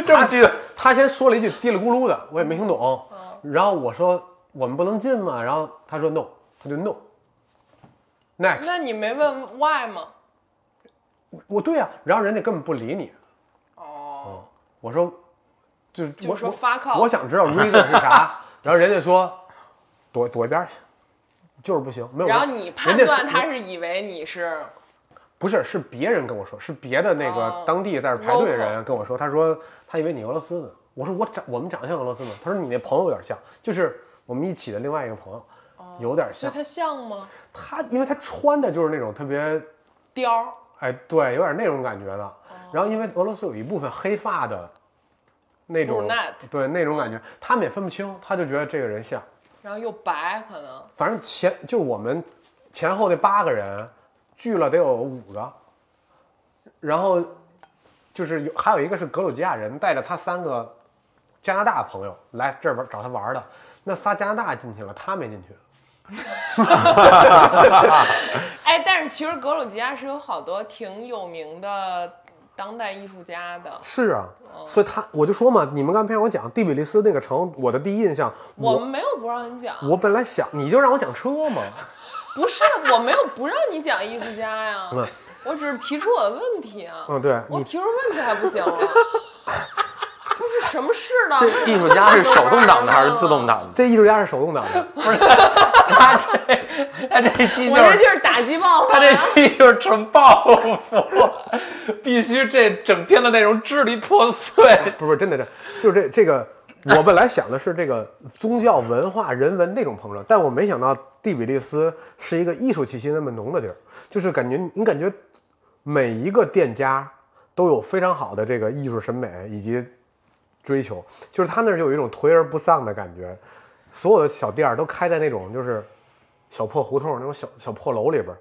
C: 这么记得
B: 他先说了一句嘀里咕噜的，我也没听懂。
A: 嗯
B: 然后我说我们不能进嘛，然后他说 no，他就 no。Next，
A: 那你没问 why 吗？
B: 我对呀、啊然后人家根本不理你。嗯
A: 哦，
B: 我说，就是
A: 就
B: 我
A: 说
B: 我
A: fuck off
B: 我想知道 reason 是 啥。然后人家说躲躲一边去，就是不行，没有人。
A: 然后你判
B: 人家
A: 断
B: 是嗯
A: 他是以为你是
B: 不是是别人跟我说，是别的那
A: 哦
B: 个当地在这排队的
A: local
B: 人跟我说，他说他以为你俄罗斯呢。我说我长我们长得像俄罗斯吗？他说你那朋友有点像，就是我们一起的另外一个朋友，有点
A: 哦所
B: 像
A: 以。他像吗？
B: 他因为他穿的就是那种特别，
A: 貂儿
B: 哎，对，有点那种感觉
A: 哦
B: 的。然后因为俄罗斯有一部分黑发的那种
A: Brunette，
B: 对那种感
A: 哦
B: 觉，他们也分不清，他就觉得这个人像。
A: 然后又白，可能
B: 反正前就是我们前后那八个人聚了得有五个，然后就是有还有一个是格鲁吉亚人带着他三个加拿大朋友来这儿玩找他玩的，那仨加拿大进去了，他没进去。
A: 哎，但是其实格鲁吉亚是有好多挺有名的当代艺术家的。
B: 是啊，
A: 哦
B: 所以他我就说嘛，你们刚才让我讲蒂比利斯那个城，我的第一印象，
A: 我
B: 我
A: 们没有不让你讲，啊
B: 我本来想你就让我讲车嘛，
A: 不是我没有不让你讲艺术家 呀，我只是提出我的问题啊。
B: 嗯，对
A: 我
B: 你
A: 提出问题还不 行吗？啊就是什么事呢？
E: 这艺术家是手动挡的还是自 动挡的？
B: 这艺术家是手动挡的，
C: 他这他这期
A: 我
C: 就
A: 这
C: 是
A: 就是打击报复
C: 他
A: 啊。
C: 这期就是纯报复，必须这整篇的内容支离破碎。
B: 不是真的这，就是这这个，我本来想的是这个宗教文化人文那种碰撞，但我没想到蒂比利斯是一个艺术气息那么浓的地儿，就是感觉你感觉每一个店家都有非常好的这个艺术审美以及追求，就是他那儿就有一种颓而不丧的感觉，所有的小店儿都开在那种就是小破胡同那种小小破楼里边儿。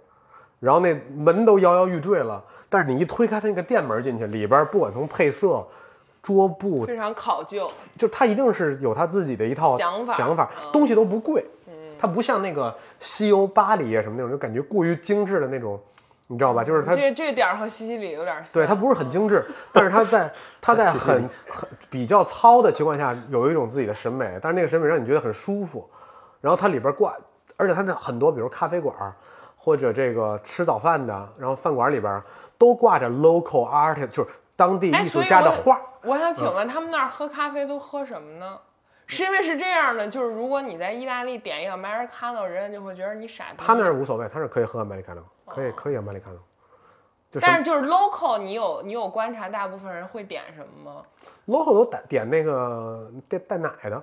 B: 然后那门都摇摇欲坠了，但是你一推开它那个店门进去，里边儿不管从配色、桌布
A: 非常考究，
B: 就他一定是有他自己的一套
A: 想法
B: 想法
A: 嗯
B: 东西都不贵，他不像那个西欧巴黎啊什么那种，就感觉过于精致的那种，你知道吧？就是他
A: 这这点儿和西西里有点像。
B: 对他不是很精致， 但是他在他 在很很比较糙的情况下有一种自己的审美，但是那个审美让你觉得很舒服，然后它里边挂，而且它那很多，比如咖啡馆儿或者这个吃早饭的，然后饭馆里边儿都挂着 local artist，就是当地
A: 哎
B: 艺术
A: 所以
B: 家的
A: 我
B: 画儿。
A: 我想
B: 嗯
A: 请问他们那儿喝咖啡都喝什么呢？是因为是这样的，就是如果你在意大利点一个 Americano，人家就会觉得你傻逼。
B: 他那儿无所谓，他那儿可以喝 Americano，可以可以 Americano，就是
A: 但是就是 local，你有你有观察大部分人会点什么吗
B: local 都点点那个带带奶的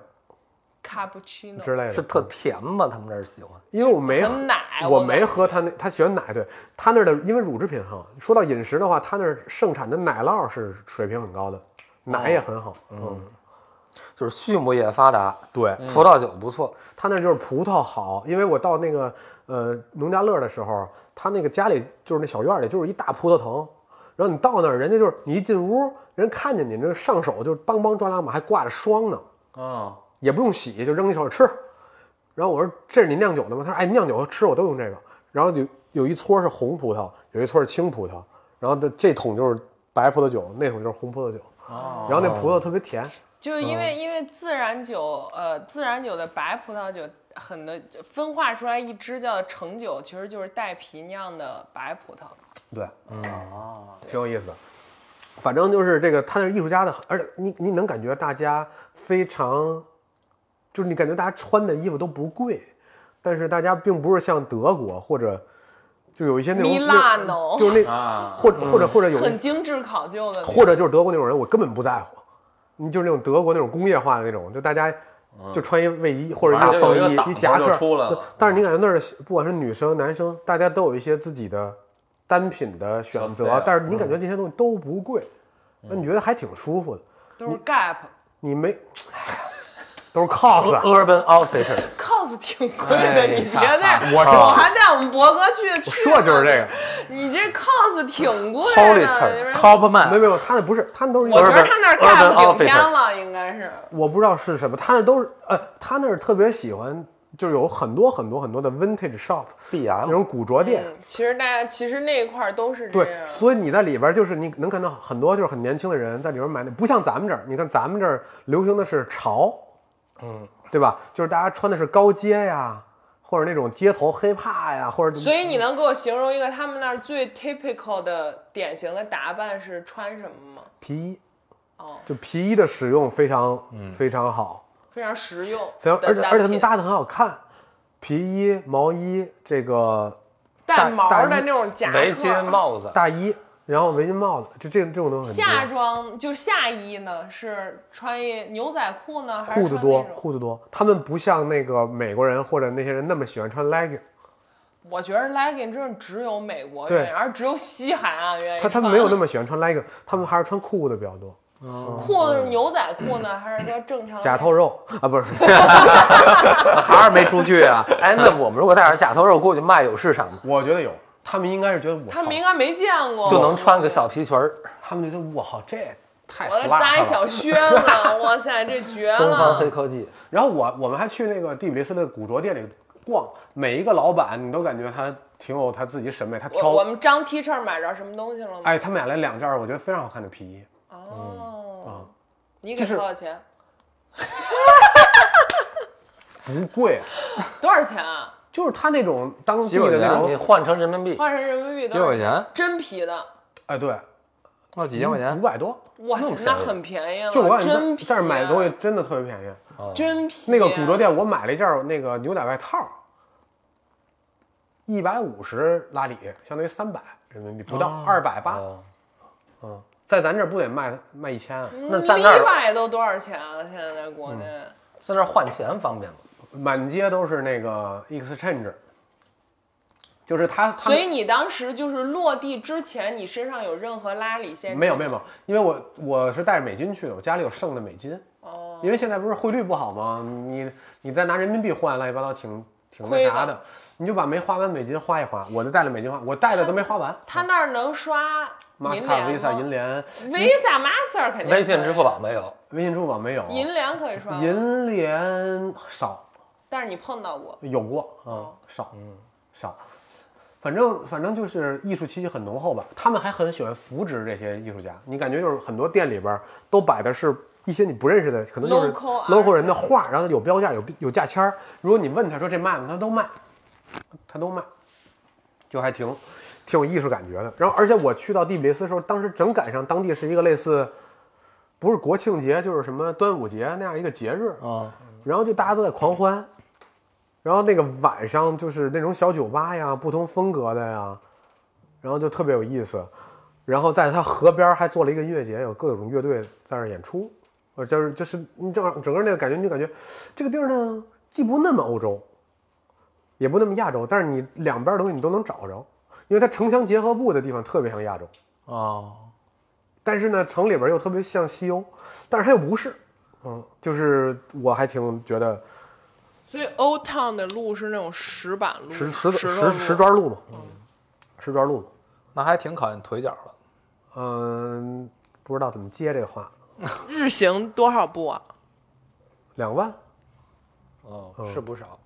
B: 之
A: ？Cappuccino，
B: 类的，
E: 是特甜吗？他们那儿喜欢
B: 因为我没喝
A: 很奶
B: 我
A: 我
B: 没
A: 感
B: 喝他那他喜欢奶，对他那儿的因为乳制品哈，说到饮食的话，他那儿盛产的奶酪是水平很高的，奶也很好，嗯，
E: 就是畜牧业发达，
B: 对，
E: 葡萄酒不错，
B: 他那儿就是葡萄好，因为我到那个呃农家乐的时候，他那个家里就是那小院里就是一大葡萄藤，然后你到那儿，人家就是你一进屋，人看见你这上手就梆梆抓两把，还挂着霜呢，
I: 嗯，
C: 哦
B: 也不用洗，就扔一手里吃。然后我说这是你酿酒的吗？他说哎，酿酒和吃我都用这个。然后有有一撮是红葡萄，有一撮是青葡萄，然后这这桶就是白葡萄酒，那桶就是红葡萄酒。
C: 哦
B: 然后那葡萄特别甜，
A: 就是因为因为自然酒，呃，自然酒的白葡萄酒，很的分化出来一支叫橙酒，其实就是带皮酿的白葡萄。
B: 对，嗯，挺有意思的。反正就是这个，他是艺术家的，而且你你能感觉大家非常，就是你感觉大家穿的衣服都不贵，但是大家并不是像德国或者就有一些那种
A: 米拉诺
B: 就是那、或者或者或者有一
A: 很精致考究的那种，
B: 或者就是德国那种人，我根本不在乎。你就是那种德国那种工业化的那种，就大家就穿一卫衣或者
E: 嗯马
B: 一个
E: 上就
B: 风
E: 有一个
B: 衣
E: 档口
B: 夹
E: 就
B: 克
E: 出来了嗯
B: 对但是你感觉那儿不管是女生男生，大家都有一些自己的单品的选
C: 消费
B: 择
C: 啊，
B: 但是你
E: 嗯
B: 感觉这些东西都不贵，那你觉得还挺舒服的。
A: 都是 Gap。
B: 你没，都是 cos，啊
E: Urban Outfitter，
A: cos 挺贵的，你别
C: 哎
A: 那
B: 啊我说
A: 我还带我们博哥去，我
B: 我说 的就是这个。
A: 你这 cos 挺贵的，你
E: Hollister
A: 们
E: Top
B: 没
E: Man，
B: 有没有，他那不是，他那都是一
A: 我觉得
E: Urban-
A: 他那儿
E: Urban
A: gap 顶
E: Outfitter
A: 天了，应该是。
B: 我不知道是什么，他那都是呃，他那儿特别喜欢，就是有很多很多很多的 vintage shop，那
E: BM，
B: 种古着店。
A: 嗯，其实大家其实那一块儿都是这
B: 对，
A: 样。
B: 所以你在里边儿就是你能看到很多就是很年轻的人在里边儿买那，不像咱们这儿，你看咱们这儿流行的是潮，嗯，对吧？就是大家穿的是高阶呀，或者那种街头 hiphop 呀，或者
A: 所以你能给我形容一个他们那儿最 typical 的典型的打扮是穿什么吗？
B: 皮衣，
A: 哦，
B: 就皮衣的使用非常、非常好，
A: 非常实用
B: 非
A: 的
B: 常
A: 单
B: 而
A: 品，
B: 且而且他们搭的很好看，皮衣、毛衣这个
A: 带
B: 大
A: 毛
B: 大
A: 儿
B: 衣
A: 的那种夹
E: 围
A: 克啊
E: 巾、帽子，
B: 大衣，然后围巾、帽子，就这这种东西
A: 夏
B: 很多。
A: 装就夏衣呢，是穿一牛仔裤呢，还是
B: 裤子
A: 穿
B: 多
A: 那，种
B: 裤子多，他们不像那个美国人或者那些人那么喜欢穿 legging。
A: 我觉得 legging 真是只有美国
B: 对
A: 愿意，而只有西啊海岸愿意
B: 他
A: 穿。
B: 他们没有那么喜欢穿 legging，他们还是穿裤子比较多，
A: 裤子是牛仔裤呢，还是说正常？
B: 假透肉 啊，不是
E: 还是没出去啊？ 哎，那我们如果戴上假头肉，估计卖有市场吗？
B: 我觉得有，他们应该是觉得我
A: 他们应
B: 操，
A: 该没见过。
E: 就能穿个小皮裙儿，
B: 他们觉得我靠这太
A: 我搭
B: flat
A: 一
B: 了。
A: 小靴子，哇塞，这绝
E: 东方
A: 了
E: 黑！科技，
B: 然后我我们还去那个蒂比利斯的古着店里逛，每一个老板你都感觉他挺有他自己审美，他
A: 我我
B: 挑。
A: 们张 T 恤买着什么东西了吗？
B: 哎，他买了两件儿我觉得非常好看的皮衣，
A: 哦，你给多少钱？
B: 不 贵，
A: 多少钱啊？
B: 就是他那种当地
C: 几百
B: 的那
C: 元
E: 你
B: 种，
E: 换成人民币，
A: 换成人民币
C: 几
A: 多少
C: 百块？钱，
A: 真皮的，
B: 哎，对，
C: 哦，几千块
B: 五
C: 钱，
B: 百多。
A: 哇塞，那很便宜了。
B: 啊就我感
A: 真
B: 觉
A: 皮，啊
B: 这儿买东西，真的特别便宜。
A: 真皮。啊
B: 那个古着店，我买了一件儿那个牛仔外套，一百五十拉里，相当于三百人民币不
A: 哦
B: 到，二百八。
E: 哦啊
B: 嗯，在咱这儿不得卖卖一千啊？
A: 嗯
E: 那在那儿
A: 一百都多少钱啊？现在在国内。
B: 嗯
E: 在那儿换钱方便吗？
B: 满街都是那个 exchange，就是他他
A: 所以
B: 们
A: 你当时就是落地之前，你身上有任何拉里现金？
B: 没有没有没有，因为我我是带着美金去的，我家里有剩的美金。
A: 哦，
B: 因为现在不是汇率不好吗？你你再拿人民币换，乱七八糟挺挺
A: 亏
B: 那
A: 的
B: 啥的，你就把没花完美金花一花。我就带了美金花，我带的都没花完。
A: 他那儿能刷 银联
B: Master、Visa、银
A: 联
B: 联、
A: ，Visa、Master 肯定可以
E: 微信、支付宝没有，
B: 微信、支付宝没有，
A: 银联可以刷吗，
B: 银联少
A: 但是你碰到过，
B: 有过，
A: 哦
B: 嗯，少，嗯，少。反正反正就是艺术气息很浓厚吧，他们还很喜欢扶植这些艺术家。你感觉就是很多店里边儿都摆的是一些你不认识的，可能就是
A: Local art
B: local 人的画，然后有标价有有价签儿。如果你问他说这卖吗，他都卖，他都卖，就还挺挺有艺术感觉的。然后而且我去到第比利斯的时候，当时正赶上当地是一个类似不是国庆节就是什么端午节那样一个节日啊，然后就大家都在狂欢。然后那个晚上就是那种小酒吧呀，不同风格的呀，然后就特别有意思。然后在它河边还做了一个音乐节，有各种乐队在那儿演出，呃，就是就是你正好整个那个感觉，你就感觉这个地儿呢，既不那么欧洲，也不那么亚洲，但是你两边儿东西你都能找着，因为它城乡结合部的地方特别像亚洲，
D: 哦，
B: 但是呢，城里边儿又特别像西欧，但是它又不是，嗯，就是我还挺觉得
A: 所以 Old Town 的路是那种石板路，
B: 石
A: 石
B: 石
A: 头
B: 石
A: 路
B: 石砖路嘛，石砖路嘛。
C: 那还挺考验腿脚的。
B: 嗯，不知道怎么接这话。
A: 日行多少步啊？
B: 两万，
E: 哦，是不少。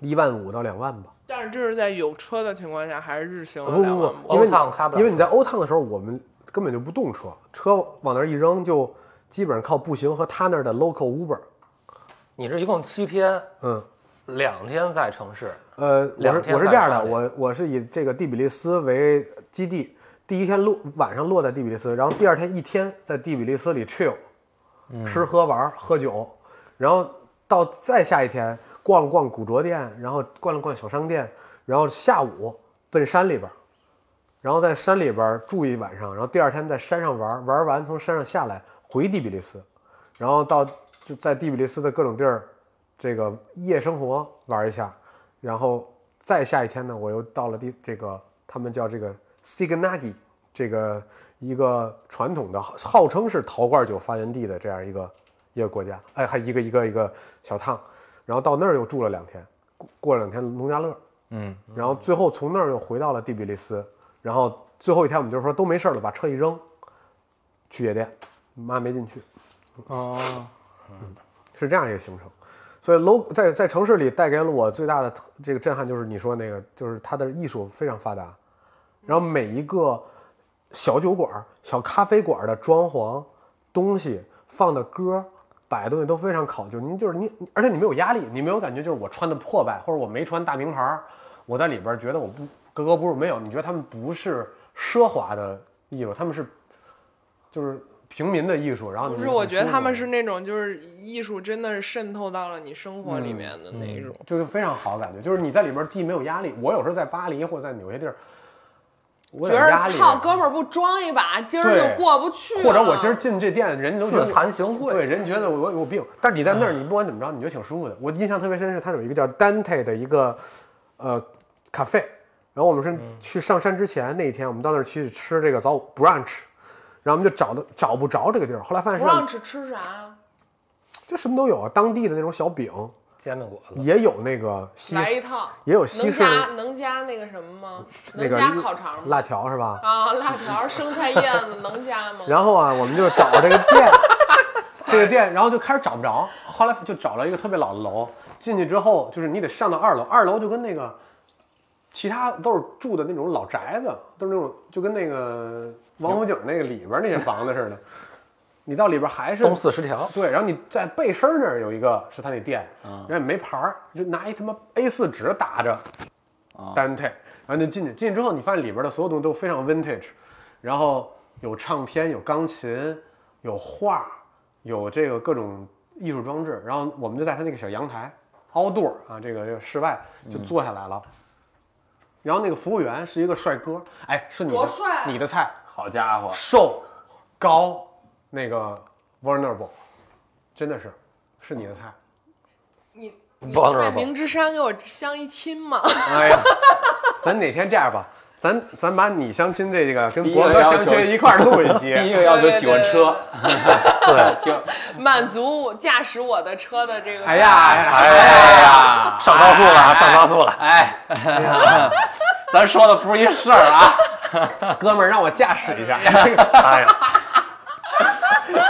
B: 一万五到两万吧。
A: 但是这是在有车的情况下，还是日行
B: 不
A: 两
B: 不
A: 万步？
B: 不，因为
E: 欧烫开不了
B: 你因为你在欧烫的时候，我们根本就不动车，车往那儿一扔，就基本上靠步行和他那儿的 local Uber。
E: 你这一共七天，
B: 嗯，
E: 两天在城市，
B: 呃，我
E: 两
B: 是
E: 天
B: 我是这样的，
E: 晚上
B: 我我是以这个第比利斯为基地，第一天落晚上落在第比利斯，然后第二天一天在第比利斯里 chill，、吃
E: 嗯
B: 喝玩儿喝酒，然后到再下一天逛了逛古着店，然后逛了逛小商店，然后下午奔山里边儿，然后在山里边儿住一晚上，然后第二天在山上玩儿，玩儿完从山上下来回第比利斯，然后到就在第比利斯的各种地儿，这个夜生活玩一下，然后再下一天呢，我又到了第这个他们叫这个 Signagi 这个一个传统的号称是陶罐酒发源地的这样一个一个国家，哎，还一个一个一个小烫，然后到那儿又住了两天，过过了两天农家乐，
C: 嗯，
B: 然后最后从那儿又回到了第比利斯，然后最后一天我们就说都没事儿了，把车一扔，去夜店，妈没进去。
C: 哦
B: 是这样一个行程。所以 logo 在在城市里带给了我最大的特这个震撼，就是你说那个，就是它的艺术非常发达，然后每一个小酒馆儿、小咖啡馆儿的装潢、东西放的歌儿、摆的东西都非常考究。您就是你，而且你没有压力，你没有感觉就是我穿的破败，或者我没穿大名牌儿，我在里边儿觉得我不格格不入。没有，你觉得他们不是奢华的艺术，他们是就是平民的艺术。然后你
A: 不是，
B: 很
A: 我觉得
B: 舒
A: 他
B: 服
A: 们是那种就是艺术真的是渗透到了你生活里面的那一种。
B: 就是非常好的感觉，就是你在里边儿既没有压力。我有时候在巴黎或者在有些地儿，我
A: 觉
B: 有
A: 得
B: 压力，
A: 操，哥们儿啊不装一把，今儿
B: 对
A: 就过不去了。
B: 或者我今儿进这店，人都觉
E: 自
B: 得
E: 惭形秽。
B: 对，人觉得我有病。但是你在那儿，你不管怎么着，你觉得挺舒服的。我印象特别深是，它有一个叫 Dante 的一个呃咖啡，然后我们是
E: 嗯
B: 去上山之前那一天，我们到那儿去吃这个早午 brunch，然后我们就找的找不着这个地儿，后来发现
A: 不
B: 是
A: 让吃吃啥呀？
B: 这什么都有，啊，当地的那种小饼，
E: 煎饼果子，
B: 也有那个西
A: 来一套，
B: 也有西
A: 能
B: 式
A: 加
B: 的
A: 能加那个什么吗？
B: 那
A: 能
B: 个
A: 加烤肠吗？
B: 辣条是吧？
A: 啊，辣条、生菜叶子能加吗？
B: 然后啊，我们就找这个店， 这个店，然后就开始找不着，后来就找了一个特别老的楼，进去之后就是你得上到二楼，二楼就跟那个其他都是住的那种老宅子，都是那种就跟那个王府井那个里边那些房子似的，你到里边还是
E: 东嗯四十条，
B: 对，然后你在背身儿那儿有一个是他那店，
E: 嗯
B: 人家没牌儿，就拿一他妈 A 4纸打着，
C: 啊
B: 单退，然后你进去，进去之后你发现里边的所有东西都非常 vintage，然后有唱片，有钢琴，有画，有这个各种艺术装置，然后我们就在他那个小阳台 outdoor 啊，这个这个室外
C: 嗯
B: 就坐下来了。然后那个服务员是一个帅哥，哎，是你的
A: 多帅啊
B: 你的菜，
C: 好家伙，
B: 瘦、高，那个 vulnerable，真的是，是你的菜。
A: 你你
E: 王
A: 在
E: 二宝
A: 明知山给我相一亲吗？
B: 哎呀，咱哪天这样吧，咱咱把你相亲这个跟
C: 第一
B: 博
C: 个
B: 哥
C: 要
B: 相
C: 求
B: 亲
C: 是
B: 一块儿录一
C: 第一
B: 期，
C: 个要求喜欢车，对，就
A: 满足我驾驶我的车的这个。
B: 哎呀，哎呀，
C: 哎呀，
E: 上高速了啊，上高速了。
C: 哎，咱说的不是一事儿啊，
B: 哥们儿让我驾驶一下，
E: 哎 呀，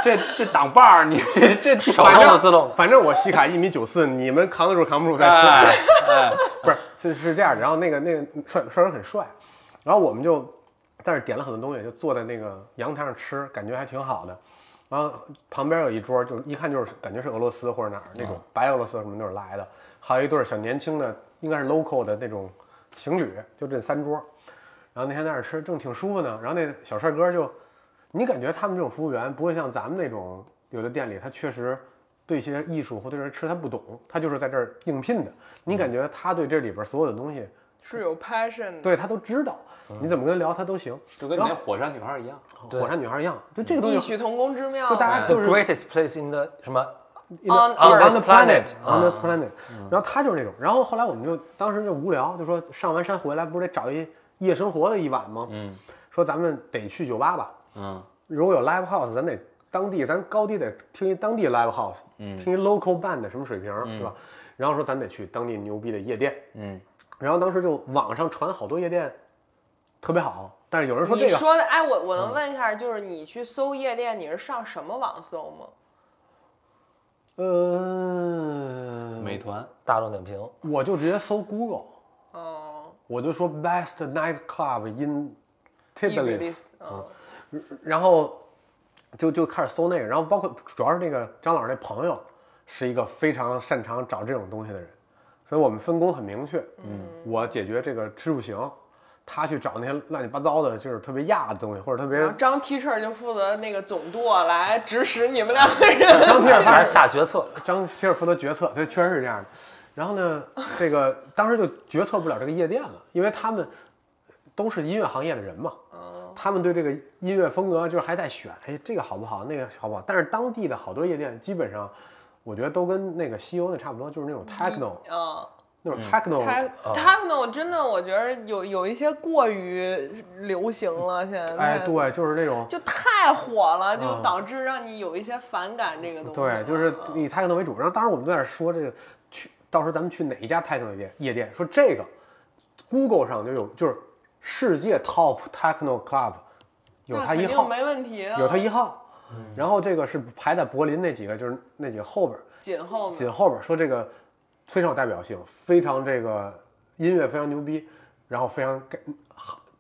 C: 这这挡把儿，你这
E: 手
B: 反
E: 动
B: 正
E: 的自动的，
B: 反正我西卡一米九四，你们扛得住扛不住再撕。
C: 哎，哎
B: 不是，是是这样的。然后那个那个帅帅哥很帅，然后我们就在那儿点了很多东西，就坐在那个阳台上吃，感觉还挺好的。然后旁边有一桌，就是一看就是感觉是俄罗斯或者哪儿那种白俄罗斯什么那种来的，还有一对儿小年轻的，应该是 local 的那种情侣，就这三桌。然后那天在那儿吃，正挺舒服呢。然后那小帅哥就，你感觉他们这种服务员不会像咱们那种有的店里，他确实对一些艺术或对这吃他不懂，他就是在这儿应聘的。你感觉他对这里边所有的东西，
A: 是有 passion 的。
B: 对他都知道，你怎么跟他聊他都行。
C: 就跟你那火山女孩一样，
B: 火山女孩一样，就这个东
A: 异
B: 西，
A: 曲同工之妙。
B: 就大家
E: ，The
B: 就是
E: greatest place in the 什么？
B: in the-
A: On
B: on the planet
E: Earth planet
B: on this planet。然后他就是那种，然后后来我们就当时就无聊，就说上完山回来不是得找一夜生活的一晚吗？嗯，说咱们得去酒吧吧。
C: 嗯，
B: 如果有 live house，咱得当地，咱高低得听一当地 live house，、听一 local band 的什么水平，是吧？然后说咱得去当地牛逼的夜店，
C: 嗯，
B: 然后当时就网上传好多夜店特别好，但是有人说
A: 你
B: 这个嗯
A: 说的，哎，我我能问一下，就是你去搜夜店，你是上什么网搜吗？
B: 呃，
C: 美团，
E: 大众点评，
B: 我就直接搜 Google，
A: 哦，
B: 我就说 best night club in Tbilisi，
A: 嗯，
B: 然后就就开始搜那个，然后包括主要是那个张老师那朋友是一个非常擅长找这种东西的人，所以我们分工很明确。嗯，我解决这个吃住行，他去找那些乱七八糟的，就是特别亚的东西，或者特别
A: 然后张 Teacher 就负责那个总舵来指使你们两个 人。
B: 张贴尔
E: 还是下决策。
B: 张希尔负责决策，对，确实是这样的。然后呢，这个当时就决策不了这个夜店了，因为他们都是音乐行业的人嘛，他们对这个音乐风格就是还在选，哎，这个好不好，那个好不好？但是当地的好多夜店基本上，我觉得都跟那个西欧那差不多，就是那种 techno，
A: 嗯，
B: 那种 techno，、
A: 他他们呢，我真的我觉得有有一些过于流行了，现在
B: 哎，对，就是那种。
A: 就太火了，就
B: 嗯
A: 导致让你有一些反感这个东西。
B: 对，就是
A: 嗯
B: 以 techno 为主。然后当时我们都在说这个去，到时候咱们去哪一家 techno 夜店？夜店说这个，Google 上就有，就是世界 top techno club 有
A: 那
B: 它
A: 肯
B: 一
A: 定
B: 号，
A: 没问题啊，
B: 有它一号。然后这个是排在柏林那几个，就是那几个后边儿，
A: 紧后面
B: 紧后边儿说这个非常有代表性，非常这个音乐非常牛逼，然后非常 get-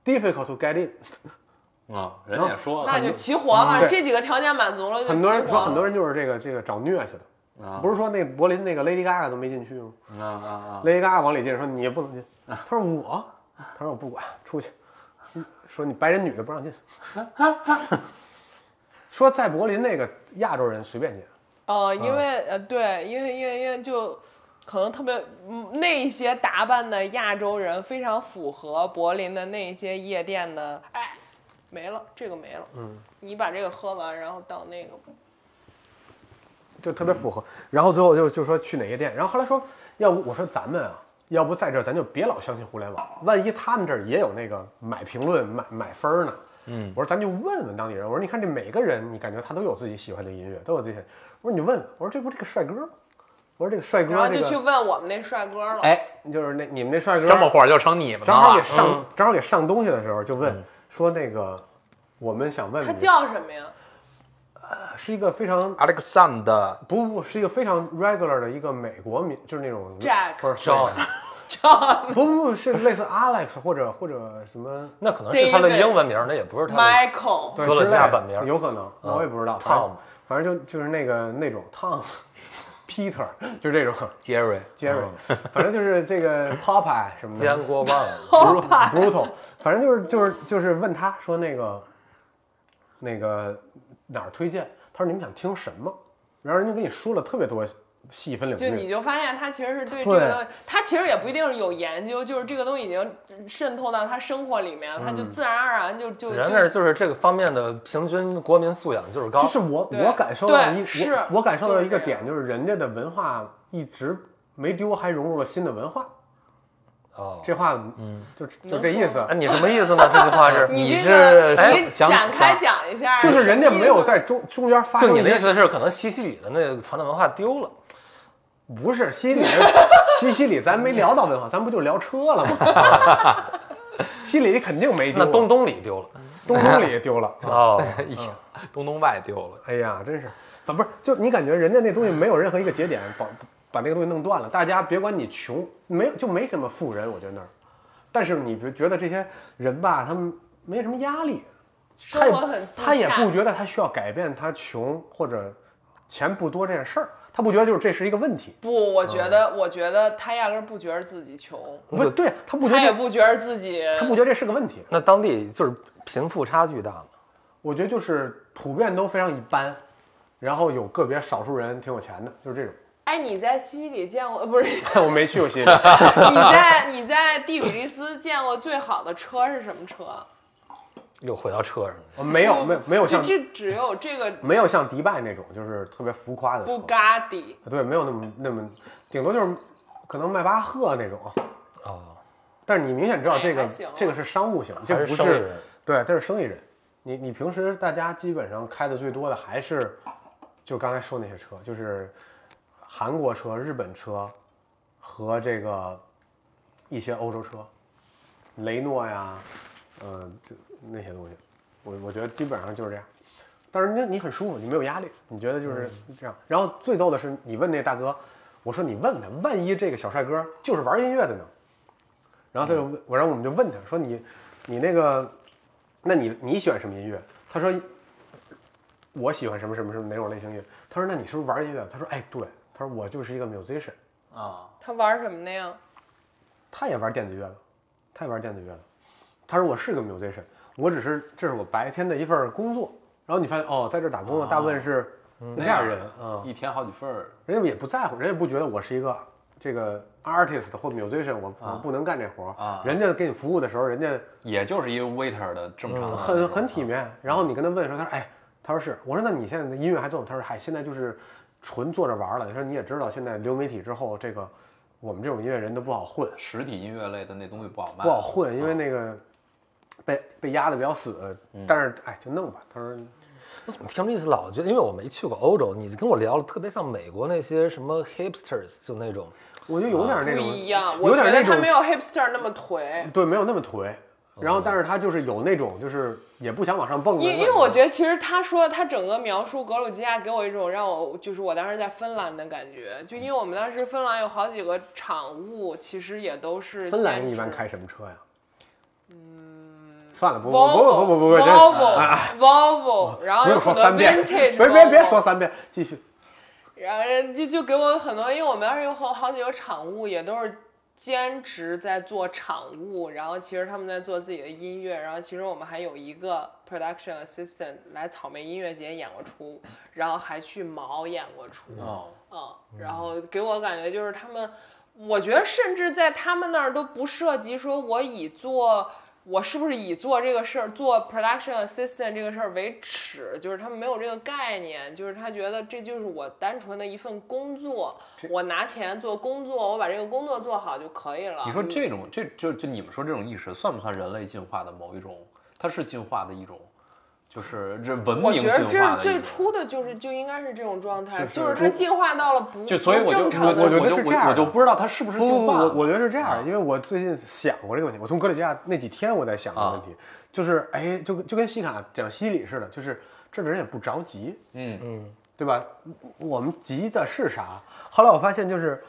B: difficult to get in。
J: 啊，人家也说了
A: 那就齐活了。
B: 对
A: 这几个条件满足了就齐活了。
B: 很多人说很多人就是这个这个找虐去的，
J: 啊
B: 不是说那柏林那个 Lady Gaga 都没进去吗？
J: 啊啊啊！
B: 雷嘎往里进，说你也不能进。
A: 啊
B: 他说我，他说我不管，出去。嗯说你白人女的不让进。 说在柏林那个亚洲人随便进，
A: 呃，因为呃，对，因为因为因为就可能特别嗯那一些打扮的亚洲人非常符合柏林的那一些夜店的，哎，没了，这个没了，嗯，你把这个喝完，然后到那个，
B: 就特别符合。然后最后就就说去哪个店，然后后来说，要不我说咱们啊，要不在这儿咱就别老相信互联网，万一他们这儿也有那个买评论、买买分儿呢。嗯，我说咱就问问当地人，我说你看这每个人，你感觉他都有自己喜欢的音乐，都有自己的。我说你就问问，我说这不这个帅哥吗？我说这个帅哥、这
A: 然
B: 个，
A: 后就去问我们那帅哥了，
C: 哎，
B: 就是那你们那帅哥
C: 这么会儿就成你们的
B: 正好
C: 了
E: 嗯
C: 啊
B: 给。上、正好给上东西的时候，就问、说那个，我们想问
A: 他
B: 你，
A: 叫什么呀？
B: 是一个非常
C: Alexander
B: 不不是一个非常 regular 的一个美国民，就是那种
A: Jack
B: 不是
E: 叫
B: 不不不是类似 Alex 或者或者什么
E: 那可能是他的英文名儿，那也不是他的。
A: Michael，
B: 对
E: 格鲁
B: 之
E: 吉亚
B: 类的
E: 本名嗯
B: 有可能，我也不知道。反正
E: Tom
B: 反正就就是那个那种 Tom Peter 就这种
C: Jerry，
B: Jerry，、反
E: 嗯
B: 正就是这个 Popeye 什么 的，
E: 煎锅忘了，
B: brutal，反正就是就是就是问他说那个那个哪儿推荐？他说你们想听什么？然后人家给你说了特别多细分
A: 就
B: 领
A: 你
B: 域。
A: 就发现他其实是对这
B: 对
A: 个东西，他其实也不一定是有研究，就是这个东西已经渗透到他生活里面，他就自然而然就就
E: 人
A: 就
E: 那儿就是这个方面的平均国民素养就是高
B: 就。是我
A: 对
B: 我感受到
A: 对
B: 一
A: 是
B: 我我感受到一个
A: 就是这样
B: 点，就是人家的文化一直没丢，还融入了新的文化。
E: 哦，
B: 这话嗯，就就这意思
A: 嗯
E: 哎，。你什么意思呢？这句话是，
A: 你
C: 你
A: 这个
C: 是
A: 你
C: 想
A: 展开
C: 想
A: 讲一下，
B: 就是人家没有
A: 在。
B: 在中中间发
E: 就
B: 生
E: 你
B: 一
E: 的意
B: 些，
E: 思是，可能西西里的那个传统文化丢了。
B: 不是西里， 西西里咱没聊到文化，咱不就聊车了吗？ 西里肯定没丢，啊
E: 那东东里丢了
B: 东东里丢了。
E: 哦，
C: 嗯东东外丢了。
B: 哎呀，真是，反不是就你感觉人家那东西没有任何一个节点把把那个东西弄断了。大家别管你穷，没有就没什么富人，我觉得那儿。但是你觉觉得这些人吧，他们没什么压力，
A: 生
B: 他也
A: 活很自洽，
B: 他也不觉得他需要改变他穷或者钱不多这件事儿，他不觉得就是这是一个问题。
A: 不，我
B: 嗯
A: 觉得，我觉得他压根儿不觉得自己穷，
B: 不是对，他不觉
A: 他也
B: 得
A: 不觉得自己，
B: 他不觉得这是个问题。
E: 那当地就是贫富差距大嘛。
B: 我觉得就是普遍都非常一般，然后有个别少数人挺有钱的，就是这种。
A: 哎，你在西里见过，呃不是
B: 我没去过西里，
A: 你在你在蒂比利斯见过最好的车是什么车？
E: 又回到车上了。
B: 我没有没有没有
A: 就
B: 像
A: 这只有这个
B: 没有像迪拜那种就是特别浮夸的车
A: 布加迪，
B: 对，没有那么那么，顶多就是可能迈巴赫那种。
E: 哦，
B: 但是你明显知道
A: 哎
B: 这个、
A: 还行
B: 这个是商务型，这
E: 还是
B: 不
E: 生意人
B: 对，这是生意人。你你平时大家基本上开的最多的还是就刚才说那些车，就是韩国车、日本车和这个一些欧洲车，雷诺呀，嗯、这那些东西，我我觉得基本上就是这样。但是你你很舒服，你没有压力，你觉得就是
E: 嗯
B: 这样。然后最逗的是，你问那大哥，我说你问问他，万一这个小帅哥就是玩音乐的呢？然后他就问，我然后我们就问他说你你那个，那你你喜欢什么音乐？他说我喜欢什么什么什么哪种类型音乐？他说那你是不是玩音乐？他说哎对，他说我就是一个 musician。
C: 啊，
A: 他玩什么的呀？
B: 他也玩电子乐了，他也玩电子乐了。他说我是个 musician，我只是这是我白天的一份工作。然后你发现哦，在这打工的大部分是这样人啊、嗯
C: 一天好几份儿，
B: 人家也不在乎，人家也不觉得我是一个这个 artist 或 musician，我、我不能干这活儿
C: 啊
B: 人家给你服务的时候，人家
C: 也就是一个 waiter 的正常的那
B: 嗯很
C: 种
B: 很体面。然后你跟他问说，他说哎，他说是，我说那你现在的音乐还做吗？他说嗨，现在就是纯坐着玩儿了。他说你也知道，现在流媒体之后，这个我们这种音乐人都不好混，
C: 实体音乐类的那东西不好卖，
B: 不好混，因为那个被被压的比较死。但是哎，就弄吧。他说
E: 我怎么听这意思老觉得，因为我没去过欧洲，你跟我聊了，特别像美国那些什么 hipsters，就那种
B: 我就有点
A: 不
B: 那种，
A: 一样，我
B: 有
A: 觉
B: 点
A: 得
B: 那
A: 他
B: 种
A: 没有 hipster 那么颓。
B: 对，没有那么颓。然后，但是他就是有那种，就是也不想往上蹦的那
A: 因
B: 种。
A: 因为我觉得，其实他说他整个描述格鲁吉亚，给我一种让我就是我当时在芬兰的感觉，就因为我们当时芬兰有好几个厂务，其实也都是
B: 芬兰
A: 建
B: 一般
A: 筑
B: 开什么车呀？嗯，算了，不不不不不不不，这啊
A: Volvo，Volvo，Volvo，然后哦
B: 不
A: 有
B: 用
A: 很
B: 说
A: 多
B: 三遍，
A: Vintage， 哦
B: 别别别
A: Volvo
B: 说三遍，继续。
A: 然后人就就给我很多，因为我们当时有好好几个场务，也都是兼职在做场务，然后其实他们在做自己的音乐，然后其实我们还有一个 production assistant 来草莓音乐节演过出，然后还去毛演过出，
C: 哦，
A: 嗯，然后给我感觉就是他们，我觉得甚至在他们那儿都不涉及说我以做我是不是以做这个事儿做 production assistant 这个事儿为耻，就是他们没有这个概念，就是他觉得这就是我单纯的一份工作，我拿钱做工作，我把这个工作做好就可以了。
C: 你说这种这就就你们说这种意识算不算人类进化的某一种？它是进化的一种，就是这文
A: 我
C: 明
A: 觉
C: 进化
A: 得
C: 的一
A: 这是
C: 种。
A: 最初的，就是就应该是这种状态，
B: 是
A: 就是它进化到了不
C: 就所以
A: 不
C: 我就
A: 正常的
B: 我觉
C: 我
B: 得
C: 就是
B: 这样
C: 我
B: 的
C: 我就不知道它是不是
B: 不不
C: 进
B: 不，
C: 化
B: 我
C: 了。
B: 我觉得是这样
C: 啊
B: 的，因为我最近想过这个问题。我从格里吉亚那几天我在想这个问题，就是哎，就就跟西卡讲西里似的，就是这的人也不着急，
C: 嗯嗯
B: 对吧？我们急的是啥？后来我发现，就是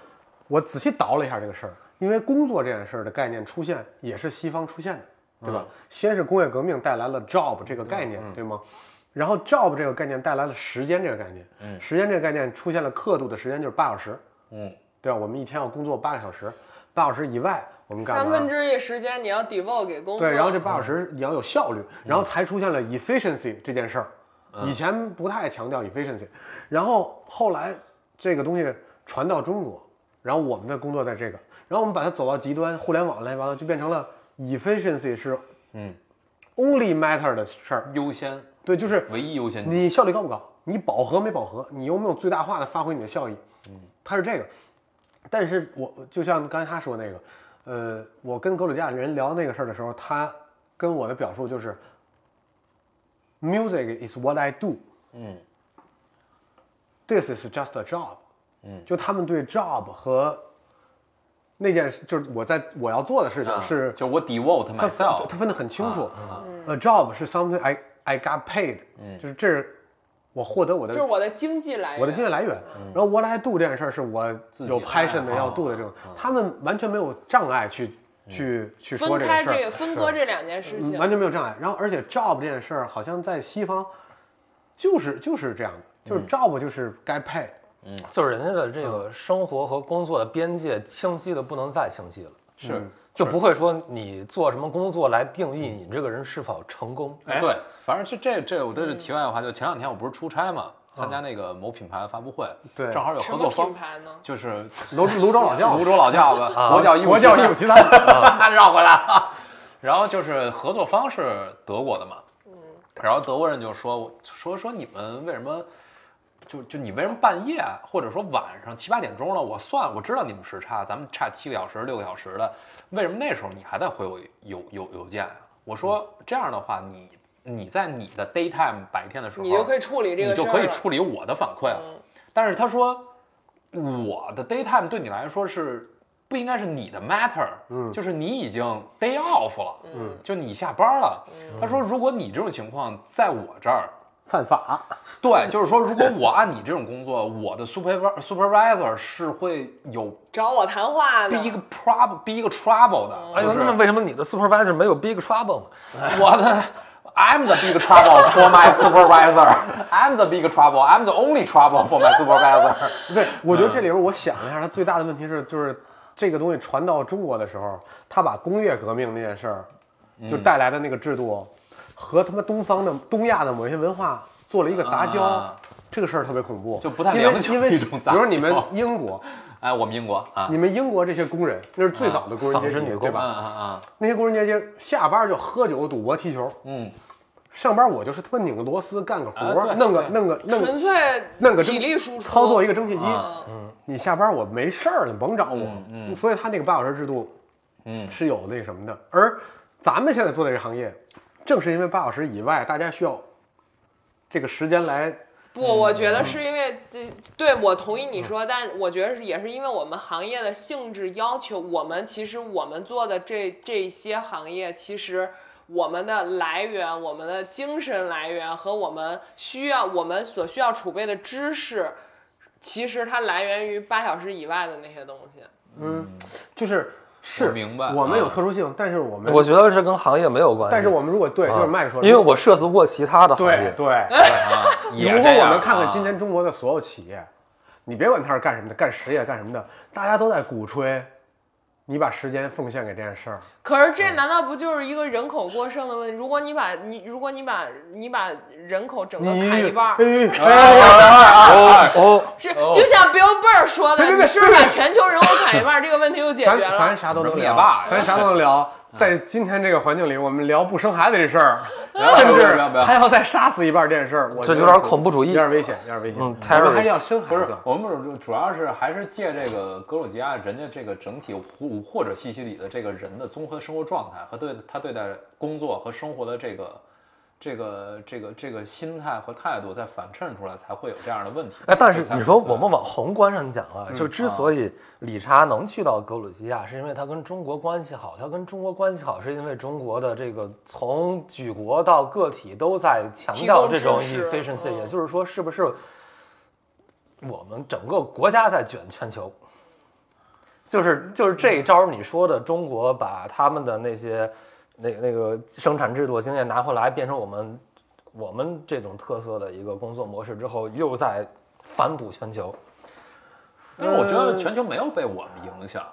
B: 我仔细倒了一下这个事儿，因为工作这件事儿的概念出现也是西方出现的，对
C: 嗯
B: 吧？先是工业革命带来了 job 这个概念，对吗？然后 job 这个概念带来了时间这个概念，
C: 嗯
B: 时间这个概念出现了刻度的时间就是八小时，
C: 嗯，
B: 对吧？我们一天要工作八个小时，八小时以外我们干嘛？
A: 三分之一时间你要 devote 给工作，
B: 对，然后这八小时你要有效率，然后才出现了 efficiency 这件事儿。以前不太强调 efficiency，然后后来这个东西传到中国，然后我们的工作在这个，然后我们把它走到极端，互联网来完了就变成了 efficiency 是
C: 嗯
B: only matter 的事儿。
C: 优先
B: 对，就是
C: 唯一优先级。
B: 你效率高不高？你饱和没饱和？你有没有最大化的发挥你的效益？嗯，它是这个。但是我就像刚才他说那个，呃，我跟格鲁吉亚人聊那个事儿的时候，他跟我的表述就是，music is what I do。
C: 嗯
B: This is just a job。
C: 嗯
B: 就他们对 job 和那件事，就是我在我要做的事情
C: 啊
B: 是
C: 就我 devote
B: 他
C: myself，
B: 他分得很清楚
C: 啊。嗯
B: A job 是 something I I got paid，就是这是我获得我的
A: 就是我的经济来源，
B: 我的经济来源。然后 what I do 这件事儿是我有
C: 嗯自己啊爱好
B: passion 的要 do 的这种，他们完全没有障碍去
C: 嗯
B: 去去说
A: 分
B: 这
A: 开
B: 个事
A: 这
B: 儿
A: 个，分割这两件事
B: 嗯
A: 情，
B: 完全没有障碍。然后而且 job 这件事儿好像在西方就是就是这样的，就是
C: 嗯
B: job 就是该 pay。
E: 就是人家的这个生活和工作的边界清晰的不能再清晰了，
C: 是
E: 就不会说你做什么工作来定义你这个人是否成功。
C: 哎，对，反正是这这，我这是题外话。就前两天我不是出差嘛，参加那个某品牌的发布会，
B: 对
C: 正好有
A: 什
C: 合
A: 么
C: 作
A: 品
C: 方，
A: 牌啊呢？
C: 就是
B: 泸泸州老 窖，
C: 泸州老窖子，国窖义务
B: 国教义务
C: 集
B: 集团，
C: 团，那 绕回来了。然后就是合作方是德国的嘛，然后德国人就说说说你们为什么？就就你为什么半夜或者说晚上七八点钟了？我算我知道你们时差，咱们差七个小时、六个小时的，为什么那时候你还在回我邮邮邮件啊？我说
A: 嗯
C: 这样的话，你你在你的 daytime 白天的时候，
A: 你就可以处理这个
C: 你
A: 事
C: 就
A: 儿了，嗯
C: 可以处理我的反馈了。但是他说，我的 daytime 对你来说是不应该是你的 matter，嗯，就是你已经 day off 了，嗯，就你下班了。
A: 嗯
C: 他说，如果你这种情况在我这儿，
B: 犯法。
C: 对，就是说，如果我按你这种工作，我的 supervisor supervisor 是会有
A: 找我谈话呢。
C: 逼一个 problem，逼一个 trouble 的。
E: 哎呦，
C: 就是
E: 那为什么你的 supervisor 没有 big trouble 呢？
C: 我的 I'm the big trouble for my supervisor. I'm the big trouble. I'm the only trouble for my supervisor.
B: 对，我觉得
C: 嗯
B: 这里边我想了一下，它最大的问题是，就是这个东西传到中国的时候，它把工业革命那件事儿，就
C: 嗯
B: 带来的那个制度，和他妈东方的东亚的某些文化做了一个杂交，
C: 啊
B: 这个事儿特别恐怖，
C: 就不太
B: 因为
C: 良性
B: 因为
C: 的一种杂
B: 比如说你
C: 交
B: 们英国，
C: 哎，我们英国啊，
B: 你们英国这些工人，那是最早的工人阶级，对
C: 啊
B: 吧？
C: 啊啊，
B: 那些工人阶级下班就喝酒、赌博、踢球，
C: 嗯，
B: 上班我就是他妈拧个螺丝、干个活儿，
C: 啊对
B: 弄个
C: 对
B: 弄个弄个
A: 纯粹
B: 弄个
A: 体
B: 蒸
A: 力输出，
B: 操作一个蒸汽机，
C: 啊
E: 嗯
B: 你下班我没事儿了，你甭找我。
C: 嗯嗯
B: 所以他那个八小时制度，
C: 嗯
B: 是有那什么的。而咱们现在做的这个行业，正是因为八小时以外，大家需要这个时间来。
A: 不，我觉
B: 嗯
A: 得是因为这，对我同意你说，但我觉得是也是因为我们行业的性质要求，我们其实我们做的这这些行业，其实我们的来源、我们的精神来源和我们需要、我们所需要储备的知识，其实它来源于八小时以外的那些东西。
B: 就是
C: 我
B: 是
C: 明白
B: 我们有
C: 啊
B: 特殊性，但是我们
E: 我觉得是跟行业没有关系。
B: 但是我们如果对，就是麦克说的，
E: 啊因为我涉足过其他的行
B: 对
E: 业，
B: 对。
C: 啊，也
B: 如果
C: 这
B: 我
C: 样
B: 们看看
C: 啊
B: 今天中国的所有企业，你别管它是干什么的，干实业干什么的，大家都在鼓吹，你把时间奉献给这件事儿。
A: 可是
B: 嗯
A: 这难道不就是一个人口过剩的问题？如果你把你如果你把你把人口整个砍一半儿，
B: 哎
C: 啊
E: 哦，
A: 是，就像 Bill Burr 说的，
B: 别别
A: 你
B: 别
A: 是不是把全球人口砍一半儿，这个问题就解决
B: 咱
A: 了？
B: 咱啥都能
C: 灭
B: 聊
C: 霸呀，
B: 咱啥都能聊。
E: 嗯
B: 在今天这个环境里，我们聊不生孩子这事儿，
C: 要
E: 哎
B: 甚
C: 不
B: 至
C: 要不要不要
B: 还要再杀死一半这件事儿，我
E: 这
B: 觉
E: 有
B: 得
E: 点恐怖主义
B: 有点危险，有点危险。
E: 嗯
B: 我们还
E: terrorist
B: 是要生孩
C: 不是
B: 子，，
C: 我们主主要是还是借这个格鲁吉亚人家这个整体或或者西西里的这个人的综合生活状态和对他对待工作和生活的这个这个这个这个心态和态度再反衬出来，才会有这样的问题。
E: 哎，但是
C: 这才
E: 你说
C: 对
B: 嗯
E: 我们往宏观上讲啊，就之所以理查能去到格鲁吉亚，是因为他跟中国关系好。他跟中国关系好，是因为中国的这个从举国到个体都在强
A: 提
E: 调
A: 供
E: 这
A: 支
E: 种
A: 持
E: efficiency，也
A: 嗯
E: 就是说，是不是我们整个国家在卷全球？就是就是这一招，你说的中国把他们的那些那那个生产制度经验拿回来，变成我们我们这种特色的一个工作模式之后，又在反哺全球。
C: 但是我觉
B: 呃
C: 得全球没有被我们影响，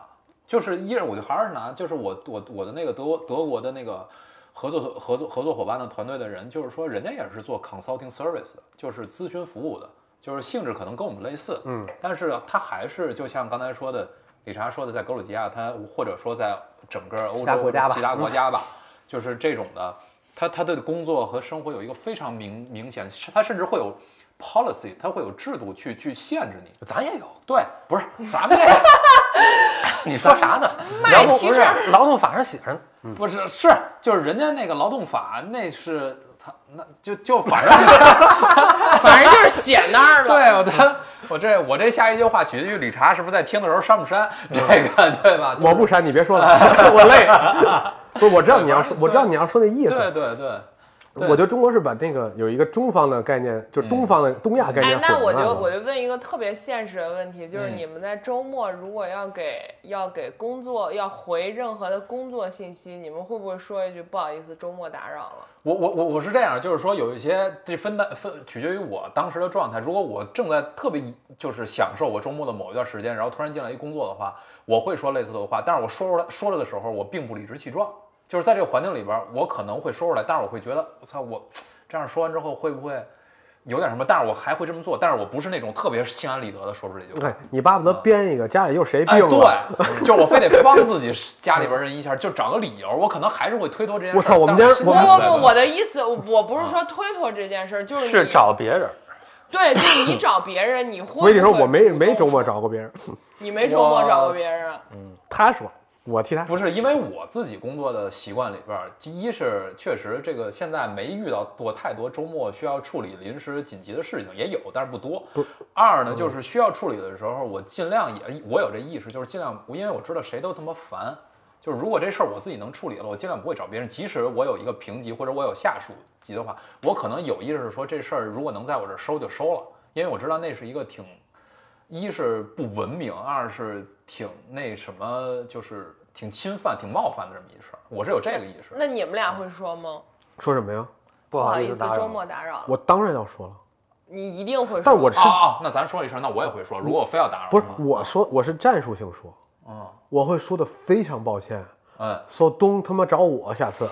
C: 就是依然我就还是拿就是我我我的那个德国德国的那个合作合作合作伙伴的团队的人，就是说人家也是做 consulting service 的，就是咨询服务的，就是性质可能跟我们类似，嗯，但是他还是就像刚才说的，理查说的，在格鲁吉亚，他或者说在整个欧洲
B: 他国家吧
C: 其他 国家吧，就是这种的。他他对工作和生活有一个非常明明显，他甚至会有 policy，他会有制度去去限制你。
E: 咱也有，
C: 对，不是咱们这个，
E: 你说啥呢？
A: 卖
E: 劳动
A: 批
E: 不是
A: 证
E: 劳动法上写着呢，
C: 不是是就是人家那个劳动法，那是操，那就就反正是
A: 反正就是写那儿了。
C: 对我的，我这我这下一句话取决于理查是不是在听的时候删不删这个，对吧？就
B: 嗯
C: 是
B: 我不删，你别说 了，我累。不是，我知道你要说，我知道你要说那意
C: 对
B: 思。
C: 对对，
B: 我觉得中国是把那个有一个中方的概念，就是
E: 嗯
B: 东方的东亚概
A: 哎
B: 念，
A: 那我
B: 混
A: 就
B: 了。
A: 我就问一个特别现实的问题，就是
C: 嗯
A: 你们在周末如果要给要给工作要回任何的工作信息，你们会不会说一句不好意思，周末打扰了？
C: 我我我我是这样，就是说有一些这分担分取决于我当时的状态。如果我正在特别就是享受我周末的某一段时间，然后突然进来一工作的话，我会说类似的话，但是我说出来说了的时候，我并不理直气壮。就是在这个环境里边，我可能会说出来，但是我会觉得我操，我这样说完之后会不会有点什么？但是我还会这么做，但是我不是那种特别心安理得的说出这句话。
B: 哎，你巴不
E: 嗯
B: 得编一个，家里又谁
C: 哎，
B: 病了？
C: 对，就是我非得帮自己 家里边人一下，就找个理由，我可能还是会推脱这件事儿。
B: 我操我们
C: 但
B: 家
C: 是
A: 不
B: 我
C: 心
B: 们
C: 里
A: 不
C: 边
A: 不，我的意思，我不
B: 啊
A: 是说推脱这件事儿，就是
E: 是
A: 你
E: 找别人。
A: 对，就是你找别人，你会
B: 我跟你说，
A: 不会
B: 我没
A: 主动
B: 没周末
A: 说，
B: 找过别人，
A: 你没周末找过别人啊，
B: 他说，我替他
C: 不是因为我自己工作的习惯里边儿，一是确实这个现在没遇到过太多周末需要处理临时紧急的事情，也有，但是嗯不多。二呢，就是需要处理的时候，我尽量也我有这意识，就是尽量，因为我知道谁都他妈烦。就是如果这事儿我自己能处理了，我尽量不会找别人。即使我有一个平级或者我有下属级的话，我可能有意识说这事儿如果能在我这儿收就收了，因为我知道那是一个挺一是不文明，二是挺那什么，就是挺侵犯、挺冒犯的这么一事儿。我是有这个意识。
A: 那你们俩会说吗？
B: 说什么呀？
E: 不
A: 不好
E: 意
A: 意思，
E: 打扰
A: 周末打扰了。
B: 我当然要说了，
A: 你一定会说，
B: 但我是
C: 哦哦，那咱说一声，那我也会说。如果非要打扰，
B: 不是我说我是战术性说，我会说的非常抱歉
C: 嗯
B: ，so 东他妈找我 下次，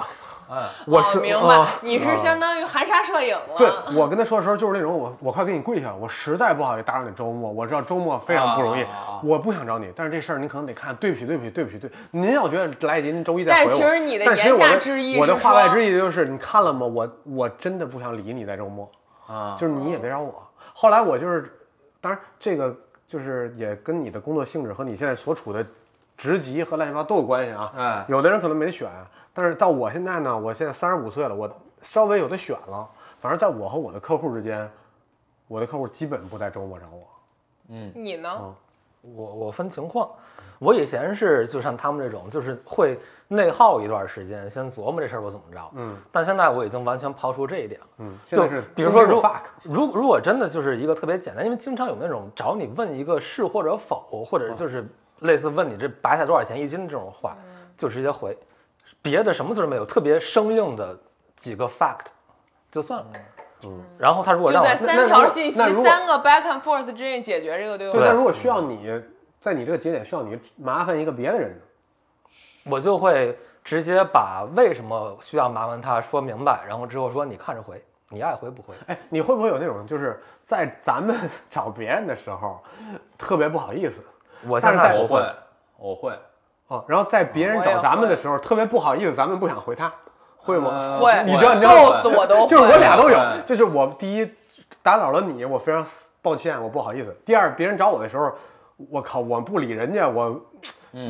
C: 嗯，
B: 我是
A: 哦、明白、嗯
B: 啊
A: 你是相当于含沙射影了。
B: 对我跟他说的时候，就是那种我我快给你跪下了，我实在不好意思打扰你周末，我知道周末非常不容易，
C: 啊啊啊
B: 我不想找你，但是这事儿您可能得看，对不起，对不起，对不起，对，您要觉得来得及，您周一再
A: 但
B: 回我。
A: 其实你的
B: 但其实
A: 言
B: 我
A: 下
B: 的
A: 之意
B: 我的
A: 是
B: 话外
A: 说
B: 之意就是，你看了吗？我我真的不想理你在周末，
C: 啊
B: 就是你也别找我。后来我就是，当然这个就是也跟你的工作性质和你现在所处的职级和乱七八糟都有关系啊。
C: 哎
B: 有的人可能没得选，但是到我现在呢，我现在三十五岁了，我稍微有的选了。反正在我和我的客户之间，我的客户基本不在周末找我。
A: 你呢？
B: 哦
E: 我我分情况，我以前是就像他们这种，就是会内耗一段时间，先琢磨这事儿我怎么着。嗯，但现在我已经完全刨除这一点了。嗯，
B: 现在
E: 就是比如说，
B: don't give a
E: 如
B: fuck
E: 如如果真的就是一个特别简单，因为经常有那种找你问一个是或者否，或
B: 啊
E: 者就是类似问你这白菜多少钱一斤这种话，
A: 嗯
E: 就直接回，别的什么字儿没有，特别生硬的几个 fact 就算了。嗯，然后他如果
A: 就
E: 让
A: 在
E: 我那
A: 三
E: 那
A: 条
E: 如
A: 信息
B: 那如、果
A: 三个 back and forth 之内解决这个对话。
B: 对，但如果需
E: 嗯
B: 要你在你这个节点需要你麻烦一个别的人呢，
E: 我就会直接把为什么需要麻烦他说明白，然后之后说你看着回，你爱回不回。
B: 哎，你会不会有那种就是在咱们 找别人的时候特别不好意思
E: 我
B: 但
E: 现
B: 是
E: 在
B: 在
C: 我
E: 不会
C: 会，我会，
B: 啊、然后在别人
A: 我也
B: 找
A: 会
B: 咱们的时候特别不好意思，咱们不想回他，会吗？
C: 呃
A: 会
B: 你知道你知道
A: 逗死呃我都
B: 就是我
A: 会
B: 俩都有
C: 对，
B: 就是我第一打扰了你，我非常抱歉，我不好意思；第二，别人找我的时候，我靠，我不理人家，我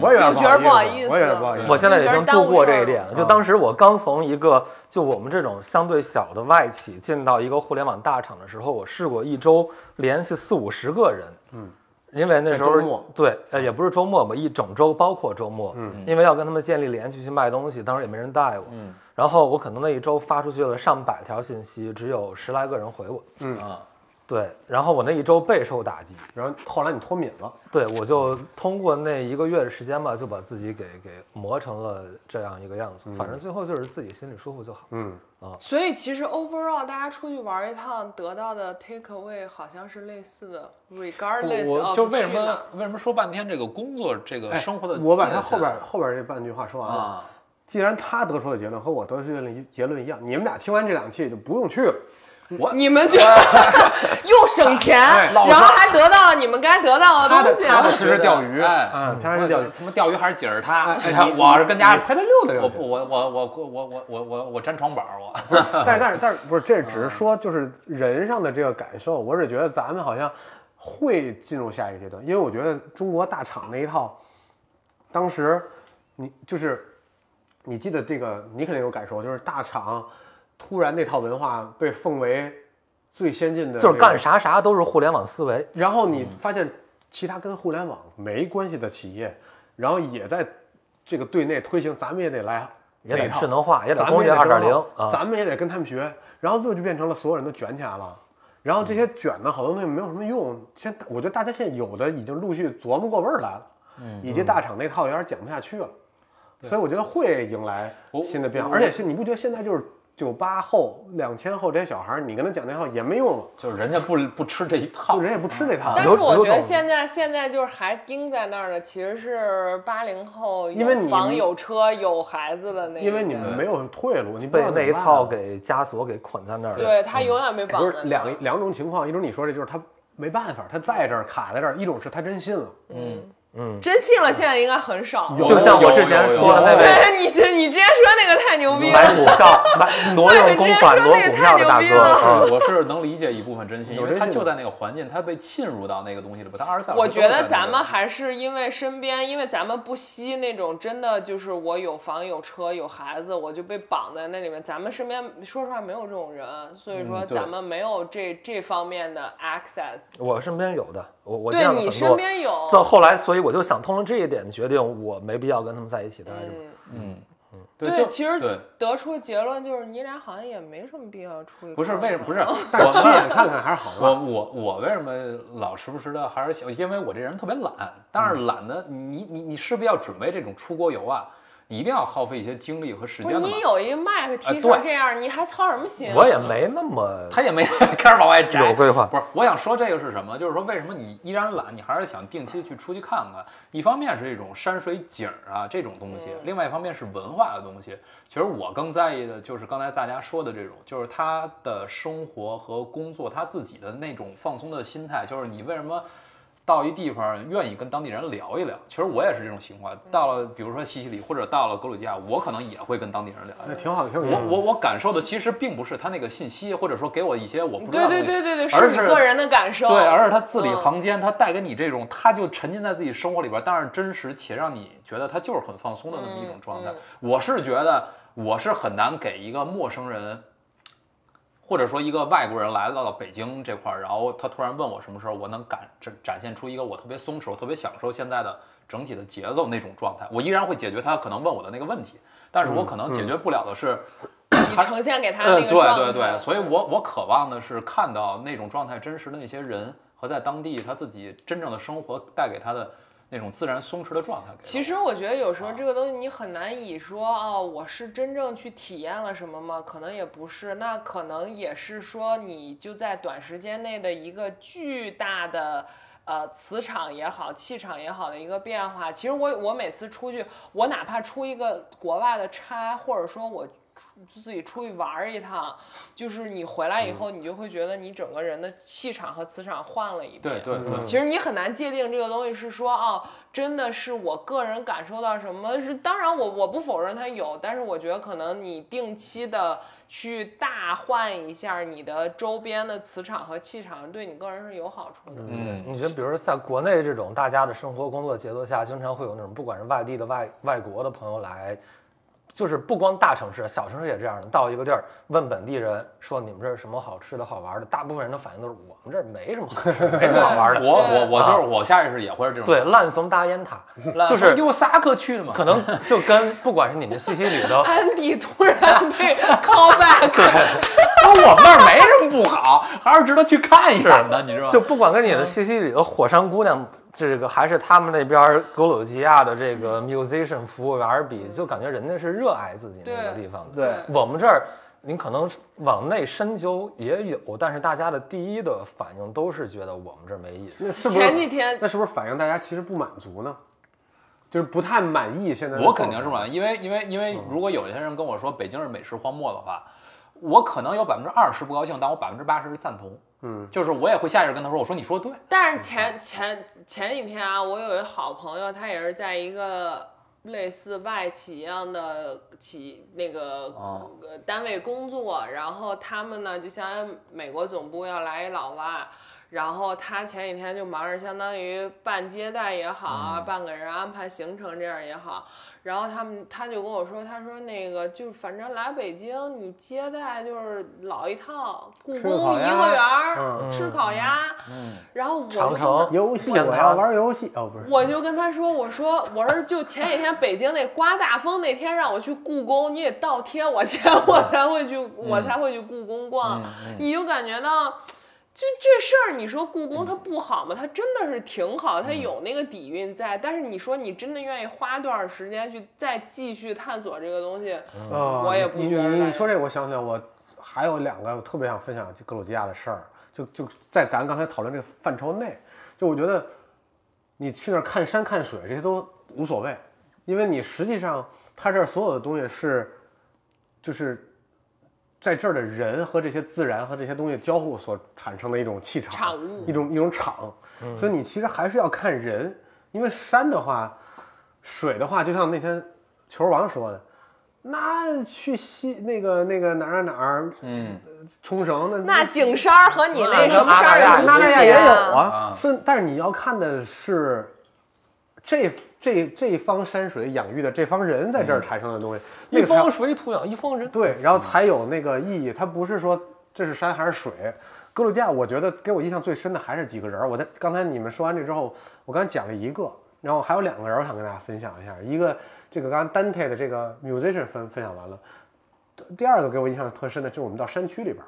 B: 我有点
A: 嗯就觉得不
B: 不好
A: 好意思
B: 我有点不好意思。
E: 我现在已经度过这
A: 你
E: 一
A: 觉得
E: 点
A: 耽
E: 了。就当时我刚从一个就我们这种相对小的外企进到一个互联网大厂的时候，我试过一周联系四五十个人。嗯，因为那时
B: 在
E: 候
B: 周末
E: 对，呃，也不是周末吧，一整周，包括周末。嗯，因为要跟他们建立联系去卖东西，当时也没人带我。嗯，然后我可能那一周发出去了上百条信息，只有十来个人回我。
C: 啊，
E: 对，然后我那一周备受打击。
B: 然后后来你脱敏了，
E: 对，我就通过那一个月的时间吧，就把自己给给磨成了这样一个样子。反正最后就是自己心里舒服就好。
B: 嗯，
A: 所以其实 overall 大家出去玩一趟得到的 take away 好像是类似的，regardless
C: 我
A: of
C: 我就为什
A: 哦去哪
C: 么为什么说半天这个工作这个
B: 哎
C: 生活的界限，
B: 我把他后边嗯后边这半句话说完了。
C: 啊，
B: 既然他得出的结论和我得出的结论一样，你们俩听完这两期就不用去
C: 嗯
B: 了。
A: 你们就又省钱，
C: 老
A: 然后还得到了你们该得到
B: 他
A: 的
B: 的
A: 东西。
B: 哎
A: 啊
B: 他的
C: 觉
B: 只是
C: 得
B: 钓鱼，
C: 哎
B: 嗯，他
C: 我
B: 是
C: 就
B: 钓鱼
C: 想。他妈钓鱼还是姐儿他？
B: 哎
C: 你看
B: 你
C: 我是跟家
B: 你拍他溜达溜达
C: 我不我我我我我我我我粘床板儿我。
B: 但是但是但是不是，这只是说就是人上的这个感受，我只觉得咱们好像会进入下一个阶段，因为我觉得中国大厂那一套，当时你就是你记得这个，你肯定有感受，就是大厂突然那套文化被奉为最先进的，
E: 就是干。啥啥都是互联网思维，
B: 然后你发现其他跟互联网没关系的企业，然后也在这个对内推行，咱们也得来
E: 也
B: 那
E: 得
B: 一套
E: 智能化，也得
B: 咱
E: 工
B: 们
E: 业
B: 也得
E: 二点
B: 跟
E: 零
B: 着他
E: 啊。
B: 咱们也得跟他们学，然后最后就变成了所有人都卷起来了。然后这
E: 嗯
B: 些卷的好多东西没有什么用，现在我觉得大家现在有的已经陆续琢磨过味儿来了，
E: 嗯
B: 以及大厂那套有点讲不下去了，所以我觉得会迎来新的变化。而且现你不觉得现在就是九八后、两千后这些小孩儿，你跟他讲那套也没用了，
C: 就是人家 不不吃这一套
E: 啊
B: 就，人也不吃这套。
A: 但是
E: 刘
A: 我
E: 刘
A: 觉得
E: 总
A: 现在现在就是还盯在那儿的，其实是八零后，
B: 因为
A: 有
B: 你
A: 房
B: 们
A: 有车有孩子的那一代，
B: 因为你们没有退路，你不知
E: 被
B: 道怎么
E: 那一
B: 办
E: 套
B: 啊
E: 给枷锁给捆在那儿了。
A: 对他永远被绑
B: 嗯哎不
A: 在那儿
B: 是两两种情况，一种你说这就是他没办法，他在这儿卡在这儿；一种是他真信了。
A: 真信了，现在应该很少了。
B: 有
E: 就像我之前
C: 有有有
E: 说的那位
A: 对，你这你之前说那个太牛逼
E: 买
A: 了，
E: 股票、买 挪用公款、挪股票的大
A: 对这个太
E: 哥，嗯
C: 我是能理解一部分真心，因
B: 啊有
C: 为他
B: 真心
C: 就
B: 吗
C: 在那个环境，他被浸入到那个东西里边，他二十四小时
A: 我
C: 都
A: 觉
C: 在那
A: 得
C: 个
A: 咱们还是因为身边，因为咱们不惜那种真的就是我有房有车有孩子，我就被绑在那里面。咱们身边说实话没有这种人，所
B: 嗯
A: 以说
C: 对
A: 咱们没有这这方面的 access。
E: 我身边有的，我我见
A: 对
E: 了
A: 你
E: 很
A: 身
E: 多。
A: 边有，
E: 到后来，所以我就想通了这一点，决定我没必要跟他们在一起待
A: 嗯
E: 着。
C: 嗯对，
A: 对
C: 就
A: 其实
C: 对，
A: 得出结论就是你俩好像也没什么必要出去。
C: 不是为什么不是
B: 但
C: 我
B: 是亲眼看看还是好的。
C: 我我我为什么老时不时的还是喜因为我这人特别懒，但是懒呢，你你你势必要准备这种出国游啊，你一定要耗费一些精力和时
A: 不
C: 间
A: 是
C: 的嘛。
A: 你有一麦克踢
C: 啊对
A: 成这样，你还操什么心？啊
E: 我也没那么
C: 他也没 开始往外摘，
E: 有规划
C: 不是，我想说这个是什么？就是说，为什么你依然懒？你还是想定期去出去看看？一方面是一种山水景儿啊这种东西，另外一方面是文化的东西。其实我更在意的就是刚才大家说的这种，就是他的生活和工作，他自己的那种放松的心态。就是你为什么到一地方愿意跟当地人聊一聊？其实我也是这种情况。到了比如说西西里或者到了格鲁吉亚，我可能也会跟当地人
E: 哎
C: 聊一聊。
B: 挺好，挺有意
C: 我
A: 嗯
B: 思。
C: 我我感受的其实并不是他那个信息，或者说给我一些我不知
A: 对
C: 道的
A: 对
C: 东西
A: 对对对，
C: 而
A: 是你个人的感受。
C: 对，而是他字里
A: 嗯
C: 行间，他带给你这种，他就沉浸在自己生活里边，但是真实且让你觉得他就是很放松的那么
A: 嗯
C: 一种状态。我是觉得我是很难给一个陌生人，或者说一个外国人来到了北京这块儿，然后他突然问我什么时候，我能感展展现出一个我特别松弛，我特别享受现在的整体的节奏那种状态。我依然会解决他可能问我的那个问题，但是
A: 嗯
C: 我可能解决不了的是。
A: 你
C: 他
A: 呈现给他的
C: 呃，
A: 那个状态。
C: 对对对，所以我我渴望的是看到那种状态真实的那些人和在当地他自己真正的生活带给他的那种自然松弛的状态给到我。啊
A: 其实我觉得有时候这个东西你很难以说哦，我是真正去体验了什么吗？可能也不是，那可能也是说你就在短时间内的一个巨大的。呃，磁场也好，气场也好的一个变化。其实我我每次出去，我哪怕出一个国外的差，或者说我出自己出去玩儿一趟，就是你回来以
C: 嗯
A: 后，你就会觉得你整个人的气场和磁场换了一遍。
C: 对对对，
E: 嗯
A: 其实你很难界定这个东西是说哦，真的是我个人感受到什么是。当然我，我不否认它有，但是我觉得可能你定期的去大换一下你的周边的磁场和气场，对你个人是有好处的。，
C: 嗯，
E: 你就比如说在国内这种大家的生活工作节奏下，经常会有那种不管是外地的外外国的朋友来，就是不光大城市，小城市也这样的。到一个地儿问本地人说你们这儿什么好吃的好玩的，大部分人的反应都是我们这儿没什么好吃的，没什么好玩
C: 我
E: 的。
C: 我我就是
E: 啊
C: 我下意识也会是这种
E: 对，烂怂大雁塔，
C: 懒
E: 就
C: 说
E: 是
C: 因为沙克去的嘛，
E: 可能就跟不管是你们西西里的
A: 安迪突然被 call back，
C: 跟我们那儿没什么不好，还是值得去看一眼的，你知道吗？
E: 就不管跟你的西西里的火山姑娘，这个还是他们那边儿格鲁吉亚的这个 musician 服务员儿比，就感觉人家是热爱自己那个
A: 对
E: 地方的。
A: 对
E: 我们这儿您可能往内深究也有，但是大家的第一的反应都是觉得我们这儿没意思。
B: 那是不
A: 前
B: 是
A: 几天
B: 那是不是反映大家其实不满足呢？就是不太满意现在的
C: 我
B: 状态。
C: 肯定是满，因为因为因为
E: 嗯
C: 如果有些人跟我说北京是美食荒漠的话，我可能有百分之二十不高兴，但我百分之八十是赞同。嗯，就是我也会下意识跟他说，我说你说的对，
A: 但是
B: 嗯
A: 前前前几天啊，我有一好朋友，他也是在一个类似外企一样的企那个、
C: 哦
A: 呃单位工作，然后他们呢就相当于美国总部要来一老外。然后他前几天就忙着，相当于办接待也好啊，
B: 嗯
A: 办给人安排行程这样也好。然后他们他就跟我说，他说那个就反正来北京，你接待就是老一套，故
B: 吃个
A: 宫
B: 烤
A: 颐
B: 鸭
A: 和园儿
B: 嗯
A: 吃烤鸭，然后我就
E: 长
A: 跟
E: 城
A: 他
B: 游戏，我
E: 想
B: 要
E: 他
B: 玩游戏哦，不是。
A: 我就跟他说，我说我说就前几天北京那刮大风那天让我去故宫，你也倒贴我钱，我才会去，
B: 嗯
A: 我才会去故宫逛。你就感觉到，就这事儿，你说故宫它不好吗？它真的是挺好，它有
B: 嗯
A: 那个底蕴在。但是你说你真的愿意花多少时间去再继续探索这个东西？
B: 啊，
A: 我也不
B: 你
A: 觉得
B: 你
A: 大
B: 你
A: 家
B: 说这个，我想起来，我还有两个我特别想分享就格鲁吉亚的事儿，就就在咱刚才讨论这个范畴内，就我觉得你去那儿看山看水这些都无所谓，因为你实际上它这儿所有的东西是，就是在这儿的人和这些自然和这些东西交互所产生的一种气场，
A: 产物
B: 一种一种场，所以你其实还是要看人，因为山的话，水的话，就像那天球王说的。那去西那个那个哪儿哪儿哪儿，
C: 嗯，
B: 冲绳那
A: 那景山儿和你那什么山儿
E: 那
A: 有什
B: 嗯
E: 那
B: 那
A: 么区
B: 那
A: 别啊
B: 样也有啊
C: 啊。
B: 所以，但是你要看的是这这这方山水养育的这方人在这儿产生的东西，那
E: 一
B: 个才
E: 方水土养一方人，
B: 对，然后才有那个意义。它不是说这是山还是水。格鲁吉亚，我觉得给我印象最深的还是几个人儿。我在刚才你们说完这之后，我刚才讲了一个，然后还有两个人，我想跟大家分享一下。一个这个刚才 Dante 的这个 musician 分分享完了，第二个给我印象特深的就是我们到山区里边儿，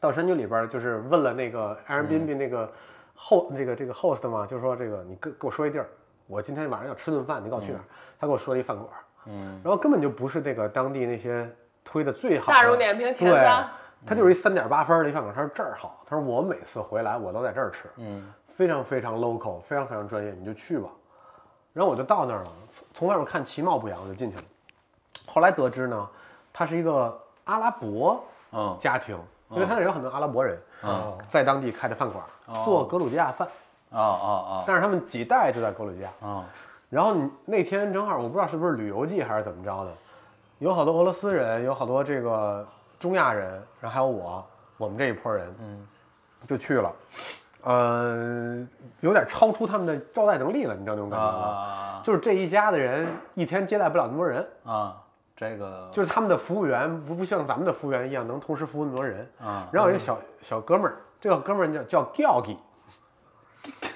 B: 到山区里边儿就是问了那个
A: 嗯
B: Airbnb 那个后、这个这个
A: 嗯
B: host 嘛，就是说这个你跟给我说一地儿，我今天晚上要吃顿饭，你告诉我去哪儿？他给我说了一饭馆儿，嗯，然后根本就不是那个当地那些推的最好的，
A: 大众点评前
B: 对
A: 三，
B: 它就是一三点八分儿的一饭馆，他说这儿好，他说我每次回来我都在这儿吃，嗯，非常非常 local，非常非常专业，你就去吧。然后我就到那儿了，从从外面看其貌不扬，我就进去了。后来得知呢，他是一个阿拉伯
C: 嗯
B: 家庭，因为他那儿有很多阿拉伯人，在当地开的饭馆，做格鲁吉亚饭，
C: 啊啊
B: 但是他们几代就在格鲁吉亚。
C: 啊啊，
B: 然后你那天正好，我不知道是不是旅游季还是怎么着的，有好多俄罗斯人，有好多这个中亚人，然后还有我，我们这一波人，嗯，就去了，呃，有点超出他们的招待能力了，你知道那种感觉吗？
C: 啊
B: 就是这一家的人一天接待不了那么多人，
C: 啊，这个
B: 就是他们的服务员不不像咱们的服务员一样能同时服务那么多人
C: 啊。
B: 然后有一个小小哥们儿，这个哥们儿叫叫 Giagi，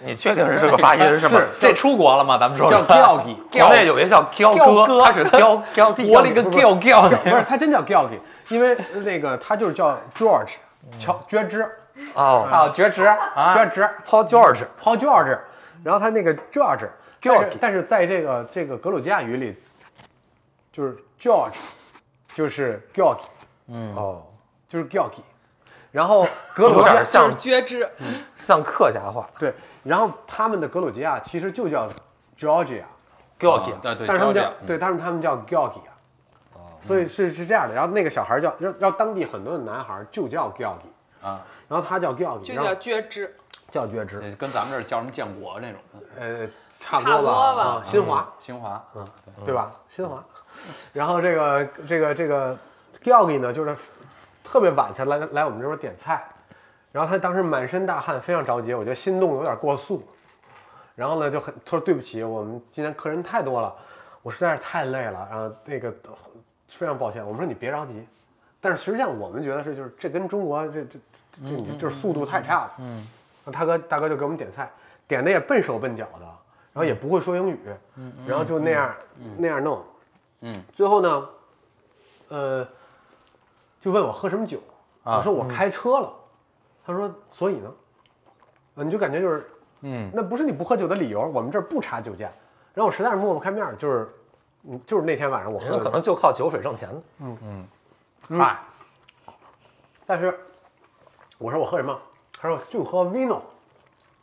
E: 你确定是这个发音是吗？
C: 这出哦 国了吗？咱们说
B: 叫 Giagi，
E: 国内有一个叫彪哥，他是彪彪弟，
B: 我勒个彪
E: 彪
B: 不是，他真叫 Giagi，因为那个他就是叫 George，乔觉知，
E: 哦
C: 啊，绝职嗯啊，
B: 觉知
E: ，Paul George，
B: ，Paul George，然后他那个 George，但
E: George
B: 是但是在这个这个格鲁吉亚语里，就是 George，就是 Giagi，
C: 嗯
E: 哦，
B: 就是 Giagi，然后格鲁
E: 有
B: 吉亚
E: 点
A: 就
E: 像
A: 是觉知，
E: 像客家话
B: 对，然后他们的格鲁吉亚其实就叫 Georgia，
E: ，George，
C: 对对，
B: 但是他们
C: 这
B: 叫对，嗯但是他们叫 Georgia。所以是是这样的，然后那个小孩叫，让让当地很多的男孩就叫 g i a g i
C: 啊，
B: 然后他叫 g i a g
A: 就
B: i
A: 叫觉知。
B: 叫觉知，
C: 跟咱们这儿叫什么建国那种
B: 呃，差不
A: 差
B: 多
A: 不
B: 吧，
A: 多吧
B: 啊新华，
C: 新华啊，
B: 对吧？新华，然后这个这个这个 g i a g i 呢，就是特别晚才来来我们这边点菜，然后他当时满身大汗，非常着急，我觉得心动有点过速，然后呢就很他说对不起，我们今天客人太多了，我实在是太累了，然后那个非常抱歉，我们说你别着急，但是实际上我们觉得是就是这跟中国这这这这你就是速度太差了，嗯，大哥大哥就给我们点菜，点的也笨手笨脚的，然后也不会说英语，嗯，然后就那样那样弄，嗯，最后呢，呃，就问我喝什么酒，我说我开车了。他说：“所以呢，呃你就感觉就是，嗯，那不是你不喝酒的理由，我们这儿不查酒驾。然后我实在是抹不开面儿，就是，嗯，就是那天晚上我喝
E: 人家
B: 的
E: 可能就靠酒水挣钱的。
C: 嗨，
B: 但是我说我喝什么？他说就喝 vino，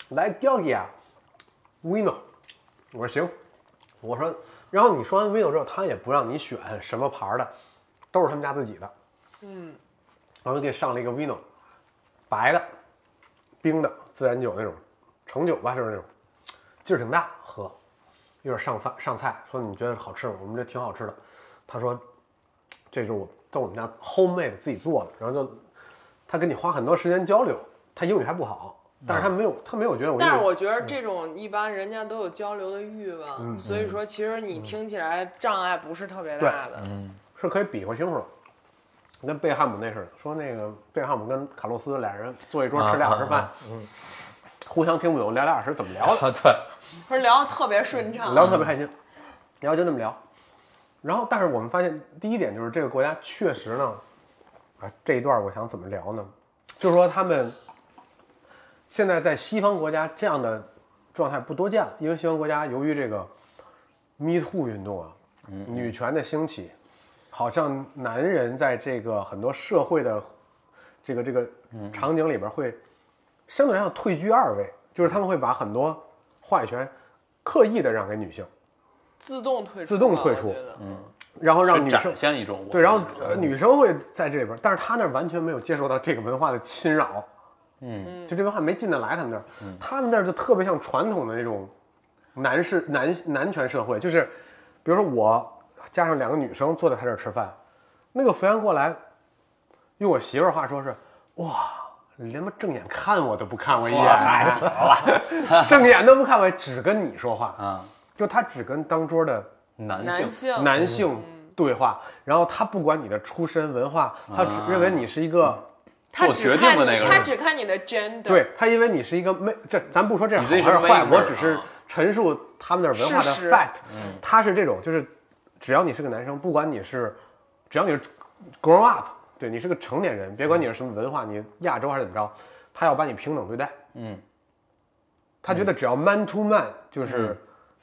B: 来 g a l i a vino。我说行，我说，然后你说完 vino 之后，他也不让你选什么牌儿的，都是他们家自己的。嗯，然后就给上了一个 vino，白的，冰的，自然酒那种，橙酒吧就是那种，劲儿挺大，喝。一会儿上饭上菜，说你觉得好吃吗？我们这挺好吃的。他说这就是我在我们家 homemade 自己做的，然后就他跟你花很多时间交流，他英语还不好，但是他没有、他没有觉得我英语，
A: 但是我觉得
B: 嗯
A: 这种一般人家都有交流的欲望，所
B: 嗯
A: 以说其实你听起来障碍不是特别大的。
B: 嗯是可以比划清楚了。跟贝汉姆那似的，说那个贝汉姆跟卡洛斯俩人坐一桌吃俩小时饭，嗯，互相听不懂，聊俩小时怎么聊的，
A: 不是聊得特别顺畅，
B: 聊得特别开心，然后就那么聊。然后，但是我们发现第一点就是这个国家确实呢，啊，这一段我想怎么聊呢？就是说他们现在在西方国家这样的状态不多见了，因为西方国家由于这个 Me Too 运动啊，女权的兴起，好像男人在这个很多社会的这个这个场景里边会相对来讲退居二位，就是他们会把很多话语权刻意的让给女性，
A: 自动退出吧，
B: 自动退
A: 我
B: 出嗯
A: 觉得
B: 然后让女生
C: 展现一种
B: 对，然后呃女生会在这里边，但是她那儿完全没有接受到这个文化的侵扰，嗯，就这文化没进得来他们那儿，他们那儿就特别像传统的那种男士男男权社会，就是比如说我加上两个女生坐在他这儿吃饭，那个服务员过来，用我媳妇儿话说是哇。连妈正眼看我都不看我一眼，太行了， 正眼都不看我，只跟你说话，
C: 啊，
B: 就他只跟当桌的
C: 男
A: 男
C: 性
A: 性
B: 男性对话，然后他不管你的出身文化，他只认为你是一个，
A: 他
C: 做
A: 只
C: 决定
A: 看
C: 的
A: 你
C: 那个
A: 他
C: 人
A: 只看你的 gender，
B: 对他因为你是一个妹，这咱不说这好
C: 你
B: 还
C: 自己是
B: 是坏，
C: 妹妹
B: 我只是
C: 啊嗯
B: 陈述他们那儿文化的
A: 事实
B: fact，他是这种，就是只要你是个男生，不管你是，只要你是 grow up，对你是个成年人，别管你是什么文化，你亚洲还是怎么着，他要把你平等对待，
C: 嗯，嗯
B: 他觉得只要 man to man 就是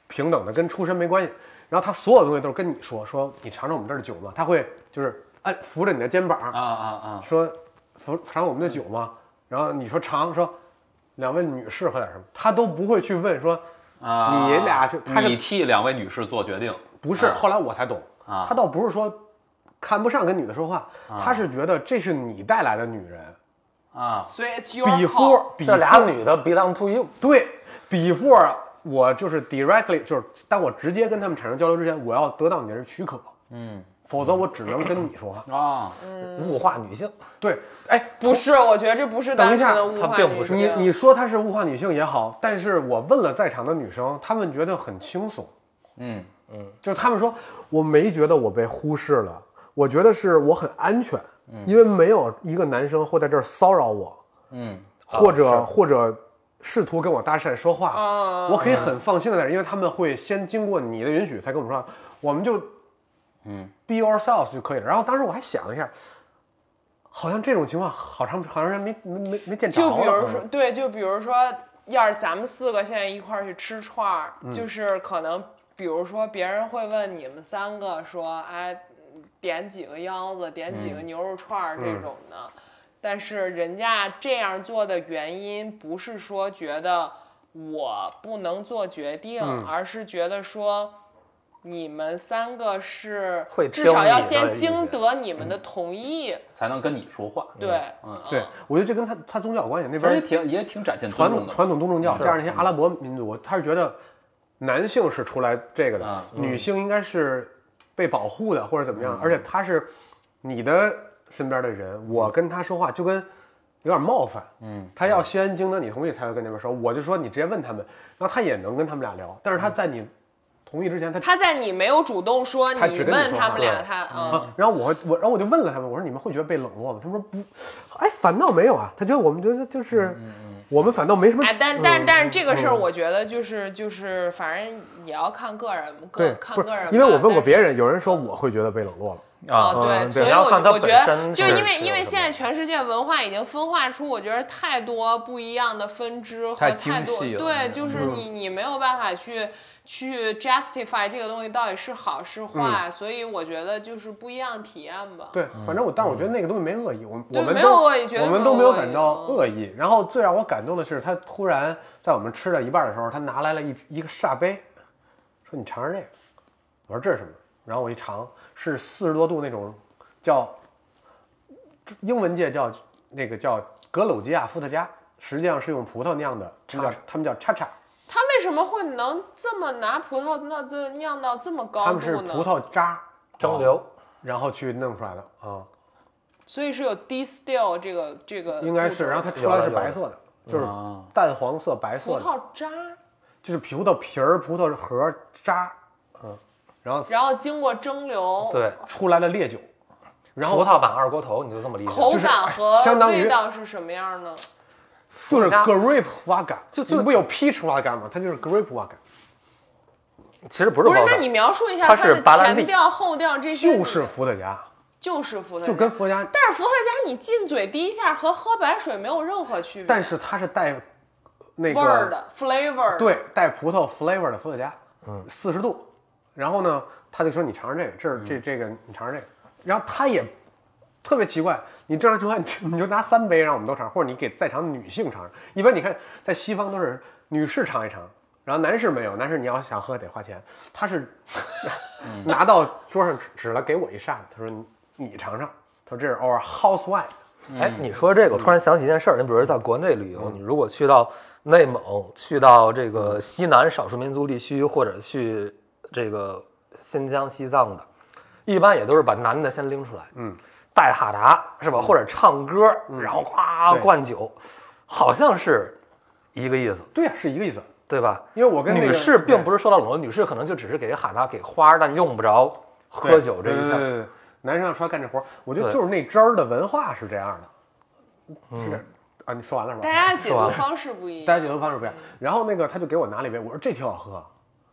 B: 平等的，跟出身没关系。然后他所有东西都是跟你说，说你尝尝我们这儿的酒吗？他会就是按扶着你的肩膀，
C: 啊啊啊！
B: 说服尝我们的酒吗？然后你说尝，说两位女士喝点什么，他都不会去问说
C: 啊
B: 你俩是他是
C: 你替两位女士做决定，
B: 不是。
C: 啊
B: 后来我才懂，
C: 啊
B: 他倒不是说看不上跟女的说话，他是觉得这是你带来的女人，
C: 啊
A: 所以 it's your
B: 比
A: call。
B: 夫比
E: 这俩
B: 夫
E: 女的 belong to you，
B: 对比夫啊，我就是 directly 就是当我直接跟他们产生交流之前，我要得到你的许可，嗯，否则我只能跟你说话。
C: 啊！
E: 物化女性。
B: 对，哎，
A: 不是，我觉得这不是
B: 等
A: 单
B: 一下
A: 纯的物
E: 它
A: 化
E: 并不
A: 女
E: 是
B: 你
A: 性。
B: 你说她是物化女性也好，但是我问了在场的女生，她们觉得很轻松。
C: 嗯
B: 嗯，就是她们说我没觉得我被忽视了，我觉得是我很安全，因为没有一个男生会在这儿骚扰我，
C: 嗯，
B: 或者、或者试图跟我搭讪说话，
A: 嗯
B: 我可以很放心的在这儿，因为他们会先经过你的允许才跟我们说话，我们就
C: 嗯
B: be yourself 就可以了。然后当时我还想了一下，好像这种情况好长好长时间没没没没见着了。
A: 就比如
B: 可
A: 说
B: 能，，
A: 对，就比如说，要是咱们四个现在一块儿去吃串儿，就是可能，比如说别人会问你们三个说，哎，点几个腰子，点几个牛肉串儿这种的。但是人家这样做的原因不是说觉得我不能做决定，而是觉得说你们三个是
E: 会
A: 至
E: 听
A: 少要
E: 你的
A: 先
E: 意
A: 经
E: 见
A: 得你们的同意。
C: 才能跟你说话。
A: 对，
C: 嗯
B: 对我觉得这跟他他宗教有关系，那
C: 其实也
B: 边
C: 挺也挺展现
B: 传
C: 尊
B: 统
C: 重的。嗯
B: 传统东正教加上那些阿拉伯民族，他是觉得男性是出来这个的
C: 啊，嗯
B: 女性应该是被保护的或者怎么样，而且他是你的身边的人，我跟他说话就跟有点冒犯，
C: 嗯，
B: 他要先经得你同意才会跟那边说，我就说你直接问他们，然后他也能跟他们俩聊，但是他
C: 嗯
B: 在你同意之前，他
A: 他在你没有主动说，
B: 他
A: 你
B: 只跟你
A: 问
B: 说
A: 他
B: 话
A: 们俩，他嗯，
B: 啊，然后我我然后我就问了他们，我说你们会觉得被冷落吗？他们说不，哎，反倒没有啊，他觉得我们觉得就是
C: 嗯
B: 我们反倒没什么
A: 哎，，但但但是这个事儿，我觉得就是就是，反正也要看个人，
B: 对
A: 个，看
B: 不是
A: 个人吧。
B: 因为我问过别
A: 人
B: 人，有人说我会觉得被冷落了，
A: 啊，
B: 嗯
A: 对，
B: 对
A: 所以
E: 你要
A: 我
E: 看
A: 就
E: 它
A: 我觉得
E: 本身
A: 就是因为
E: 是
A: 因为
E: 有什
A: 现在全世界文化已经分化出，我觉得太多不一样的分支和
C: 太
A: 太
C: 精
A: 多
C: 细了
A: 对，就是你你没有办法去去 justify 这个东西到底是好是坏，所以我觉得就是不一样体验吧。
B: 对，反正我，但是我觉得那个东西没恶意，我们
A: 对
B: 我们
A: 没有
B: 都
A: 恶意绝对
B: 我们
A: 没
B: 都
A: 有
B: 没有
A: 恶
B: 感
A: 意
B: 到
A: 嗯
B: 恶意。然后最让我感动的是，他突然在我们吃到一半的时候，他拿来了一一个煞杯，说你尝尝这个。我说这是什么？然后我一尝，是四十多度那种叫英文界叫那个叫格鲁吉亚伏特加，实际上是用葡萄酿的，他们叫他们叫叉叉，
A: 他为什么会能这么拿葡萄那这酿到这么
B: 他
A: 高
B: 们是
A: 度呢？
B: 葡萄渣
E: 蒸馏，
B: 然后去弄出来的啊、
A: 所以是有 distill 这个这个
B: 应该
A: 步骤
B: 是。然后它出
E: 有
B: 来
E: 了
B: 是
E: 有了
B: 白色的，就是
C: 啊
B: 淡黄色、白色
A: 葡
B: 的。
A: 萄渣，
B: 就是葡萄皮儿、葡萄核儿渣，嗯，然后
A: 然后经过蒸馏，，
E: 对，
B: 出来了烈酒，然后
E: 葡萄版二锅头，你就这么理解。
A: 口感和
B: 相当于
A: 味道是什么样呢？
B: 就是
E: 加
B: grape vodka，
E: 就
B: 你不有 peach vodka 吗？它就是 grape vodka，
E: 其实不是
A: 不是
E: 包，
A: 那
E: 子，
A: 你描述一下
E: 它
A: 它
E: 是
A: 的
E: 白兰
A: 前
E: 地
A: 调、后调这些，
B: 就是伏特加，
A: 就是伏特加，
B: 就跟伏特加，
A: 但是伏特加你进嘴第一下和喝白水没有任何区别，
B: 但是它是带那
A: 味儿
B: 个
A: 的 flavor 的，
B: 对带葡萄 flavor 的伏特加，嗯，四十度，然后呢，他就说你尝尝这个，这是这这个你尝尝这个，然后他也特别奇怪，你正常情况下你你就拿三杯让我们都尝，或者你给在场的女性尝尝。一般你看在西方都是女士尝一尝，然后男士没有，男士你要想喝得花钱，他是拿到桌上指了给我一扇，他说你你尝尝，他说这是 our house wine，
E: 哎，你说这个，我突然想起一件事儿。你比如在国内旅游，你如果去到内蒙，去到这个西南少数民族地区，或者去这个新疆、西藏的，一般也都是把男的先拎出来，嗯，带哈达是吧？或者唱歌，然后夸
B: 对
E: 灌酒，好像是一个意思，
B: 对呀、是一个意思，
E: 对吧？
B: 因为我跟那个
E: 女士并不是受到冷落，女士可能就只是给哈达给花儿，但用不着喝酒这
B: 对
E: 一
B: 对对
E: 项。
B: 对对，男生要出来干这活儿，我觉得
E: 对嗯
B: 就是那汁儿的文化是这样的，是这啊，你说完了是
A: 大
B: 吧？
A: 家解读方式不一
B: 大家
A: 样，
B: 解读方式不一样。然后那个他就给我拿了一杯，我说这挺好喝，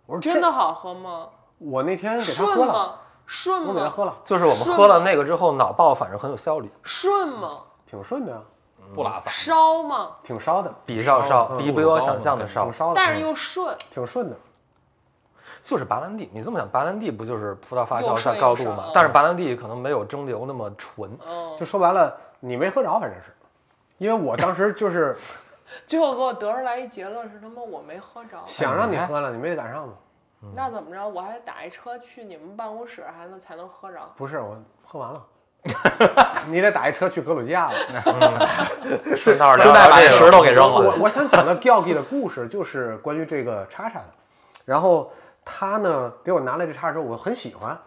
B: 我说这
A: 真的，好喝吗？
B: 我那天给他喝
A: 顺
B: 了，
A: 吗？顺
B: 我给他
A: 吗？
B: 喝了，
E: 就是我们
A: 顺
E: 喝了
A: 吗
E: 那个之后，脑爆反正很有效率，
A: 顺吗？
B: 挺顺的呀，啊
C: 不拉撒。
A: 烧吗？
B: 挺烧的，
E: 比上烧，
B: 嗯
E: 比比我
C: 高
E: 想
C: 嘛
E: 象的
C: 感觉
E: 烧
B: 挺。烧的，
A: 但是又顺。
B: 挺顺的。
E: 就是白兰地。你这么想，白兰地不就是葡萄发
A: 又
E: 酵
A: 顺
E: 上
A: 又
E: 高度
A: 爽
E: 吗
A: 嗯？
E: 但是白兰地可能没有蒸馏那么 纯。
A: 嗯，
B: 就说白了，你没喝着，反正是，因为我当时就是
A: 最后给我得出来一结论是他妈我没喝着，
B: 想让你
E: 哎
B: 喝了，你没赶上嘛。
A: 那怎么着？我还打一车去你们办公室，还能才能喝着。
B: 不是，我喝完了， 你得打一车去格鲁吉亚了。
E: 顺道聊
K: 顺带
E: 聊
K: 把
E: 这
K: 那
E: 个
K: 石头给扔了。
B: 我我想讲的 g a l g i 的故事就是关于这个叉叉的，然后他呢给我拿来这叉叉之后，我很喜欢，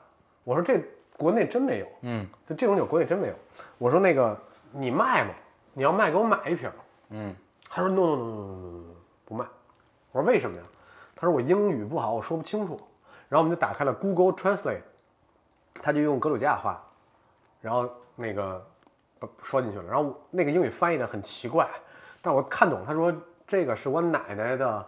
B: 我说这国内真没有，
C: 嗯，
B: 就这种酒国内真没有。我说那个你卖吗？你要卖给我买一瓶。
C: 嗯，
B: 他说 no no no no no no no 不卖。我说为什么呀？他说我英语不好，我说不清楚。然后我们就打开了 Google Translate，他就用格鲁吉亚话，然后那个呃说进去了，然后那个英语翻译的很奇怪，但我看懂。他说这个是我奶奶的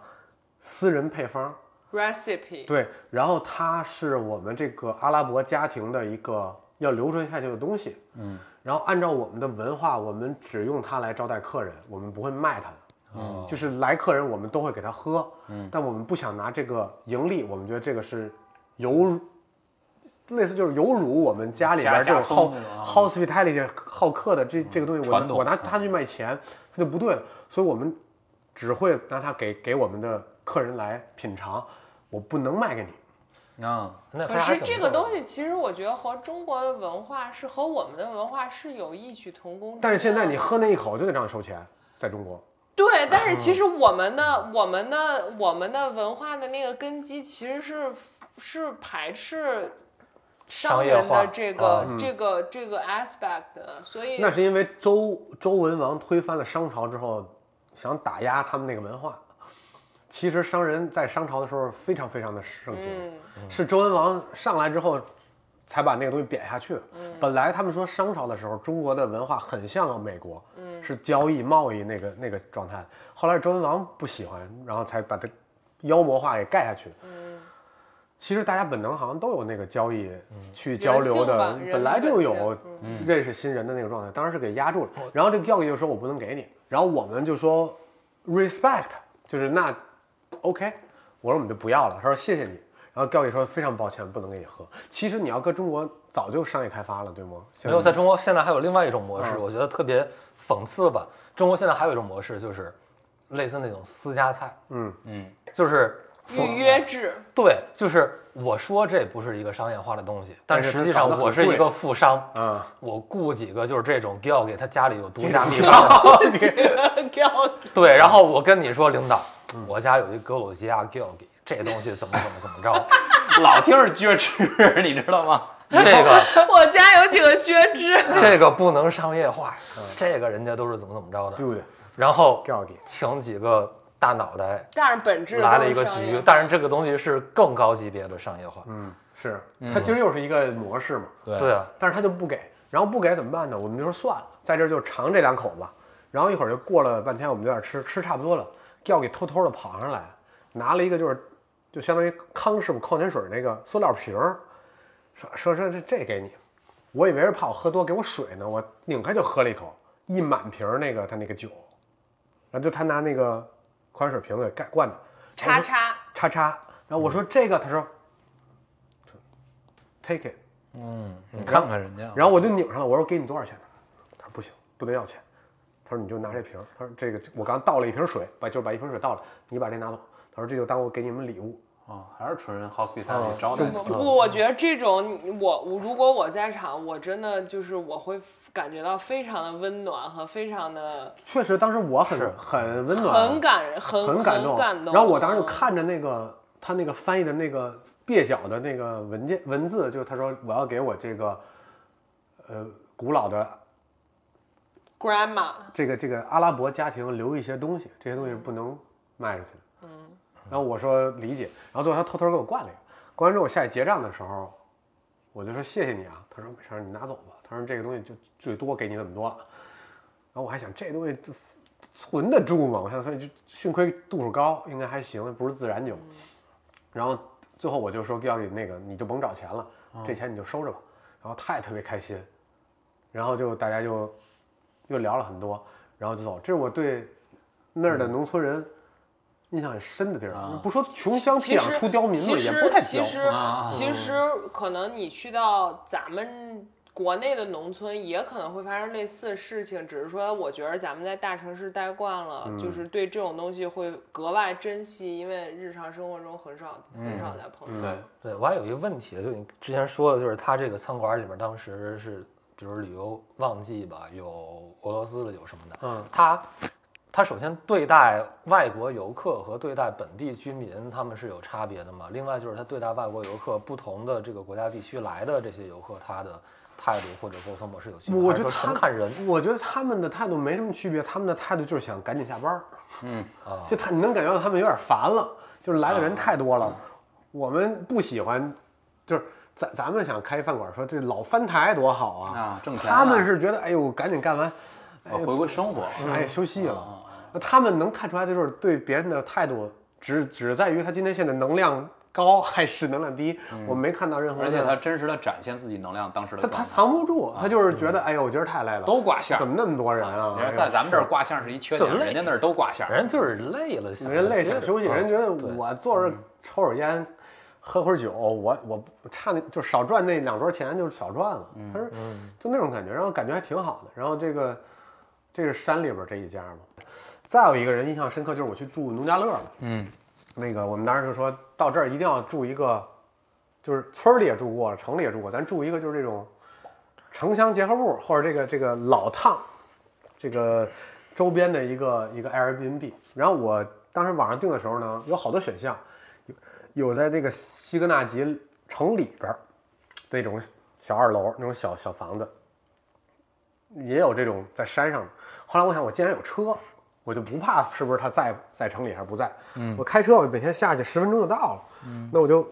B: 私人配方，
A: Recipe，
B: 对，然后它是我们这个阿拉伯家庭的一个要流传下去的东西。嗯，然后按照我们的文化，我们只用它来招待客人，我们不会卖它的。
C: 啊
B: 嗯，就是来客人，我们都会给他喝。嗯，但我们不想拿这个盈利，我们觉得这个是有。类似就是有辱我们家里边
C: 家
B: 这种
C: 家
B: 好
C: 风啊嗯
B: hospitality 好客的这这个东西，我
C: 传
B: 拿
C: 统
B: 我拿它去卖钱，它就不对了。所以我们只会拿它给给我们的客人来品尝，我不能卖给你。
C: 啊，
E: 那
A: 可
E: 它还
A: 是
E: 挺
A: 这个
E: 多
A: 东
E: 的
A: 西其实我觉得和中国的文化是和我们的文化是有异曲同工之妙的。
B: 但是现在你喝那一口就得让你收钱，在中国，
A: 对，但是其实我们的、我们的、我们的文化的那个根基其实是是排斥商
E: 商业
A: 人
E: 化
A: 的这个、这个这个 aspect 的，所以
B: 那是因为周周文王推翻了商朝之后，想打压他们那个文化。其实商人在商朝的时候非常非常的盛行，
A: 嗯，
B: 是周文王上来之后才把那个东西贬下去的。
A: 嗯
B: 本来他们说商朝的时候，中国的文化很像美国，
A: 嗯
B: 是交易贸易那个那个状态。后来周文王不喜欢，然后才把它妖魔化给盖下去。
A: 嗯
B: 其实大家本能好像都有那个交易、去交
A: 人
B: 流
A: 性
B: 的
A: 吧，人
B: 本来
A: 的
B: 就
A: 本
B: 有
A: 性嗯
B: 认识新人的那个状态，当然是给压住了。然后这个教育就说我不能给你，然后我们就说 respect，就是那 OK，我说我们就不要了。他说谢谢你。然后教育说非常抱歉，不能给你喝。其实你要搁中国早就商业开发了，对吗？
E: 没有，在中国现在还有另外一种模
B: 嗯
E: 式，我觉得特别讽刺吧。中国现在还有一种模式，就是类似那种私家菜，
B: 嗯
C: 嗯，
E: 就是
A: 预约制，
E: 对，就是我说这不是一个商业化的东西，
B: 但
E: 但
B: 是它
E: 实际
B: 搞
E: 上
B: 得很
E: 我是一
B: 贵
E: 个富商，
B: 啊。
E: 我雇几个就是这种 Giao 给他家里有独家秘方，对，然后我跟你说，领导，我家有一格鲁吉亚 Giao 给这东西怎么怎么怎么着，
C: 老听着撅吃，你知道吗？
E: 这个
A: 我家有几个觉知，
E: 这个不能商业化，这个人家都是怎么怎么着的，
B: 对，
E: 然后
B: 到底
E: 请几个大脑袋。
A: 但是本质都
E: 来了
A: 是
E: 一个
A: 商
E: 洗
A: 业
E: 浴，但是这个东西是更高级别的商业化。
B: 是，它其实又是一个模式嘛，
C: 对
E: 对啊，
B: 但是他就不给，然后不给怎么办呢？我们就说算了，在这儿就尝这两口吧。然后一会儿就过了半天，我们就在那儿吃，吃差不多了，调给偷偷的跑上来，拿了一个就是，就相当于康师傅矿泉水那个塑料瓶儿，说说说这这给你，我以为是怕我喝多给我水呢，我拧开就喝了一口，一满瓶儿那个他那个酒，然后就他拿那个矿泉水瓶给盖灌的，
A: 叉叉，
B: 叉叉。然后我说这个，他说，take it。
C: 你看看人家，啊
B: 然后我就拧上了，我说给你多少钱？他说不行，不能要钱。他说你就拿这瓶儿，他说这个我刚倒了一瓶水，把就是把一瓶水倒了，你把这拿走。他说这就当我给你们礼物。
C: 啊，还是纯 hospitality 招待你，
A: 不，我觉得这种我我如果我在场，我真的就是我会感觉到非常的温暖和非常的
B: 确实，当时我很很温暖，
A: 很感人，很
B: 很感动。
A: 感动。
B: 然后我当时就看着那个他那个翻译的那个蹩脚的那个文件文字，就是他说我要给我这个呃古老的
A: grandma，
B: 这个这个阿拉伯家庭留一些东西，这些东西是不能卖出去的。嗯，然后我说理解，然后最后他偷偷给我灌了一个，灌完之后我下去结账的时候，我就说谢谢你啊，他说没事儿，你拿走吧，他说这个东西就最多给你这么多了，然后我还想这东西这存得住吗？我想所以就幸亏度数高，应该还行，不是自然
A: 嗯
B: 酒。然后最后我就说要你那个你就甭找钱了，
A: 嗯
B: 这钱你就收着吧。然后他也特别开心，然后就大家就
A: 嗯
B: 又聊了很多，然后就走。这是我对那儿的农村人印象很深的地儿
C: 啊。
B: 不说穷乡僻
A: 其
B: 壤
A: 实
B: 出刁民
A: 其
B: 了，也
A: 实
B: 不太
A: 其
B: 刁。
A: 实
C: 啊
A: 其实可能你去到咱们国内的农村，也可能会发生类似的事情，只是说我觉得咱们在大城市待惯了，
B: 嗯
A: 就是对这种东西会格外珍惜，因为日常生活中很少
B: 嗯
A: 很少在碰到。
E: 对，我还有一个问题，就你之前说的，就是他这个餐馆里边当时是，比如旅游旺季吧，有俄罗斯的，有什么的，嗯，他他首先对待外国游客和对待本地居民，他们是有差别的嘛。另外就是他对待外国游客，不同的这个国家地区来的这些游客，他的态度或者沟通模式有区别，
B: 我
E: 还
B: 觉
E: 是
B: 得
E: 说
B: 他
E: 纯看人。
B: 我觉得他们的态度没什么区别，他们的态度就是想赶紧下班。嗯，就他你能感觉到他们有点烦了，就是来的人太多
C: 啊
B: 了。我们不喜欢，就是咱咱们想开饭馆，说这老翻台多好啊，
C: 啊挣钱
B: 他们
C: 了嗯
B: 是觉得哎呦赶紧干完，
C: 我回归生活，
B: 哎休息
C: 啊
B: 了。那他们能看出来的就是对别人的态度只只在于他今天现在能量高还是能量低，我没看到任何的。
C: 嗯而且他真实的展现自己能量当时
B: 他
C: 的状态。
B: 他藏不住，他就是觉得哎呦我今儿太累了，
C: 嗯都挂线儿
B: 怎么那么多人啊
C: 你？看
B: 哎呦
C: 在咱们这儿挂相是一缺点，
E: 就累
C: 人家那儿都挂相。
E: 人就是累了，想
B: 人累
E: 歇
B: 想
E: 着
B: 休息，
E: 嗯
B: 人觉得
E: 对嗯
B: 我坐着抽会儿烟，喝会儿酒，我我我差那就少赚那两桌钱，就是少赚了。
E: 嗯
B: 他说就那种感觉，然后感觉还挺好的。然后这个这是山里边儿这一家嘛，再有一个人印象深刻就是我去住农家乐了，
C: 嗯，
B: 那个我们当时就说到这儿一定要住一个，就是村儿里也住过，城里也住过，咱住一个就是这种城乡结合部或者这个这个老烫，这个周边的一个一个 Airbnb。然后我当时网上订的时候呢，有好多选项，有有在这个西格纳吉城里边儿那种小二楼那种小小房子，也有这种在山上的。后来我想，我既然有车，我就不怕是不是他在在城里还是不在。嗯，我开车，我每天下去十分钟就到了。嗯，那我就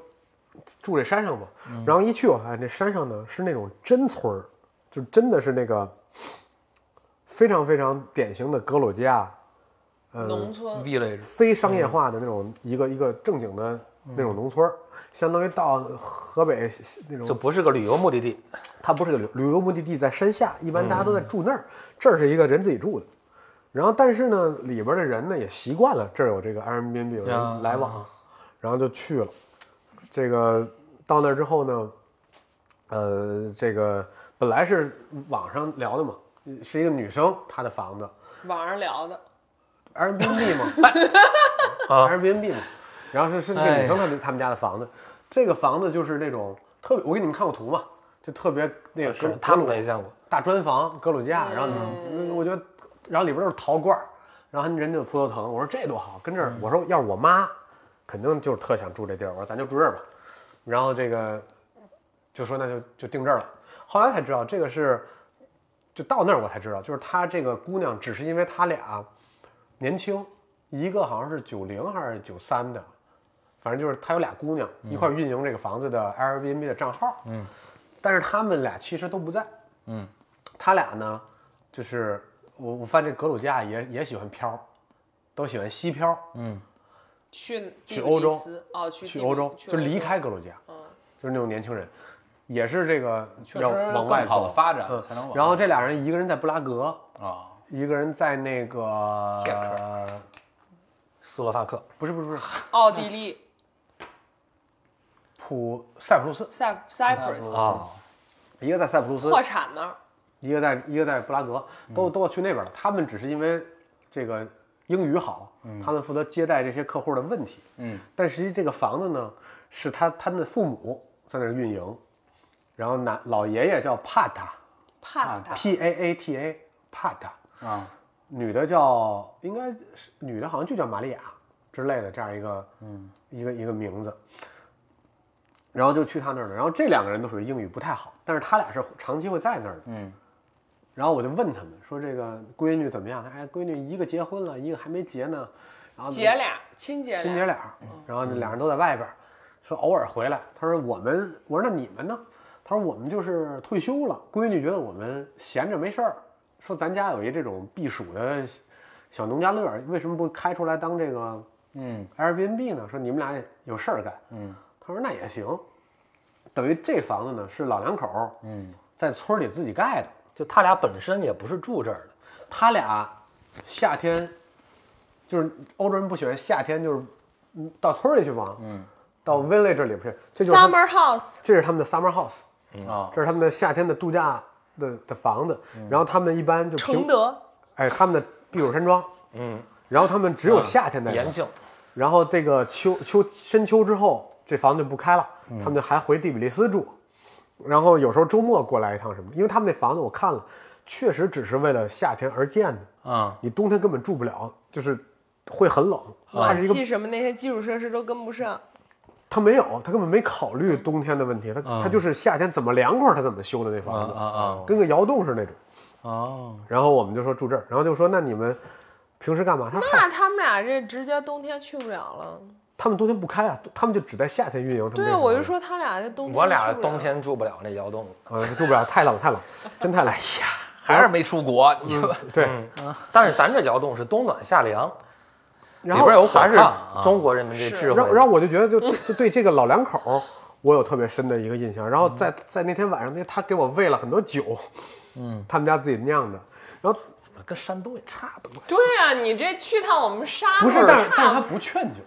B: 住这山上吧。然后一去，我发现这山上呢是那种真村儿，就真的是那个非常非常典型的格鲁吉亚嗯
A: 农村
L: ，village
B: 非商
L: 嗯
B: 业化的那种一个一个正经的那种农村儿，相当于到河北那种
E: 就不是个旅游目的地。
B: 它不是个旅旅游目的地，在山下，一般大家都在
L: 嗯
B: 住那儿，这儿是一个人自己住的。然后，但是呢，里边的人呢也习惯了这儿有这个 Airbnb 有
L: 啊
B: 人来往，然后就去了。这个到那儿之后呢，呃，这个本来是网上聊的嘛，是一个女生她的房子
A: 网上聊的，
B: Airbnb 嘛，Airbnb 嘛，然后是是那个女生她们她们家的房子，这个房子就是那种特别，我给你们看过图嘛，就特别那个格鲁
E: 啊他们
B: 格鲁
E: 没见过，
B: 大砖房格鲁吉亚，然后
A: 嗯
B: 那我觉得，然后里边都是陶罐儿，然后人家有葡萄藤，我说这多好，跟这
E: 嗯
B: 儿，我说要是我妈，肯定就是特想住这地儿，我说咱就住这儿吧，然后这个就说那就就定这儿了，后来才知道这个是。就到那儿我才知道，就是她这个姑娘，只是因为她俩年轻，一个好像是九零还是九三的，反正就是她有俩姑娘
C: 嗯
B: 一块儿运营这个房子的 Airbnb 的账号，嗯，但是他们俩其实都不在，
C: 嗯，
B: 他俩呢，就是我我发现这格鲁吉亚也也喜欢漂，都喜欢西漂，
C: 嗯
A: 去蒂
B: 去
A: 比
B: 欧
A: 利
B: 洲
A: 斯哦，去蒂
B: 去
A: 比
B: 欧洲
A: 去
B: 就离开格鲁吉亚，
A: 嗯
B: 就是那种年轻人，也是这个
C: 确实
B: 要往外
C: 更好的
B: 走，
C: 发展
B: 嗯
C: 才能往。
B: 然后这俩人一个人在布拉格，
C: 啊，
B: 一个人在那个
C: 捷
E: 斯洛伐克
B: 不是不是不是
A: 奥地利
B: 普塞浦路斯，
A: 塞 Cyprus
E: 啊，
B: 一个在塞浦路斯，
A: 破产那儿，
B: 一个在一个在布拉格，都都要去那边了。他们只是因为这个英语好，他们负责接待这些客户的问题。
C: 嗯，
B: 但实际这个房子呢，是他他们的父母在那儿运营，然后男老爷爷叫帕塔
A: 帕塔
B: P A A T A 帕塔，
C: 啊，
B: 女的叫应该是女的，好像就叫玛利亚之类的这样一个嗯一个一个名字。然后就去他那儿了。然后这两个人都属于英语不太好，但是他俩是长期会在那儿的。
C: 嗯，
B: 然后我就问他们说这个闺女怎么样？哎，闺女一个结婚了，一个还没结呢。然后
A: 姐俩亲姐俩
B: 亲姐俩嗯儿，然
C: 嗯
B: 后那俩人都在外边儿，说偶尔回来。他说我们，我说那你们呢？他说我们就是退休了，闺女觉得我们闲着没事儿，说咱家有一这种避暑的小农家乐儿，为什么不开出来当这个
C: 嗯
B: Airbnb 呢？说你们俩有事儿干。
C: 嗯
B: 他说那也行，等于这房子呢是老两口儿
C: 嗯，
B: 在村儿里自己盖的，
E: 就他俩本身也不是住这儿的，
B: 他俩夏天就是欧洲人不喜欢夏天，就是嗯到村儿里去嘛，嗯，到 village 里边去，这就是他们
A: Summer House
B: 这是他们的 summer house，
C: 啊，
B: 这是他们的夏天的度假的的房子，然后他们一般就
A: 承
B: 平，
A: 德，
B: 哎，他们的避暑山庄，嗯，啊然后他们只有夏天在那儿
E: 延庆，
B: 然后这个秋秋深秋之后，这房子就不开了，他们就还回第比利斯住，然后有时候周末过来一趟什么，因为他们那房子我看了，确实只是为了夏天而建的，
C: 嗯，
B: 你冬天根本住不了，就是会很冷，那
C: 啊
B: 是一个
A: 啊气什么那些基础设施都跟不上。
B: 他没有，他根本没考虑冬天的问题，他他就是夏天怎么凉快他怎么修的那房子，
C: 啊啊
B: 跟个窑洞似的那种，
C: 哦，
B: 然后我们就说住这儿，然后就说那你们平时干嘛？他说嗨
A: 那他们俩这直接冬天去不了了。
B: 他们冬天不开啊，他们就只在夏天运营。他们
A: 对，
B: 这个
A: 我
B: 房
A: 就
B: 子
A: 说他俩这冬天
E: 我俩
A: 去不了
E: 冬天住不了那窑洞，
B: 呃，住不了，太冷太冷，真太
C: 哎
B: 冷。
C: 还是没出国，你们
B: 对，
E: 但是咱这窑洞是冬暖夏凉，
B: 然
C: 里
B: 后
C: 边有火
E: 还是
C: 炕啊
E: 中国人民这智
B: 然后
E: 慧。
B: 然后我就觉得就就就对这个老两口儿，我有特别深的一个印象。然后
C: 嗯
B: 在在那天晚上，那他给我喂了很多酒，嗯，他们家自己酿的。然后
E: 跟山东也差不多。
A: 对呀、你这去趟我们沙
B: 不是
A: 漠
B: 但是
A: 差
C: 但是他不劝酒，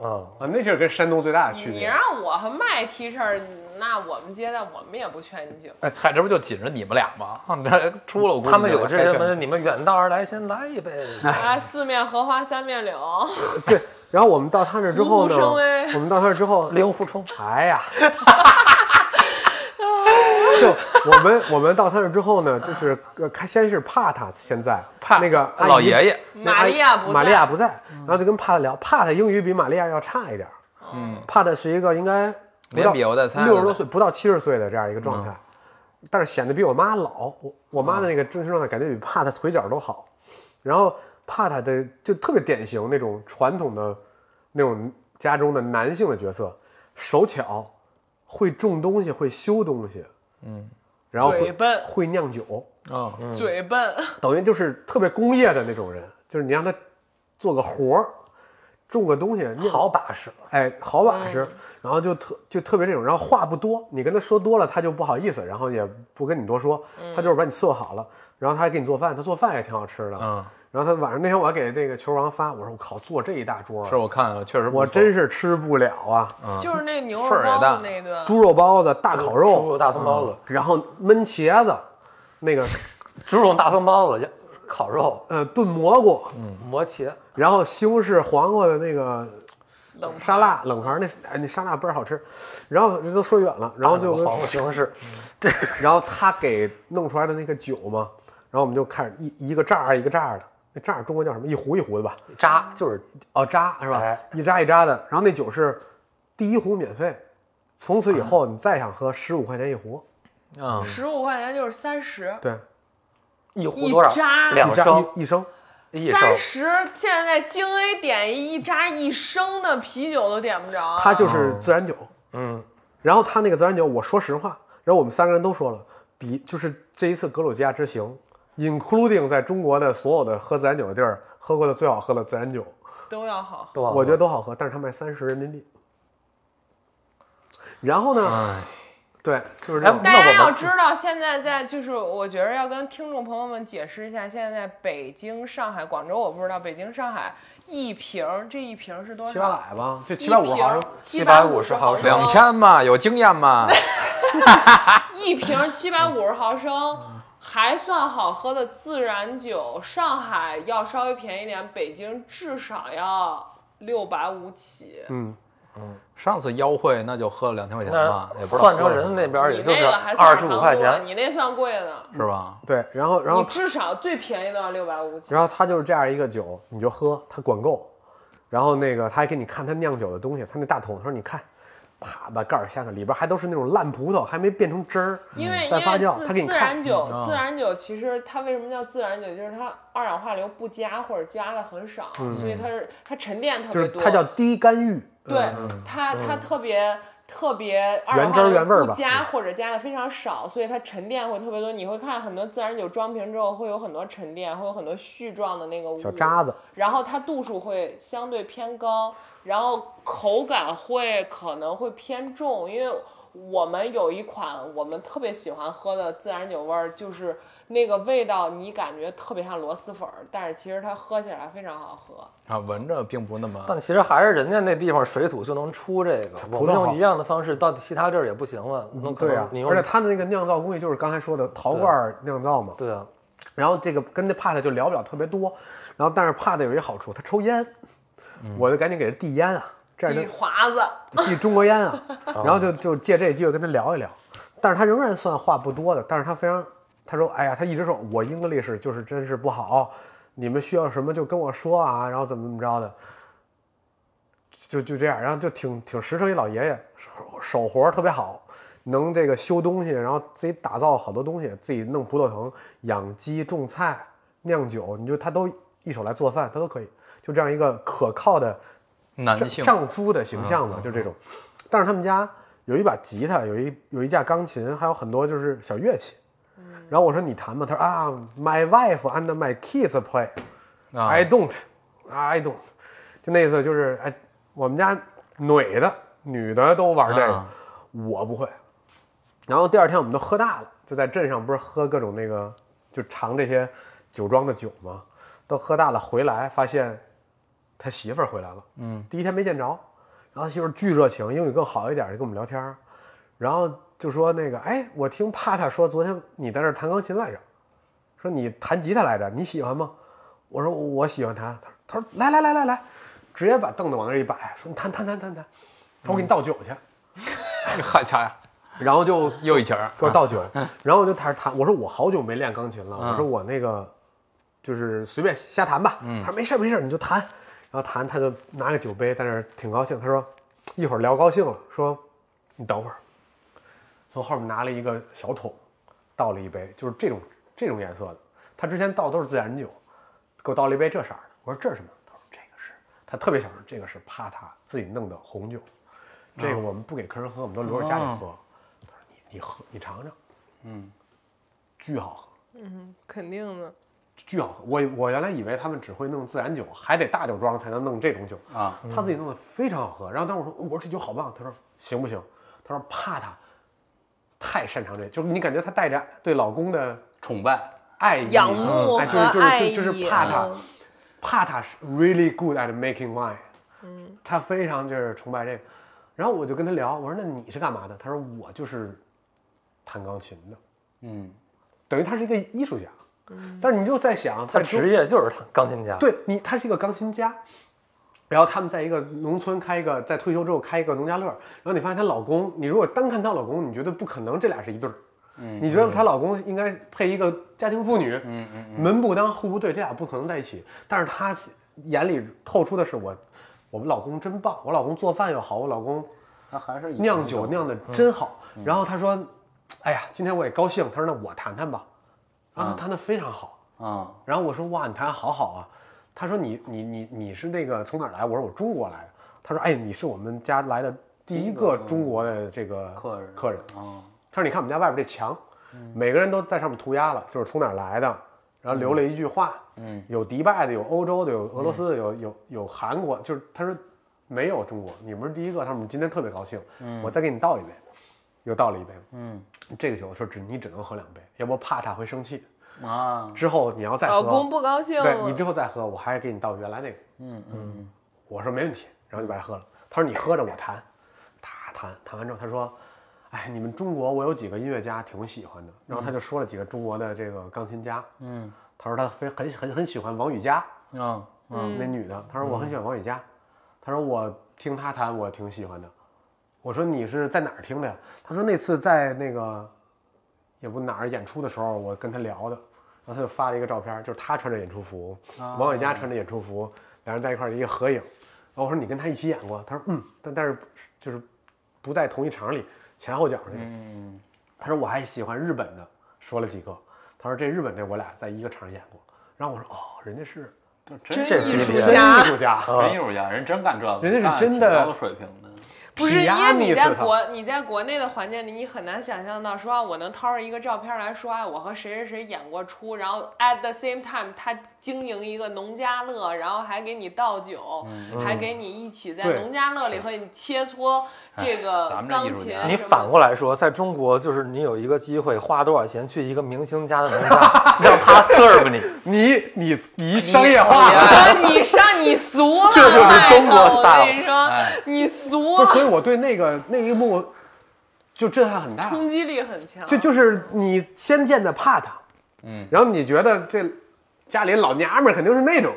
E: 嗯，
B: 啊，那是跟山东最大的区
A: 你。让我和麦 T 恤儿，那我们接待我们也不劝你酒。
C: 哎嗨，这不就紧着你们俩吗？啊那出了我估计
E: 他们有这
C: 该
E: 什
C: 劝
E: 么？
C: 酒
E: 你们远道而来，先来一杯。
A: 啊，四面荷花三面柳，
B: 对，然后我们到他那儿之后
A: 虎
B: 呢
A: 虎生威，
B: 我们到他那儿之后，
E: 令狐冲，
B: 哎呀， 就我们我们到他那儿之后呢，就是呃，开先是怕他，现在
C: 怕
B: 那个阿
C: 老
B: 姨
C: 爷爷，
B: 那阿
A: 玛利亚不在
B: 玛利亚不在，然后就跟帕特聊，帕特英语比玛利亚要差一点，嗯，帕特是一个应该不到
C: 连比我带猜的嗯
B: 六十多岁不到七十岁的这样一个状态，但是显得比我妈老，我我妈的那个精神状态感觉比帕特腿脚都好，然后帕特的就特别典型那种传统的那种家中的男性的角色，手巧，会种东西，会修东西，嗯，然后
A: 嘴
B: 会
A: 笨
B: 会酿酒，
C: 嗯，
A: 嘴笨，
B: 等于就是特别工业的那种人，就是你让他做个活儿，种个东西，你
E: 好把式。
B: 哎好把式，然后就特就特别这种，然后话不多，你跟他说多了他就不好意思，然后也不跟你多说，他就是把你伺候好了，然后他还给你做饭，他做饭也挺好吃的，
C: 嗯，
B: 然后他晚上那天我还给那个球王发，我说我靠，做这一大桌啊
C: 是，我看了，确实不
B: 我
C: 错
B: 真是吃不了啊，
A: 就是那牛肉
C: 份儿也
A: 包
C: 大
A: 子那一顿。
B: 猪肉包子、大烤
E: 猪
B: 肉，
E: 肉大葱包子，
B: 然后焖茄子，那个
E: 猪肉大葱包子，烤肉，
B: 呃炖蘑菇，
E: 摩茄，
B: 然后西红柿黄瓜的那个
A: 冷盘
B: 沙拉冷盘儿那哎那沙拉倍儿好吃，然后这都说远了，然后就
E: 黄瓜西红柿，
B: 然后他给弄出来的那个酒嘛，然后我们就看一一个炸儿一个炸儿的，那炸儿中国叫什么？一壶一壶的吧？
E: 渣就是
B: 哦，扎是吧？
E: 哎
B: 一扎一扎的，然后那酒是第一壶免费，从此以后你再想喝十五块钱一壶，
C: 嗯，
A: 十五块钱就是三十，
B: 对，
E: 一壶多少
A: 一渣？
E: 两
B: 一扎
E: 升，
B: 一一升，
E: 一升
A: 三。十现在京 A 点一扎一升的啤酒都点不着。
B: 它就是
A: 啊
B: 自然酒，
E: 嗯，
B: 然后他那个自然酒，我说实话，然后我们三个人都说了，比就是这一次格鲁吉亚之行，including 在中国的所有的喝自然酒的地儿，喝过的最好喝的自然酒，
A: 啊都要好喝。
E: 多少
B: 我觉得都好喝，但是他卖三十人民币。然后呢？对，就是这
E: 哎
B: 样。
A: 大
E: 那我
A: 家
E: 们
A: 要知道，现在在就是，我觉得要跟听众朋友们解释一下，现在在北京、上海、广州我不知道，北京、上海一瓶儿这一瓶儿是多少？
B: 七八百吧，就
A: 哎一
B: 七百五
A: 瓶
B: 毫
A: 儿
B: 升，
A: 750
E: 750毫升
C: 两千嘛，有经验 嘛，
A: 一瓶七百五十毫
B: 嗯
A: 升，还算好喝的自然酒，上海要稍微便宜点，北京至少要六百五起。
C: 上次邀会那就喝了两千块钱吧，
E: 那
C: 也不知道
E: 算
C: 喝
E: 成
C: 了
E: 人那边
A: 你
E: 也就
A: 那
E: 是
A: 个还算
E: 二十五
A: 韩
E: 块钱
A: 国，你那算贵的，
C: 是吧？
B: 对，然后然后
A: 你至少最便宜都要六百五起。
B: 然后他就是这样一个酒，你就喝，他管够，然后那个他还给你看他酿酒的东西，他那大桶，他说你看，啪把盖儿下去，里边还都是那种烂葡萄，还没变成汁儿，
A: 因为因
B: 再
A: 为
B: 嗯发酵，他
A: 自
B: 给你
A: 自
B: 看
A: 然，酒
C: 嗯，
A: 自然酒其实它为什么叫自然酒，就是它二氧化硫不加或者加的很少，所以它是它沉淀特
B: 嗯就
A: 别
B: 是
A: 多。
B: 它叫低干预，嗯
A: 对，它它特别特别二
B: 原
A: 氧
B: 汁
A: 化
B: 儿
A: 硫
B: 原味儿
A: 不
B: 吧
A: 加或者加的非常少，所以它沉淀会特别多。你会看很多自然酒装瓶之后会有很多沉淀，会有很多絮状的那个
B: 小
A: 雾
B: 渣子，
A: 然后它度数会相对偏高，然后口感会可能会偏重，因为我们有一款我们特别喜欢喝的自然酒味儿，就是那个味道，你感觉特别像螺蛳粉儿，但是其实它喝起来非常好喝。
D: 啊，闻着并不那么
E: 但其实还是人家那地方水土就能出这个，我
B: 萄
E: 们
B: 好
E: 用一样的方式到其他地儿也不行了。那可
B: 对
E: 能
B: 啊
E: 嗯你，用
B: 而且它的那个酿造工艺就是刚才说的陶罐儿酿造嘛，
E: 对啊，
B: 然后这个跟那帕特就聊不了特别多，然后但是帕特有一好处，他抽烟，我就赶紧给他递烟啊，这样
A: 地华子，
B: 能递中国烟啊，然后就就借这机会跟他聊一聊，但是他仍然算话不多的，但是他非常，他说，哎呀，他一直说我 English 就是真是不好，你们需要什么就跟我说啊，然后怎么怎么着的，就就这样，然后就挺挺实诚一老爷爷，手手活儿特别好，能这个修东西，然后自己打造好多东西，自己弄葡萄藤、养鸡、种菜、酿酒，你就他都一手来做饭，他都可以，就这样一个可靠的
D: 男
B: 丈
D: 性。嗯
B: 丈夫的形象嘛，就这种。但是他们家有一把吉他，有一有一架钢琴，还有很多就是小乐器。然后我说你弹吧，他说啊，My wife and my kids play。
D: 啊
B: I don't, I don't，就那意思就是，哎，我们家女的、女的都玩这个，
D: 啊
B: 我不会。然后第二天我们都喝大了，就在镇上不是喝各种那个，就尝这些酒庄的酒吗？都喝大了回来，发现他媳妇儿回来了，嗯，第一天没见着，然后他媳妇儿巨热情，英语更好一点，就跟我们聊天儿，然后就说那个，哎，我听帕塔说昨天你在那儿弹钢琴来着，说你弹吉他来着，你喜欢吗？我说我喜欢弹，他说他说来来来来来，直接把凳子往那儿一摆，说你弹弹弹弹弹，他说我给你倒酒去，
D: 好家伙，
B: 然后就
D: 又一截儿，
B: 给我倒酒， 然后我就开始弹。我说我好久没练钢琴了，我说我那个就是随便瞎弹吧。他说没事儿没事儿，你就弹。然后弹，他就拿个酒杯在那儿挺高兴。他说一会儿聊高兴了，说你等会儿，从后面拿了一个小桶，倒了一杯，就是这种这种颜色的。他之前倒都是自然酒，给我倒了一杯这色儿的。我说这是什么？他说这个是，他特别想说这个是帕塔自己弄的红酒，这个我们不给客人喝，我们都留着家里喝。你喝，你尝尝，嗯，巨好喝，
A: 肯定的。
B: 巨好喝。我我原来以为他们只会弄自然酒，还得大酒庄才能弄这种酒
C: 啊。
B: 他自己弄的非常好喝。然后当时我说，我说这酒好棒，他说行不行？他说怕他太擅长这，就是你感觉他带着对老公的
C: 崇拜，
B: 爱意
A: 仰慕
B: 哎
A: 和
B: 就是
A: 爱
B: 就是就是
A: 意
B: 就是怕他
A: 嗯，
B: 怕他是 really good at making wine，嗯，他非常就是崇拜这个。然后我就跟他聊，我说那你是干嘛的？他说我就是弹钢琴的。
C: 嗯，
B: 等于他是一个艺术家。但是你就在想，
E: 他
B: 他
E: 职
B: 业
E: 业就是弹钢琴家。
B: 对你，他是一个钢琴家。然后他们在一个农村开一个，在退休之后开一个农家乐。然后你发现她老公，你如果单看她老公，你觉得不可能这俩是一对儿。你觉得她老公应该配一个家庭妇女，嗯嗯，门不当户不对，这俩不可能在一起。但是她眼里透出的是我，我们老公真棒，我老公做饭又好，我老公
C: 他还是以
B: 酿酒酿的真好。然后他说：“哎呀，今天我也高兴。”他说：“那我弹弹吧。”然后他弹的非常好。
C: 啊，
B: 然后我说：“哇，你弹得好好啊。”他说你：“你你你是那个从哪儿来？”我说：“我中国来的。”他说：“哎，你是我们家来的第一个中国的这个
C: 客人
B: 客人。
C: 啊，
B: 他说：“你看我们家外边这墙，每个人都在上面涂鸦了，就是从哪儿来的。”然后留了一句话，
C: 嗯，
B: 有迪拜的，有欧洲的，有俄罗斯的，有有有韩国，就是他说没有中国，你们是第一个，他说我们今天特别高兴，我再给你倒一杯，又倒了一杯，
C: 嗯
B: 这个酒说只你只能喝两杯，要不怕他会生气，
C: 啊，
B: 之后你要再喝，
A: 老公不高兴
B: 对你
A: 了，
B: 之后再喝，我还是给你倒原来那个。
C: 嗯嗯
B: 我说没问题，然后就把它喝了。他说你喝着我弹，他弹弹完之后他说，哎，你们中国我有几个音乐家挺喜欢的，然后他就说了几个中国的这个钢琴家，
C: 嗯
B: 他说他非很很很喜欢王羽佳，
C: 嗯啊
B: 那女的，她说我很喜欢王羽佳，她说我听她弹我挺喜欢的，我说你是在哪儿听的呀？她说那次在那个也不哪儿演出的时候，我跟她聊的，然后她就发了一个照片，就是她穿着演出服，
C: 啊
B: 王羽佳穿着演出服，两人在一块儿一个合影，然后我说你跟她一起演过，她说嗯，但但是就是不在同一场里，前后脚那种，
C: 嗯
B: 他说我还喜欢日本的，说了几个。他说这日本这我俩在一个场演过。然后我说哦，人家是
C: 就
A: 真
C: 是
A: 艺术
B: 真
A: 家啊
B: 艺术家，哎
C: 真艺术家，人真干这个，
B: 人家是
C: 干
B: 真
C: 挺
B: 的
C: 高水平的，
A: 不是因为你
B: Pianist
A: 在国你在国内的环境里，你很难想象到说啊，我能掏出一个照片来说啊，我和谁谁谁演过出，然后 at the same time 他经营一个农家乐，然后还给你倒酒，还给你一起在
B: 对
A: 农家乐里和你切磋这
C: 咱
A: 个
C: 们这
A: 钢
C: 艺术
A: 琴
C: 家
A: 什么的。
E: 你反过来说，在中国就是你有一个机会，花多少钱去一个明星家的农 家，让他 serve 你，
B: 你你你商业化了。
A: 啊，你上你俗了，
E: 这就是
A: 麦克
E: 中国
A: 我
E: style
A: 跟你说
C: 哎，
A: 你俗
B: 不 是，所以
A: 了，
B: 我对那个那一幕就震撼很大。
A: 冲击力很强。
B: 就就是你先见的怕他，
C: 嗯，
B: 然后你觉得这家里老娘们儿肯定是那种，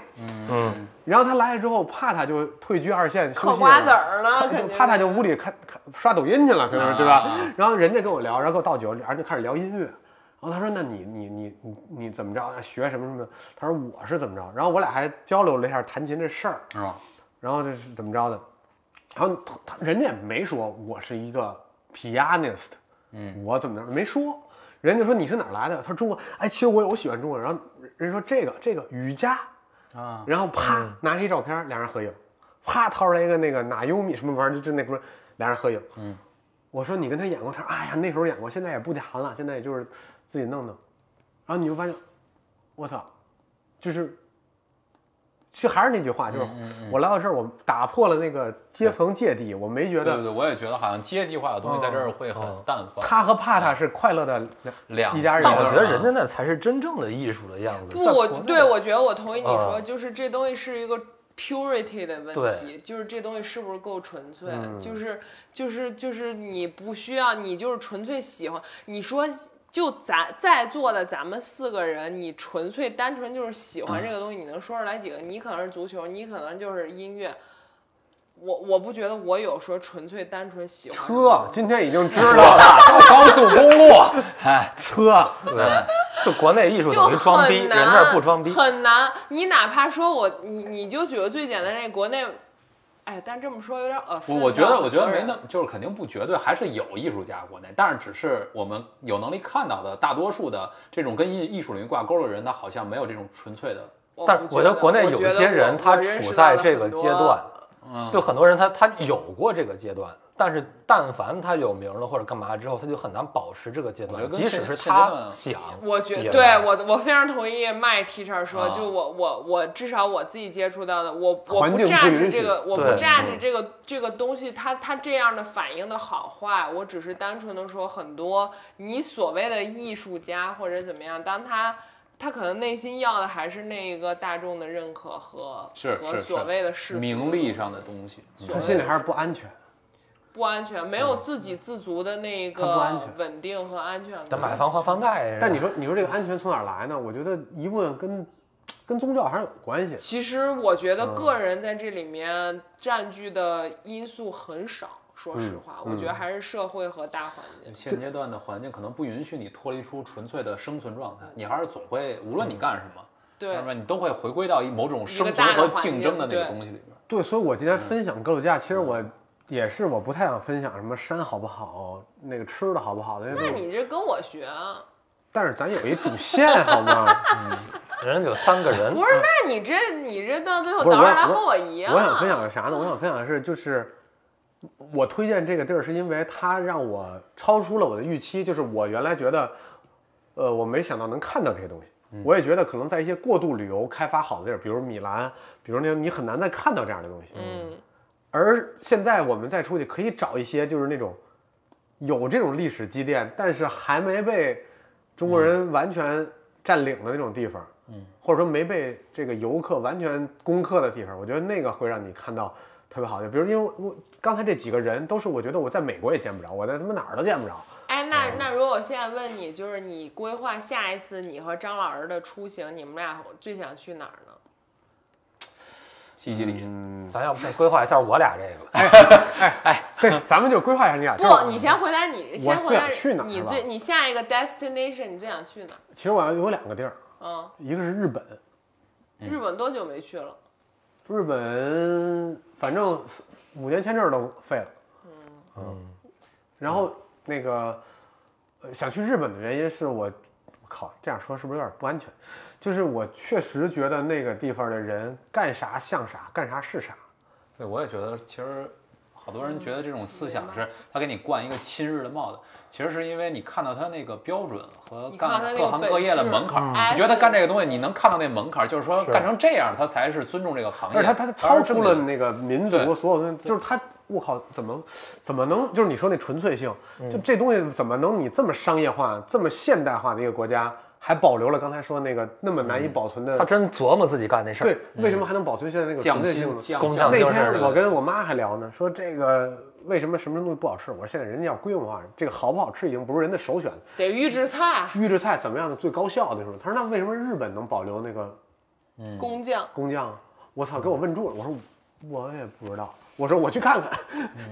B: 嗯，然后他来了之后，怕他就退居二线，
A: 嗑
B: 休息
A: 瓜子
B: 了。
A: 儿呢，肯
B: 就
A: 定
B: 怕他就屋里看看刷抖音去了，可能是对吧
C: 啊？
B: 然后人家跟我聊，然后给我倒酒，然后就开始聊音乐。然后他说：“那你你你你你怎么着？学什么什么？”他说：“我是怎么着？”然后我俩还交流了一下弹琴这事儿。
C: 是吧？
B: 然后这是怎么着的？然后他他人家也没说我是一个 pianist，嗯，我怎么着没说，人家就说你是哪儿来的？他说中国，哎，其实我我喜欢中国。然后人家说这个这个瑜伽
C: 啊，
B: 然后啪拿着一照片，俩人合影，啪掏出来一个那个哪优米什么玩意儿，就就那不是俩人合影，嗯，我说你跟他演过，他说哎呀那时候演过，现在也不弹了，现在也就是自己弄弄，然后你就发现，我操，就是就还是那句话，就是
C: 嗯
B: 我来到这儿，我打破了那个阶层芥蒂，我没觉
C: 对对
B: 得
C: 对，我也觉得好像阶级化的东西在这儿会很淡化。
B: 他和帕塔是快乐的两嗯
C: 两
B: 一家人
E: 但我觉得
C: 啊
E: 人家那才是真正的艺术的样子。
A: 不，
E: 在
A: 我
E: 国内
A: 对我觉得我同意你说，
E: 啊
A: 就是这东西是一个 purity 的问题
E: 对，嗯
A: 就是这东西是不是够纯粹，就是就是就是你不需要，你就是纯粹喜欢。你说就咱在座的咱们四个人，你纯粹单纯就是喜欢这个东西，你能说出来几个？你可能是足球，你可能就是音乐。我我不觉得我有说纯粹单纯喜欢什么
B: 车，今天已经知道了
E: 高速公路，
C: 哎，
B: 车，
E: 对，就国内艺术
A: 就
E: 等于装
A: 很
E: 逼，人
A: 难，
E: 那儿不装逼。
A: 很难。你哪怕说我，你你就举个最简单的，国内，哎，但这么说有点啊恶
C: 我
A: 心。
C: 我觉得，我觉得没那么，就是肯定不绝对，还是有艺术家国内，但是只是我们有能力看到的大多数的这种跟艺艺术领域挂钩的人，他好像没有这种纯粹的，
A: 我不
E: 但是
A: 觉
E: 我觉得国内有一些人，他处在这个阶段，，
C: 嗯
E: 就很多人他他有过这个阶段，但是但凡他有名了或者干嘛之后，他就很难保持这个阶
C: 我觉得
E: 段，
C: 跟
E: 即使
C: 现
E: 是
C: 现阶
E: 他
C: 段
E: 想，
A: 我觉
E: 也
A: 对
E: 难
A: 我我非常同意麦 teacher 说，
C: 啊
A: 就我我我至少我自己接触到的，我我
B: 环
A: 不
B: 境不
A: 榨制
B: 允
A: 这
B: 许
A: 个，我不
E: 对
A: 榨制这个这个东西，它它这样的反应的好坏，我只是单纯的说，很多你所谓的艺术家或者怎么样，当他。他可能内心要的还是那一个大众的认可和
C: 是
A: 和
C: 是
A: 所
C: 是
A: 谓的世俗
C: 名利上的东西。嗯
A: 所
B: 他
A: 谓
B: 心里
A: 的
B: 还是不安全。
A: 不安全，没有自给自足的那一
B: 他不安
A: 个
B: 全
A: 稳定和安全感。
E: 得买房还房
C: 嗯
E: 贷。
B: 但你说你说这个安全从哪儿来呢？我觉得一部分跟跟宗教还是有关系。
A: 其实我觉
B: 嗯
A: 得个人在这里面占据的因素很少，
B: 嗯
A: 说实话，我觉得还是社会和大环境。
C: 现阶段的环境可能不允许你脱离出纯粹的生存状态，你还是总会，无论你干什么，
A: 嗯对
C: 要不，然你都会回归到一某种
A: 一
C: 生
A: 个大
C: 存
A: 的
C: 和
A: 环
C: 竞
A: 境
C: 争的那个
A: 对
C: 东西里边。
B: 对，所以我今天分享格鲁吉亚，其实我也是我不太想分享什么山好不好，那个吃的好不好的
A: 那
B: 那种。
A: 你这跟我学啊？
B: 但是咱有一主线好吗？
E: 人家有三个人，
A: 不是，那你这你这到最后
B: 嗯不是
A: 倒
B: 我
A: 着来
B: 想
A: 和我一样。
B: 我想分享的啥呢？我想分享的是，就是我推荐这个地儿，是因为它让我超出了我的预期，就是我原来觉得，呃，我没想到能看到这些东西。我也觉得可能在一些过度旅游开发好的地儿，比如米兰，比如那你很难再看到这样的东西。
A: 嗯，
B: 而现在我们再出去，可以找一些就是那种有这种历史积淀，但是还没被中国人完全占领的那种地方，嗯，或者说没被这个游客完全攻克的地方，我觉得那个会让你看到特别好的。比如因为我刚才这几个人都是我觉得我在美国也见不着，我在他妈哪儿都见不着。
A: 哎，
B: 嗯
A: 那那如果我现在问你，就是你规划下一次你和张老师的出行，你们俩最想去哪儿呢？
C: 西西里，
E: 咱要不再规划一下我俩
C: 嗯
E: 这个吧？哎
B: 对，咱们就规划一下 你俩。
A: 不，你先回答你，先
B: 最
A: 回答
B: 想去哪儿
A: 你
B: 是吧
A: 最你下一个 destination 你最想去哪儿？
B: 其实我要有两个地儿，
A: 嗯，
B: 一个是日本，嗯
A: 日本多久没去了？
B: 日本反正五年签证都废了。嗯然后那个、呃、想去日本的原因是我，我靠，这样说是不是有点不安全？就是我确实觉得那个地方的人干啥像啥，干啥是啥。
C: 对，我也觉得其实好好多
A: 嗯
C: 人觉得这种思想是他给你冠一个亲日的帽子，其实是因为你看到他那个标准和
A: 你看
C: 干
A: 他那
C: 各
A: 个
C: 行
A: 本
C: 各业的
A: 质
C: 门槛儿，
A: 嗯
C: 你觉得干这个东西你能看到那门槛儿，就是说干成这样，他才是尊重这个行业。
B: 而且他他
C: 才
B: 超
C: 是
B: 出
C: 正
B: 了
C: 经的
B: 那个民
C: 对
B: 族所有东西，就是他，我靠，怎么怎么能就是你说那纯粹性，就这东西怎么能你这么商业化、这么现代化的一个国家，还保留了刚才说那个那么难以保存的？
E: 他真琢磨自己干那事儿。
B: 对，为什么还能保存现在那个纯
C: 匠
B: 粹
C: 心
B: 性呢？
C: 匠
E: 工
C: 匠
E: 匠
B: 那
E: 精
C: 神
B: 天我跟我妈还聊呢，说这个为什么什么东西不好吃？我说现在人家要规模化，这个好不好吃已经不是人的首选了。
A: 得预制菜，
B: 预制菜怎么样的最高效的时候，他说那为什么日本能保留那个嗯
A: 工匠。
B: 工匠，啊我操，给我问住了。我说我也不知道，我说我去看 看，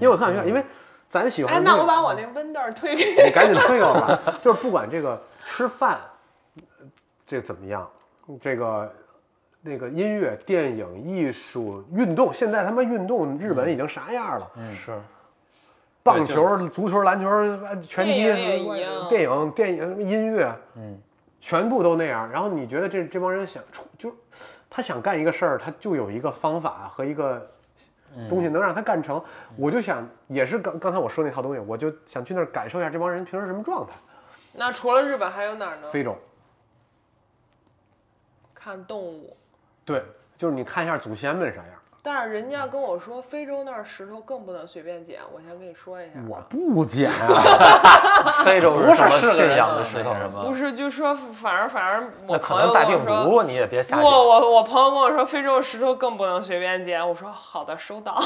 B: 因为我特想去看，因为咱喜欢
A: 哎，
B: 的东西。
A: 那我把我那 Windows 推给
B: 你赶紧退给我吧。就是不管这个吃饭，这怎么样，这个那个音乐、电影、艺术、运动，现在他妈运动日本已经啥样了？
E: 是，
B: 棒球、足球、篮球、拳击
A: 电影也一样，
B: 电影、电影、音乐，
C: 嗯，
B: 全部都那样。然后你觉得这这帮人想出，就是他想干一个事儿，他就有一个方法和一个东西能让他干成。我就想，也是刚刚才我说那套东西，我就想去那儿感受一下这帮人平时什么状态。
A: 那除了日本还有哪儿呢？
B: 非洲，
A: 看动物，
B: 对，就是你看一下祖先们啥样。
A: 但是人家跟我说非洲那儿石头更不能随便捡，我先跟你说一下。
B: 我不捡 啊，
E: 非 洲
C: 不
E: 什么
C: 是个
E: 信
C: 人
E: 仰
C: 呢
E: 的石头
C: 那什么
A: 不是，就说反正反正我
E: 那可
A: 朋友
E: 能带
A: 跟
E: 病
A: 我说，
E: 毒，你也别
A: 不，
E: 瞎想。
A: 我我朋友跟我说非洲石头更不能随便捡，我说好的，收到。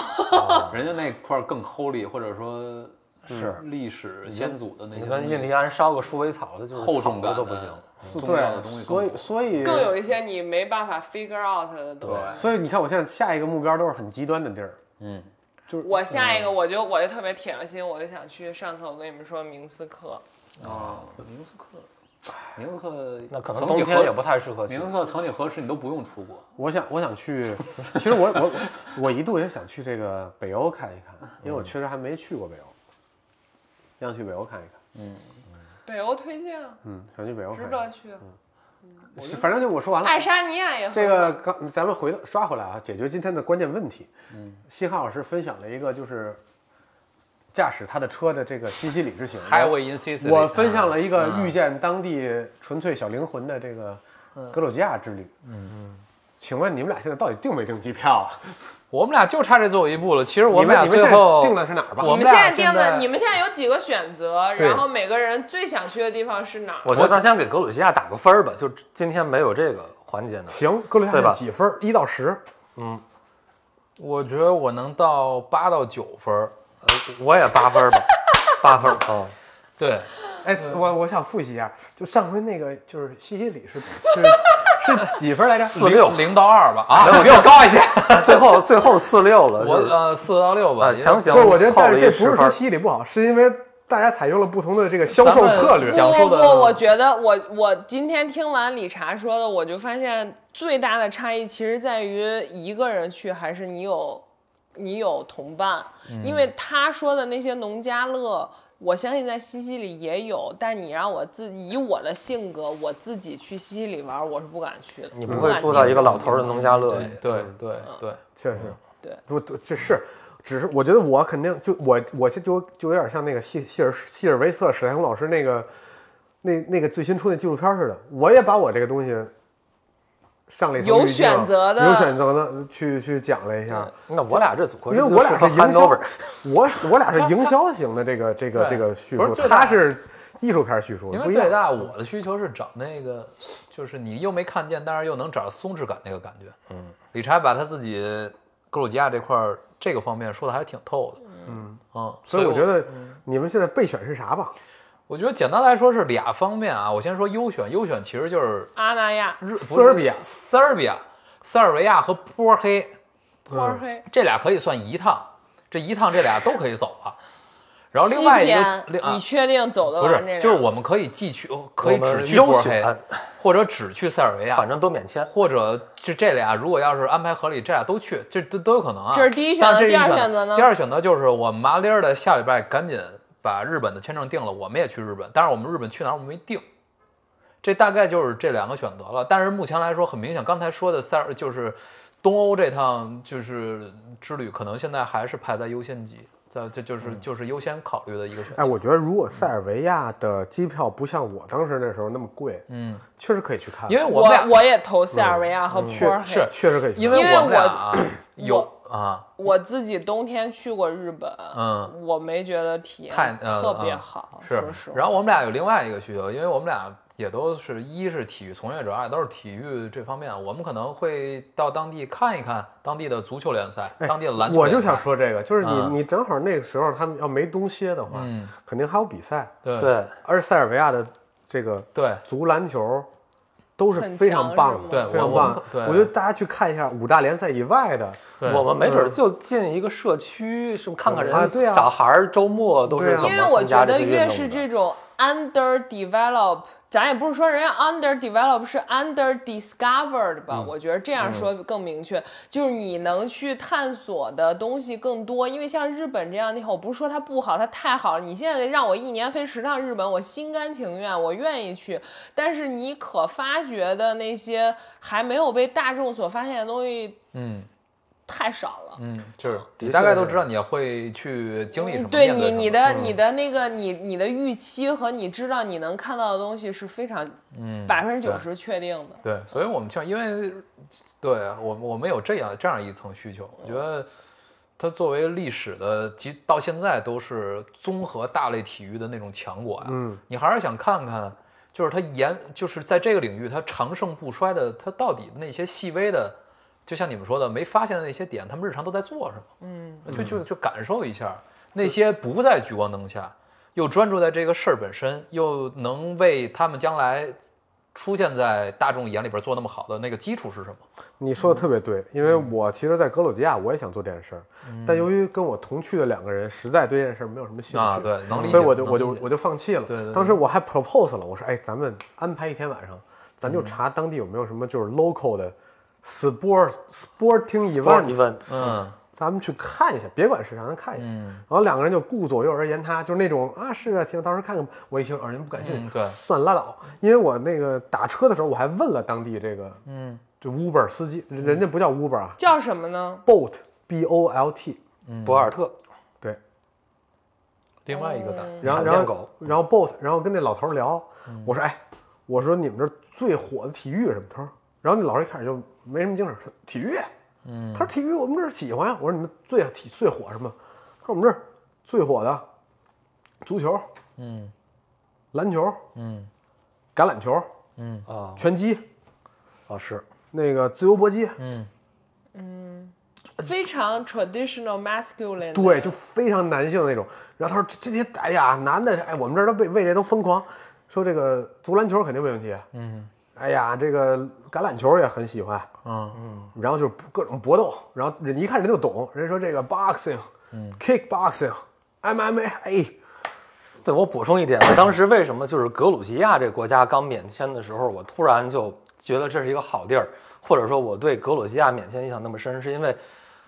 C: 人家那块儿更 holy，或者说
E: 是
C: 历史先祖的那些
E: 你
C: 东西
E: 跟印第安烧个鼠尾草，它就是
C: 厚重
E: 草
C: 感
E: 的都不行。
C: 的，重要的
B: 对，
C: 东西更
B: 所以所 以
A: 更有一些你没办法 figure out 的东西。
B: 所以你看，我现在下一个目标都是很极端的地儿。
C: 嗯，
A: 我下
E: 嗯
A: 一个我就我就特别铁了心，我就想去上次我跟你们说明斯克，
C: 啊，明斯克，明斯克
E: 那可能
C: 曾
E: 冬
C: 几
E: 天
C: 何
E: 也不太适合去
C: 明。斯克曾几何时你都不用出国，
B: 我想，我想去。其实我我我一度也想去这个北欧看一看，因为我确实还没去过北欧，想去北欧看一看。
A: 北欧推荐，啊
B: 嗯，想去北欧看
A: 值
B: 一看。
A: 得去。啊
E: 嗯
B: 是反正就我说完了。
A: 爱沙尼亚也很
B: 这个刚咱们回到刷回来啊，解决今天的关键问题。嗯，西汉老师分享了一个就是驾驶他的车的这个西西里之行。
C: Highway in Sicily，
B: 我分享了一个遇见当地纯粹小灵魂的这个格鲁吉亚之旅。嗯嗯，请问你们俩现在到底订没订机票啊？
D: 我们俩就差这最后一步了。其实我
B: 你们
D: 俩
B: 你们
D: 最
B: 现在
D: 后
B: 订的是哪儿吧？
D: 我
A: 你
D: 们
A: 们
D: 俩
A: 现在定
D: 现在
A: 的，你们现在有几个选择？
B: 对
A: 然后每个人最想去的地方是哪儿？
E: 我觉得咱先给格鲁吉亚打个分儿吧，就今天没有这个环节呢。
B: 行，格鲁吉亚
E: 对
B: 现
E: 吧
B: 在几分儿？一到十。
D: 我觉得我能到八到九分儿。
E: 我也八分儿吧，八分儿。嗯，
D: 对，
B: 哎，我我想复习一下，就上回那个就是西西里是是是几分来着？
E: 四六
D: 零零到二吧啊，
E: 我比我高一些。 最后最后四六了，
D: 我
E: 是吧
D: 呃四到六吧，
E: 呃
D: 因为
E: 强行
B: 不是，我觉得
E: 凑
B: 但是
E: 了一
B: 这不
E: 十
B: 是
E: 分
B: 说
E: 儿。
B: 西西里不好，是因为大家采用了不同的这个销
D: 咱
B: 售
D: 们
B: 策略。
D: 讲
A: 不
D: 述
A: 不
D: 的
E: 嗯
A: 不，我觉得我我今天听完理查说的，我就发现最大的差异其实在于一个人去还是你有你有同伴，
E: 嗯
A: 因为他说的那些农家乐。我相信在西西里也有，但你让我自以我的性格，我自己去西西里玩，我是不敢去的。
B: 嗯
E: 你
A: 我
E: 不
A: 敢
E: 会住到
A: 定
E: 一个老头儿的农家乐
D: 对
E: 里。
D: 对对嗯对，
B: 确实，
A: 对
B: 不，不这是，只是我觉得我肯定就我我现就就有点像那个希希尔希尔维瑟史泰龙老师那个那那个最新出那纪录片似的，我也把我这个东西上了一层
A: 有
B: 滤镜
A: 选择的
B: 有选择的去去讲了一下。
E: 那我俩这组合，
B: 因为我俩是营销
E: handover，，
B: 我我俩是营销型的这个这个
D: 对
B: 这个叙
D: 不是
B: 述，
D: 最大
B: 他是艺术片叙述，
D: 因
B: 不
D: 为
B: 一
D: 最
B: 样。
D: 大我的需求是找那个，就是你又没看见，但是又能找到松弛感那个感觉。嗯，理查把他自己格鲁吉亚这块儿这个方面说的还是挺透的。嗯嗯，
B: 所以我觉
D: 得，
B: 得你们现在备选是啥吧？
D: 我觉得简单来说是俩方面啊。我先说优选，优选其实就是
A: 阿那亚、
E: 嗯
D: 日
B: 塞尔比亚、
D: 塞尔比亚、塞尔维亚和波黑
A: 波尔黑、
D: 这俩可以算一趟，这一趟这俩都可以走了。然后另外一个
A: 西
D: 另
A: 边
D: 啊
A: 你确定走得
D: 不
A: 完
D: 是
A: 这俩？
D: 就是我们可以既去可
E: 我
D: 以
E: 们
D: 只去
E: 优
D: 波黑，
E: 选，
D: 或者只去塞尔维亚，
E: 反正都免签。
D: 或者就这俩，如果要是安排合理，这俩都去，这都都有可能啊。
A: 这是第一选择
D: 但这一
A: 第二选择呢
D: 第二选择就是我们麻利儿的下礼拜赶紧把日本的签证定了，我们也去日本，但是我们日本去哪儿我们没定。这大概就是这两个选择了，但是目前来说，很明显，刚才说的塞尔就是东欧这趟就是之旅，可能现在还是排在优先级。
C: 这这就是就是优先考虑的一个选
B: 哎，
C: 项。
B: 我觉得如果塞尔维亚的机票不像我当时那时候那么贵，
C: 嗯，
B: 确实可以去看，
C: 因为我
A: 我
C: 们俩
A: 我也投塞尔维
D: 嗯
A: 亚啊和波尔
B: 确
A: 黑
B: 是，确实可以去看，
C: 因
A: 因为
C: 为我们俩啊
A: 我
C: 有啊，
A: 我自己冬天去过日本，
C: 嗯，
A: 我没觉得体验
C: 太
D: 呃
C: 嗯
A: 特别
C: 嗯
A: 好，啊说实
C: 是
A: 话。。
C: 然后我们俩有另外一个需求，因为我们俩也都是一是体育从业者，二都是体育这方面，我们可能会到当地看一看当地的足球联赛、
A: 哎
C: 当地的篮球。
B: 我就想，说这个，就是你、
C: 嗯
B: 你正好那个时候他们要没冬歇的话，
C: 嗯，
B: 肯定还有比赛，
C: 对
E: 对，
B: 而塞尔维亚的这个
C: 对
B: 足篮球都是
A: 很
B: 非
A: 强
B: 常棒
A: 是吗
B: 的，
C: 对
B: 非常
C: 我
B: 棒
C: 我。对
B: 我觉得大家去看一下五大联赛以外的，
C: 对，
E: 我们没准就进一个社区，是看看人
B: 嗯啊对
E: 家
B: 啊
E: 小孩儿周末都
B: 对
E: 是
B: 啊
E: 怎
B: 怎
E: 么
A: 因为我
E: 参
A: 觉
E: 加
A: 得
E: 这些运
A: 越
E: 动
A: 是
E: 的
A: 这种 underdevelop，咱也不是说人家 underdevelop 是 underdiscovered
E: 嗯
A: 吧？我觉得这样说更明确，就是你能去探索的东西更多。因为像日本这样的地方，我不是说它不好，它太好了。你现在让我一年飞十趟日本，我心甘情愿，我愿意去。但是你可发掘的那些还没有被大众所发现的东西
C: 嗯
A: 太少了。
C: 嗯，就是你大概都知道你会去经历什么，
A: 嗯对
C: 面
A: 你，
C: 什么
A: 你的你的那个你你的预期和你知道你能看到的东西是非常
C: 嗯
A: 百分之九十确定的。
C: 对，所以我们像因为，对啊我们我们有这样这样一层需求，我觉得它作为历史的及到现在都是综合大类体育的那种强国呀、
B: 嗯，
C: 你还是想看看，就是它延就是在这个领域它长盛不衰的，它到底那些细微的，就像你们说的没发现的那些点，他们日常都在做什么？
A: 嗯，
C: 就就就感受一下那些不在聚光灯下，又专注在这个事儿本身，又能为他们将来出现在大众眼里边做那么好的那个基础是什么？
B: 你说的特别对，因
C: 嗯
B: 为我其实，在格鲁吉亚我也想做这件事儿，但由于跟我同去的两个人实在对这件事儿没有什么兴趣
C: 啊对能理解
B: 所以我就
C: 能
B: 我就
C: 理解
B: 我就放弃了。
C: 对对对
B: 当时我还 propose 了，我说，哎，咱们安排一天晚上，咱
C: 嗯
B: 就查当地有没有什么就是 local 的 sport sporting
E: Sport
B: event，
E: event，
C: 嗯
B: 咱们去看一下，别管是啥，咱看一下。
C: 嗯，
B: 然后两个人就顾左右而言他，就是那种啊是啊，行，到时候看看吧。我一听，啊，人不感兴趣，
C: 嗯 对
B: 算拉倒。因为我那个打车的时候，我还问了当地这个，
C: 嗯，
B: 这 Uber 司机，人家不叫 Uber 啊
A: 叫什么呢？
B: ，Bolt B O L T，
E: 博
B: 嗯
E: 尔特，
B: 对。
C: 另外一个的，
B: 然后然
E: 闪电
B: 后
E: 狗
B: 然后 Bolt，然后跟那老头聊，我说哎，我说你们这儿最火的体育是什么？他说，然后那老头一开始就没什么精神，说体育，嗯，他说体育我们这儿喜欢呀。啊我说你们最体最火什么？他说我们这儿最火的足球，
C: 嗯，
B: 篮球，
C: 嗯，
B: 橄榄球，
E: 啊
B: 拳击，
E: 啊是，
B: 那个自由搏击，
C: 嗯，
A: 非常 traditional masculine。
B: 对，就非常男性那种。然后他说这这些，哎呀，男的，哎，我们这儿都为为这都疯狂，说这个足篮球肯定没问题，嗯，哎呀，这个橄榄球也很喜欢，
C: 嗯
B: 嗯，然后就是各种搏斗，然后人一看人就懂，人家说这个 boxing，嗯，kickboxing。MMA，
E: 对我补充一点，我当时为什么就是格鲁吉亚这个国家刚免签的时候，我突然就觉得这是一个好地儿，或者说我对格鲁吉亚免签印象那么深，是因为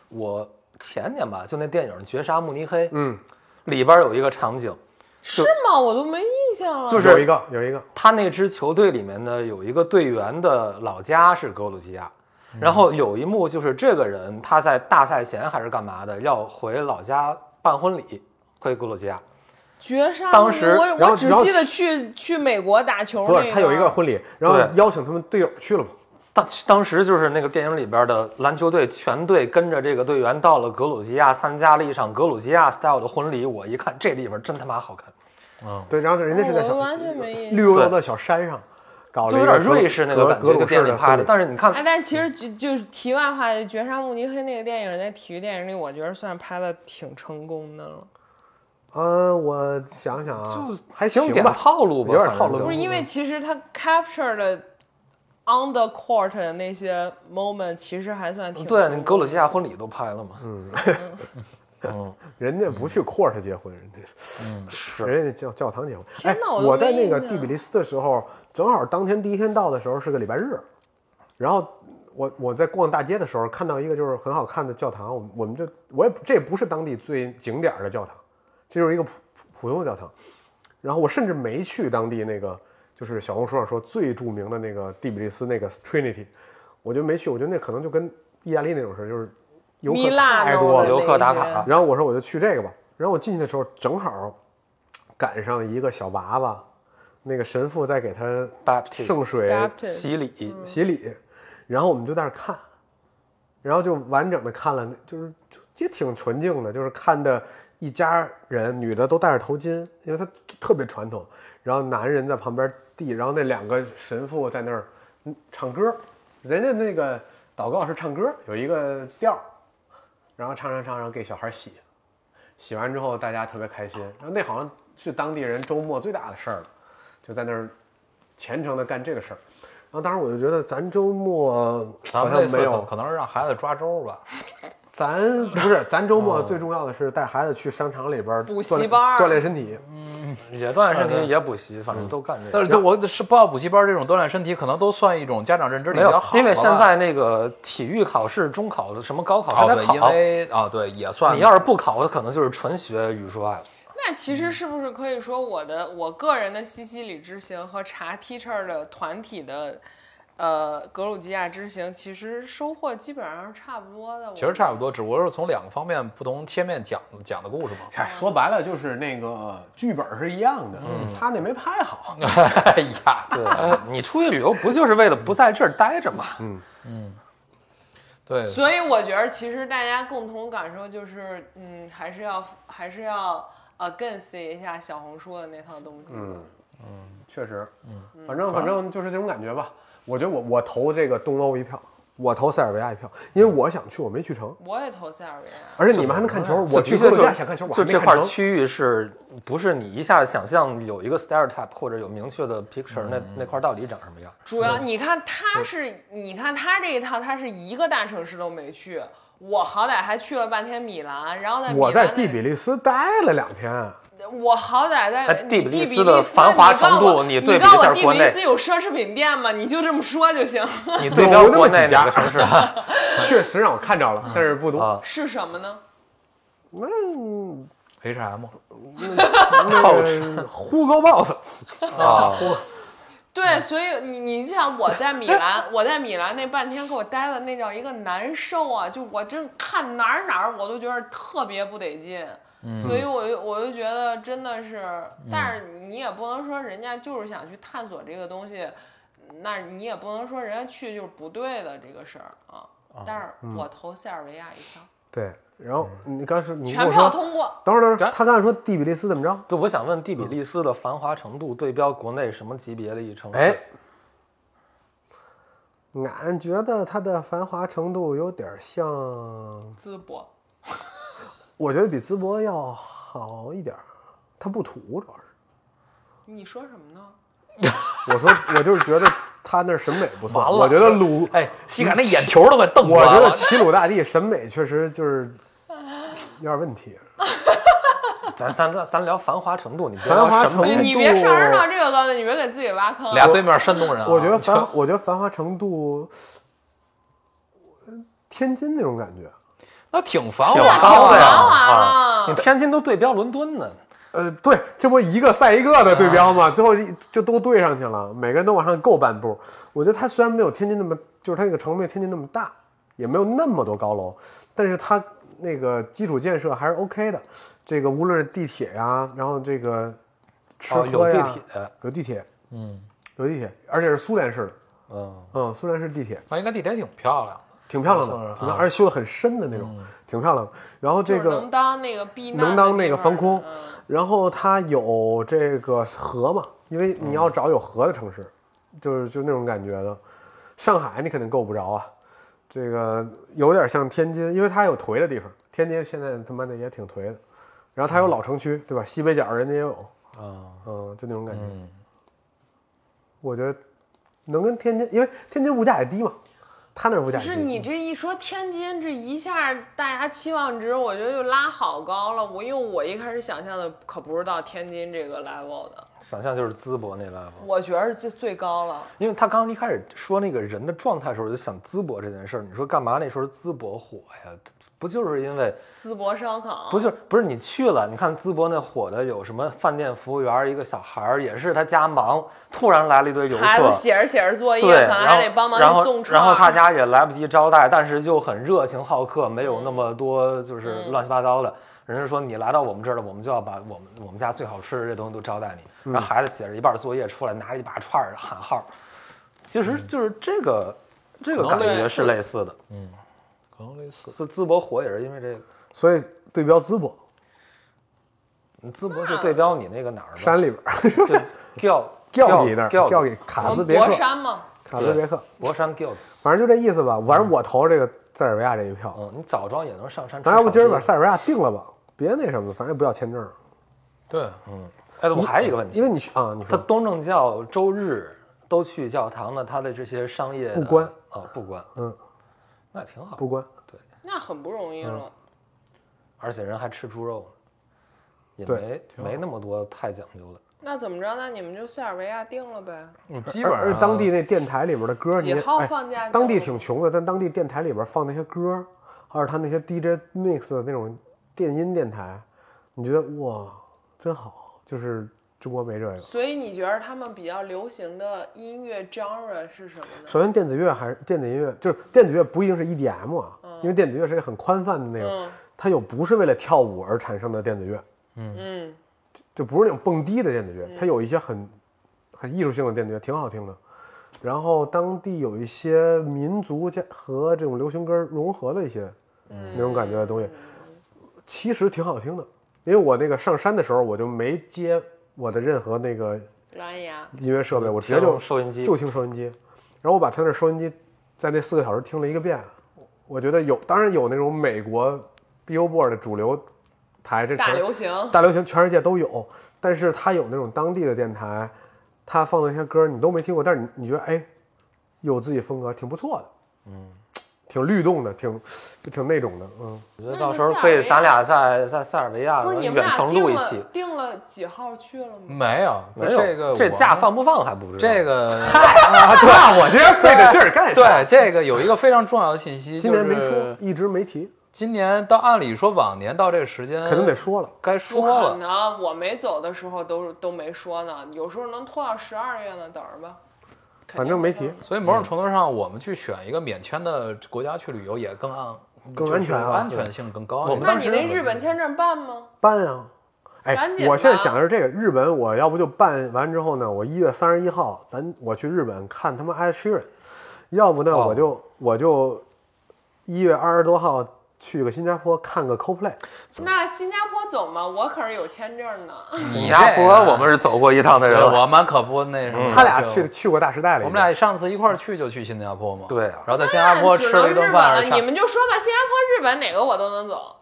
E: 我前年吧，就那电影《绝杀慕尼黑》，
B: 嗯，
E: 里边有一个场景，
A: 是吗？我都没印象了。
E: 就是
B: 有一个有一个，
E: 他那支球队里面呢，有一个队员的老家是格鲁吉亚，然后有一幕就是这个人他在大赛前还是干嘛的，要回老家办婚礼，回格鲁吉亚。
A: 绝杀
E: 当时
A: 我
B: 然
A: 我
B: 后
A: 只
B: 然后
A: 记得去去美国打球
B: 不
A: 那
B: 是他有一个婚礼，然后
E: 对
B: 邀请他们队友去了嘛，
E: 当当时就是那个电影里边的篮球队全队跟着这个队员到了格鲁吉亚，参加了一场格鲁吉亚 style 的婚礼。我一看这地方真他妈好看，
B: 对，然后人家是在
A: 我
B: 小
A: 完全没印象
B: 绿油油的小山上搞
E: 就
B: 了
E: 有
B: 一个
E: 点
B: 格
E: 瑞士那个
B: 格
E: 感
B: 格
E: 觉，
B: 鲁
E: 就
B: 士
E: 店里
B: 的
E: 拍
B: 婚
E: 的。
B: 礼，
E: 但是你看
A: 哎，但其实就就是题外话，《绝杀慕尼黑》那个电影在体育电影里，我觉得算拍的挺成功的了。
B: 嗯，我想想啊，还
E: 经
B: 行
E: 典
B: 吧，
E: 套路吧，
B: 有点
E: 反正
B: 套路
E: 就
A: 不是因为其实他 capture 的 on the court 的那些 moment 其实还算挺
E: 对，
A: 成
E: 那
A: 功
E: 格鲁吉亚婚礼都拍了嘛。
B: 嗯人家不去 court 结婚，人家，
E: 是
B: 人家教教堂结婚。
A: 天哪
B: 哎
A: 我都
B: 我在
A: 没
B: 那个
A: 印
B: 第
A: 象
B: 比利斯的时候，正好当天第一天到的时候是个礼拜日，然后我我在逛大街的时候看到一个就是很好看的教堂，我们我们就我也不这也不是当地最景点儿的教堂，这就是一个普普通的教堂。然后我甚至没去当地那个就是小红书上说最著名的那个第比利斯那个 Trinity，我就没去，我觉得那可能就跟意大利那种事儿就是游客
A: 米拉
B: 太
A: 诺
B: 多
A: 的
B: 了
E: 游。客
A: 那
E: 打
A: 些
E: 卡
B: 嗯然后我说我就去这个吧，然后我进去的时候正好赶上一个小娃娃，那个神父在给他
E: Baptist
B: 圣水
A: Baptist
E: 洗礼，
B: 洗礼，然后我们就在那儿看，然后就完整的看了，就是就也挺纯净的，就是看的一家人，女的都戴着头巾，因为她特别传统，然后男人在旁边递，然后那两个神父在那儿嗯唱歌，人家那个祷告是唱歌，有一个调儿，然后唱唱唱，然后给小孩洗，洗完之后大家特别开心，然后那好像是当地人周末最大的事儿了，就在那儿虔诚的干这个事儿。然后当时我就觉得咱周末
C: 咱
B: 好
C: 们
B: 像
C: 这次
B: 没有
C: 可，可能是让孩子抓周吧，
B: 咱不是咱周末最重要的是带孩子去商场里边儿
A: 补
B: 锻
A: 习
B: 炼
A: 班儿
B: 锻炼身体。
E: 也锻炼身体，也补习，
B: 嗯
E: 反正都干这
C: 但
E: 个。
C: 是就我是报补习班这种锻炼身体，可能都算一种家长认知力
E: 没
C: 比较
E: 有，
C: 好的
E: 因为
C: 吧
E: 现在那个体育考试、中考、什么高考
C: 哦
E: 还在
C: 对，因
E: 考，
C: 为啊对也算
E: 你要是不考，它可能就是纯学语数外了。
A: 那其实是不是可以说我的我个人的西西里之行和查 teacher 的团体的，呃，格鲁吉亚之行，其实收获基本上是差不多的。我
C: 其实差不多，只不过是从两个方面不同切面讲讲的故事 嘛。
B: 哎，说白了就是那个剧本是一样的，他那没拍好。
C: 哎呀，
E: 对，你出去旅游不就是为了不在这儿待着吗？
C: 对，
A: 所以我觉得，其实大家共同感受就是，嗯，还是要还是要呃 against 一下小红书的那套东西。嗯，
B: 确实，嗯，反正反正就是这种感觉吧。我觉得我我投这个东欧一票，我投塞尔维亚一票，因为我想去，我没去成。
A: 我也投塞尔维亚。
B: 而且你们还能看球，我去
E: 就
B: 克罗地
E: 的确就
B: 亚想看球，我还
E: 就
B: 没
E: 这
B: 看
E: 块
B: 成。
E: 区域是不是你一下想象有一个 stereotype 或者有明确的 picture，那
B: 嗯
E: 那块到底长什么样？
A: 主要
E: 嗯
A: 你看他是，你看他这一趟，他是一个大城市都没去，我好歹还去了半天米兰，然后在米兰
B: 我在
A: 那
B: 蒂比利斯待了两天，啊
A: 我好歹在
E: 哎
A: 你
E: 蒂比利
A: 利
E: 斯的繁华程度
A: 你告我你
E: 你对比一
A: 告
E: 下
A: 我蒂
E: 国
A: 比利
E: 内
A: 斯有奢侈品店吗？你就这么说就行。
E: 你对
B: 有
E: 标
B: 那么
E: 国
B: 几
E: 内
B: 家
E: 哪个城 市啊？
B: 确实让我看着了，但是不多。
A: 是什么呢？
C: H&M
B: 那个 Hugo Boss
E: 啊，嗯
A: 对，所以你你像我在米兰，我在米兰那半天给我待的那叫一个难受啊！就我真看哪儿哪儿我都觉得特别不得劲，
E: 嗯
A: 所以我就我就觉得真的是，但是你也不能说人家就是想去探索这个东西，那你也不能说人家去就是不对的这个事儿啊。但是
E: 嗯
A: 我投塞尔维亚一票，
B: 对，然后你刚说你跟
A: 全
B: 我
A: 票
B: 说，
A: 通过。
B: 等会儿等会儿，他刚才说蒂比利斯怎么着？
E: 就我想问，蒂比利斯的繁华程度对标国内什么级别的一城市？
B: 哎，俺觉得它的繁华程度有点像，
A: 淄博，
B: 我觉得比淄博要好一点儿，它不土主要是。
A: 你说什么呢？
B: 我说我就是觉得他那儿审美不错，
C: 完了
B: 我觉得鲁，
C: 哎，西卡那眼球都快瞪
B: 我
C: 过来
B: 觉得
C: 了。
B: 齐鲁大地审美确实就是有点问题。
E: 咱咱咱咱聊繁华程度，你别
B: 繁华
E: 聊什么
B: 程
A: 你
B: 度
E: 哎
A: 你别上升到这个高度，你别给自己挖坑啊。
C: 俩对面山东人啊，
B: 我觉得繁，我觉得繁华程度，呃天津那种感觉。
C: 那挺繁
E: 挺
C: 华
A: 那
C: 的。
E: 高的呀
A: 挺繁华了
B: 哎
E: 啊！你天津都对标伦敦呢，
B: 呃，对，这不一个赛一个的对标
E: 啊
B: 吗？最后一就都对上去了，每个人都往上够半步。我觉得它虽然没有天津那么，就是它那个城没有天津那么大，也没有那么多高楼，但是它那个基础建设还是 OK 的。这个无论是地铁呀、然后这个吃
E: 哦，有
B: 喝
E: 地
B: 呀、
E: 铁，
B: 有地铁，
C: 嗯，
B: 有地铁，而且是苏联式的，
E: 嗯，
B: 嗯，苏联式地铁
C: 那应该地铁挺漂亮的。
B: 挺漂亮
C: 苏联
B: 的，
C: 式
B: 挺漂亮而且修得很深的那种，挺漂亮的。然后这
A: 就是
B: 个
A: 能当那个避难的地方，
B: 能当那个防空
A: 嗯，
B: 然后它有这个河嘛，因为你要找有河的城市，就是就那种感觉的。上海你肯定够不着啊，这个有点像天津，因为它有颓的地方，天津现在他妈的也挺颓的。然后它有老城区，对吧？西北角人家也有，
E: 啊，
B: 嗯，就那种感觉。我觉得能跟天津，因为天津物价也低嘛，他那儿物价
A: 不
B: 也低
A: 是你这一说天津，这一下大家期望值，我觉得又拉好高了。我因为我一开始想象的可不是到天津这个 level 的，
E: 想象就是淄博那 level。
A: 我觉得这最高了。
E: 因为他刚刚一开始说那个人的状态的时候，我就想淄博这件事儿。你说干嘛那时候淄博火呀？不就是因为
A: 淄博烧烤
E: 不就不是你去了？你看淄博那火的有什么饭店服务员，一个小孩儿也是他家忙，突然来了一堆游
A: 孩子
E: 客，
A: 写着写着作业，
E: 对，
A: 可能
E: 然
A: 还得帮
E: 后
A: 忙
E: 然
A: 去
E: 后
A: 送啊串儿。
E: 然后他家
A: 嗯
E: 也来不及招待，但是又很热情好客，没有那么多就是乱七八糟的。人家说你来到我们这儿了，我们就要把我们我们家最好吃的这东西都招待
C: 嗯
E: 你。然后孩子写着一半作业出来，拿着一把串儿喊号，其实就是这个、这个
C: 嗯可能
E: 感
C: 类
E: 觉
C: 似
E: 是类似的。
C: 可能类似。
E: 淄淄博火也是因为这个，
B: 所以对标淄博
E: 淄博是对标你那个哪儿吗？
B: 山里边儿，
E: 就吊
B: 吊你那儿，
E: 吊
B: 吊给卡
A: 我
B: 斯
A: 们
B: 别
A: 博
B: 克，
A: 山嘛，
B: 卡斯别克，
E: 博山吊子。
B: 反正就这意思吧。反正我投这个塞尔维亚这一票，
E: 嗯嗯，你枣庄也能上山吃
B: 咱
E: 烤鸡。
B: 要不今儿把塞尔维亚定了吧，别那什么，反正也不要签证了，
C: 对，
E: 哎，我还有一个问题，
B: 因为你去啊，你
E: 他
B: 说
E: 东正教周日都去教堂呢，他的这些商业
B: 不关
E: 啊、不关，
B: 嗯，
E: 那挺好。
B: 不关，
A: 那很不容易了。
E: 而且人还吃猪肉呢，也
B: 对
E: 没没那么多太讲究了。
A: 那怎么着？那你们就塞尔维亚定了呗？
C: 你基
B: 而
E: 啊
C: 本
B: 而
C: 上
B: 当地那电台里边的歌，你
A: 几号
B: 哎
A: 放假？
B: 当地挺穷的，但当地电台里边放那些歌，还有他那些 DJ mix 的那种电音电台，你觉得哇，真好，就是中国没这个。
A: 所以你觉得他们比较流行的音乐 genre 是什么呢？
B: 首先，电子乐还是电子音乐，就是电子乐不一定是 EDM 啊，因为电子乐是一个很宽泛的那种，
A: 嗯
B: 它有不是为了跳舞而产生的电子乐，
A: 嗯，
B: 就不是那种蹦迪的电子乐，它有一些很很艺术性的电子乐，挺好听的。然后当地有一些民族加和这种流行歌融合的一些那种感觉的东西，其实挺好听的。因为我那个上山的时候，我就没接我的任何那个
A: 蓝牙。
B: 音乐设备，我直接就
E: 听收音机
B: 就听收音机。然后我把他那收音机在那四个小时听了一个遍，我觉得有，当然有那种美国 Billboard 的主流台，这
A: 大
B: 全
A: 流行，
B: 大流行全世界都有，但是它有那种当地的电台，它放的那些歌你都没听过，但是你你觉得哎，有自己风格，挺不错的，嗯，挺律动的，挺挺那种的，嗯，
E: 我觉得
A: 那
E: 到
A: 就
E: 时候
A: 塞尔
E: 可以，
A: 维
E: 咱
A: 亚
E: 俩在在塞尔维亚
A: 不是你们
E: 远
A: 俩
E: 程
A: 定
E: 录一
A: 了
E: 期，
A: 定了几号去了吗？
C: 没有，
E: 没有
C: 这个
E: 这
C: 我
E: 假放不放还不知道。
C: 这个 啊
E: 那我这人
B: 费这劲儿干啥？
C: 对这个有一个非常重要的信息，
B: 今年没
C: 就是
B: 说，一直没提，
C: 今年到按理说往年到这个时间
B: 肯定得说了。
C: 该
A: 不
C: 说
A: 可
C: 了，
A: 能，我没走的时候都都没说呢，有时候能拖到十二月呢，等着吧。
B: 反正没提，
C: 所以某
B: 嗯
C: 种程度上，我们去选一个免签的国家去旅游也更安
B: 更
C: 就是
B: 安全啊
C: 安全性更高一点。
E: 我们
A: 那你那日本签证办吗？
B: 办啊！哎
A: 赶紧，
B: 我现在
A: 吧
B: 想的是这个，日本我要不就办完之后呢，我一月三十一号咱我去日本看他们 Ed Sheeran，要不呢
E: 哦
B: 我就我就一月二十多号去个新加坡看个 CoPlay，
A: 那新加坡走吗？我可是有签证呢。
C: 你
E: 新
C: 这
E: 加
C: 个
E: 坡我们是走过一趟的人
C: 对
E: 了。
C: 我们可不那什么，
B: 嗯他俩
C: 嗯就
B: 去去过大时代了已
C: 我
B: 经，
C: 们俩上次一块儿去就去新加坡嘛，
E: 对啊
C: 然后在新加坡吃了一顿
A: 那
C: 饭，
A: 只能日本
C: 上
A: 了，你们就说吧，新加坡、日本哪个我都能走，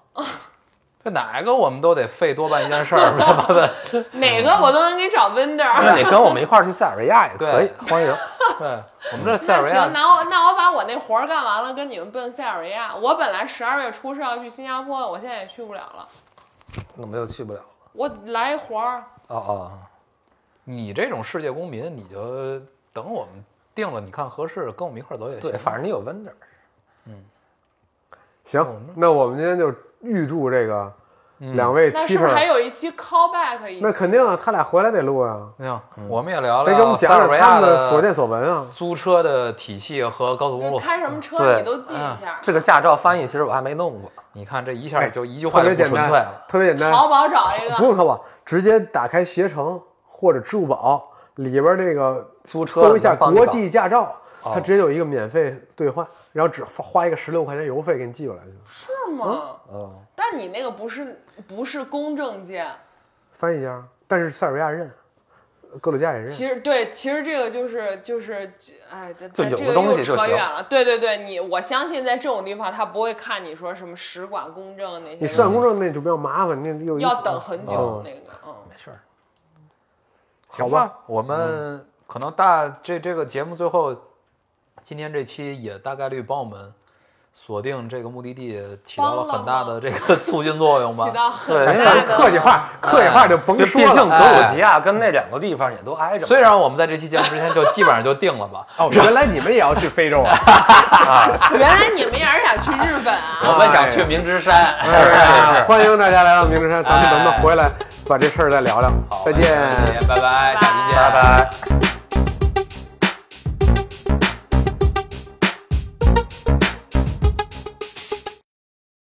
C: 这哪个我们都得费多办一件事儿，他 妈的，
A: 哪个我都能给找 vendor。
E: 那你跟我们一块儿去塞尔维亚也可以，欢迎。
C: 对 我们这 塞
A: 那
C: 尔维亚
A: 行，那我那我把我那活儿干完了，跟你们奔塞尔维亚。我本来十二月初是要去新加坡的，我现在也去不了了。
E: 那我们又去不了。
A: 我来一活儿，
E: 哦哦，
C: 你这种世界公民，你就等我们定了，你看合适，跟我们一块儿走也行。
E: 对，反正你有 vendor。
B: 行，
C: 嗯
B: 那我们今天就预祝这个两位
A: 那是不是还
B: teacher，
A: 有一期 callback 一期？
B: 那肯定啊，他俩回来得录啊，
C: 正我们也聊
B: 得给我们
C: 聊塞
B: 讲
C: 尔
B: 讲
C: 维
B: 他
C: 亚
B: 们的所见所闻啊。
C: 租车的体系和高速公
A: 就
C: 路。
A: 开什么车
E: 对
A: 你都记一下。
E: 这个驾照翻译其实我还没弄过。
C: 你看这一下就一句
B: 哎特
C: 话就
B: 别
C: 不
B: 简
C: 纯
B: 单
C: 粹了，，
B: 特别简单，
A: 淘宝找一
B: 不
A: 个，
B: 用淘宝，直接打开携程或者支付宝里边那个
E: 租车
B: 搜一下
E: 能帮你
B: 国际驾照，
E: 搞
C: 哦
B: 它直接有一个免费兑换，然后只花花一个十六块钱邮费给你寄过来就行。
A: 是吗？
E: 嗯，
A: 但你那个不是不是公证件，
B: 嗯翻译一下，但是塞尔维亚认，格鲁吉亚也认。
A: 其实对，其实这个就是就是，哎，这
E: 就
A: 这
E: 有
A: 这个
E: 个东西
A: 又
E: 就
A: 扯
E: 行
A: 远了。对对对，你我相信在这种地方，他不会看你说什么使馆公证那
B: 你
A: 些
B: 上
A: 东
B: 公证那就比较麻烦，那又
A: 西，
B: 一
A: 要等很久
B: 嗯
A: 那个。嗯，
E: 没事儿。
B: 好
C: 行
B: 吧？嗯
C: 吧？我们可能大这这个节目最后，今天这期也大概率帮我们锁定这个目的地，起到了很大的这个促进作用吧
A: 起。到很
E: 对
A: 大的
B: 哎客气话，客气话哎就甭
E: 就毕
B: 说了。
E: 竟格鲁吉亚跟那两个地方也都挨着嘛。
C: 虽然我们在这期节目之前就基本上就定了 吧，
B: 哦，原来你们也要去非洲 啊？
A: 原来你们也是想去日本 啊？
C: 我们想去明之山。
B: 哎欢迎大家来到明之山，咱们等他回来把这事儿再聊聊。
C: 好
B: 再
C: 再
B: 见。
C: 见，拜拜，下期见，
E: 拜拜。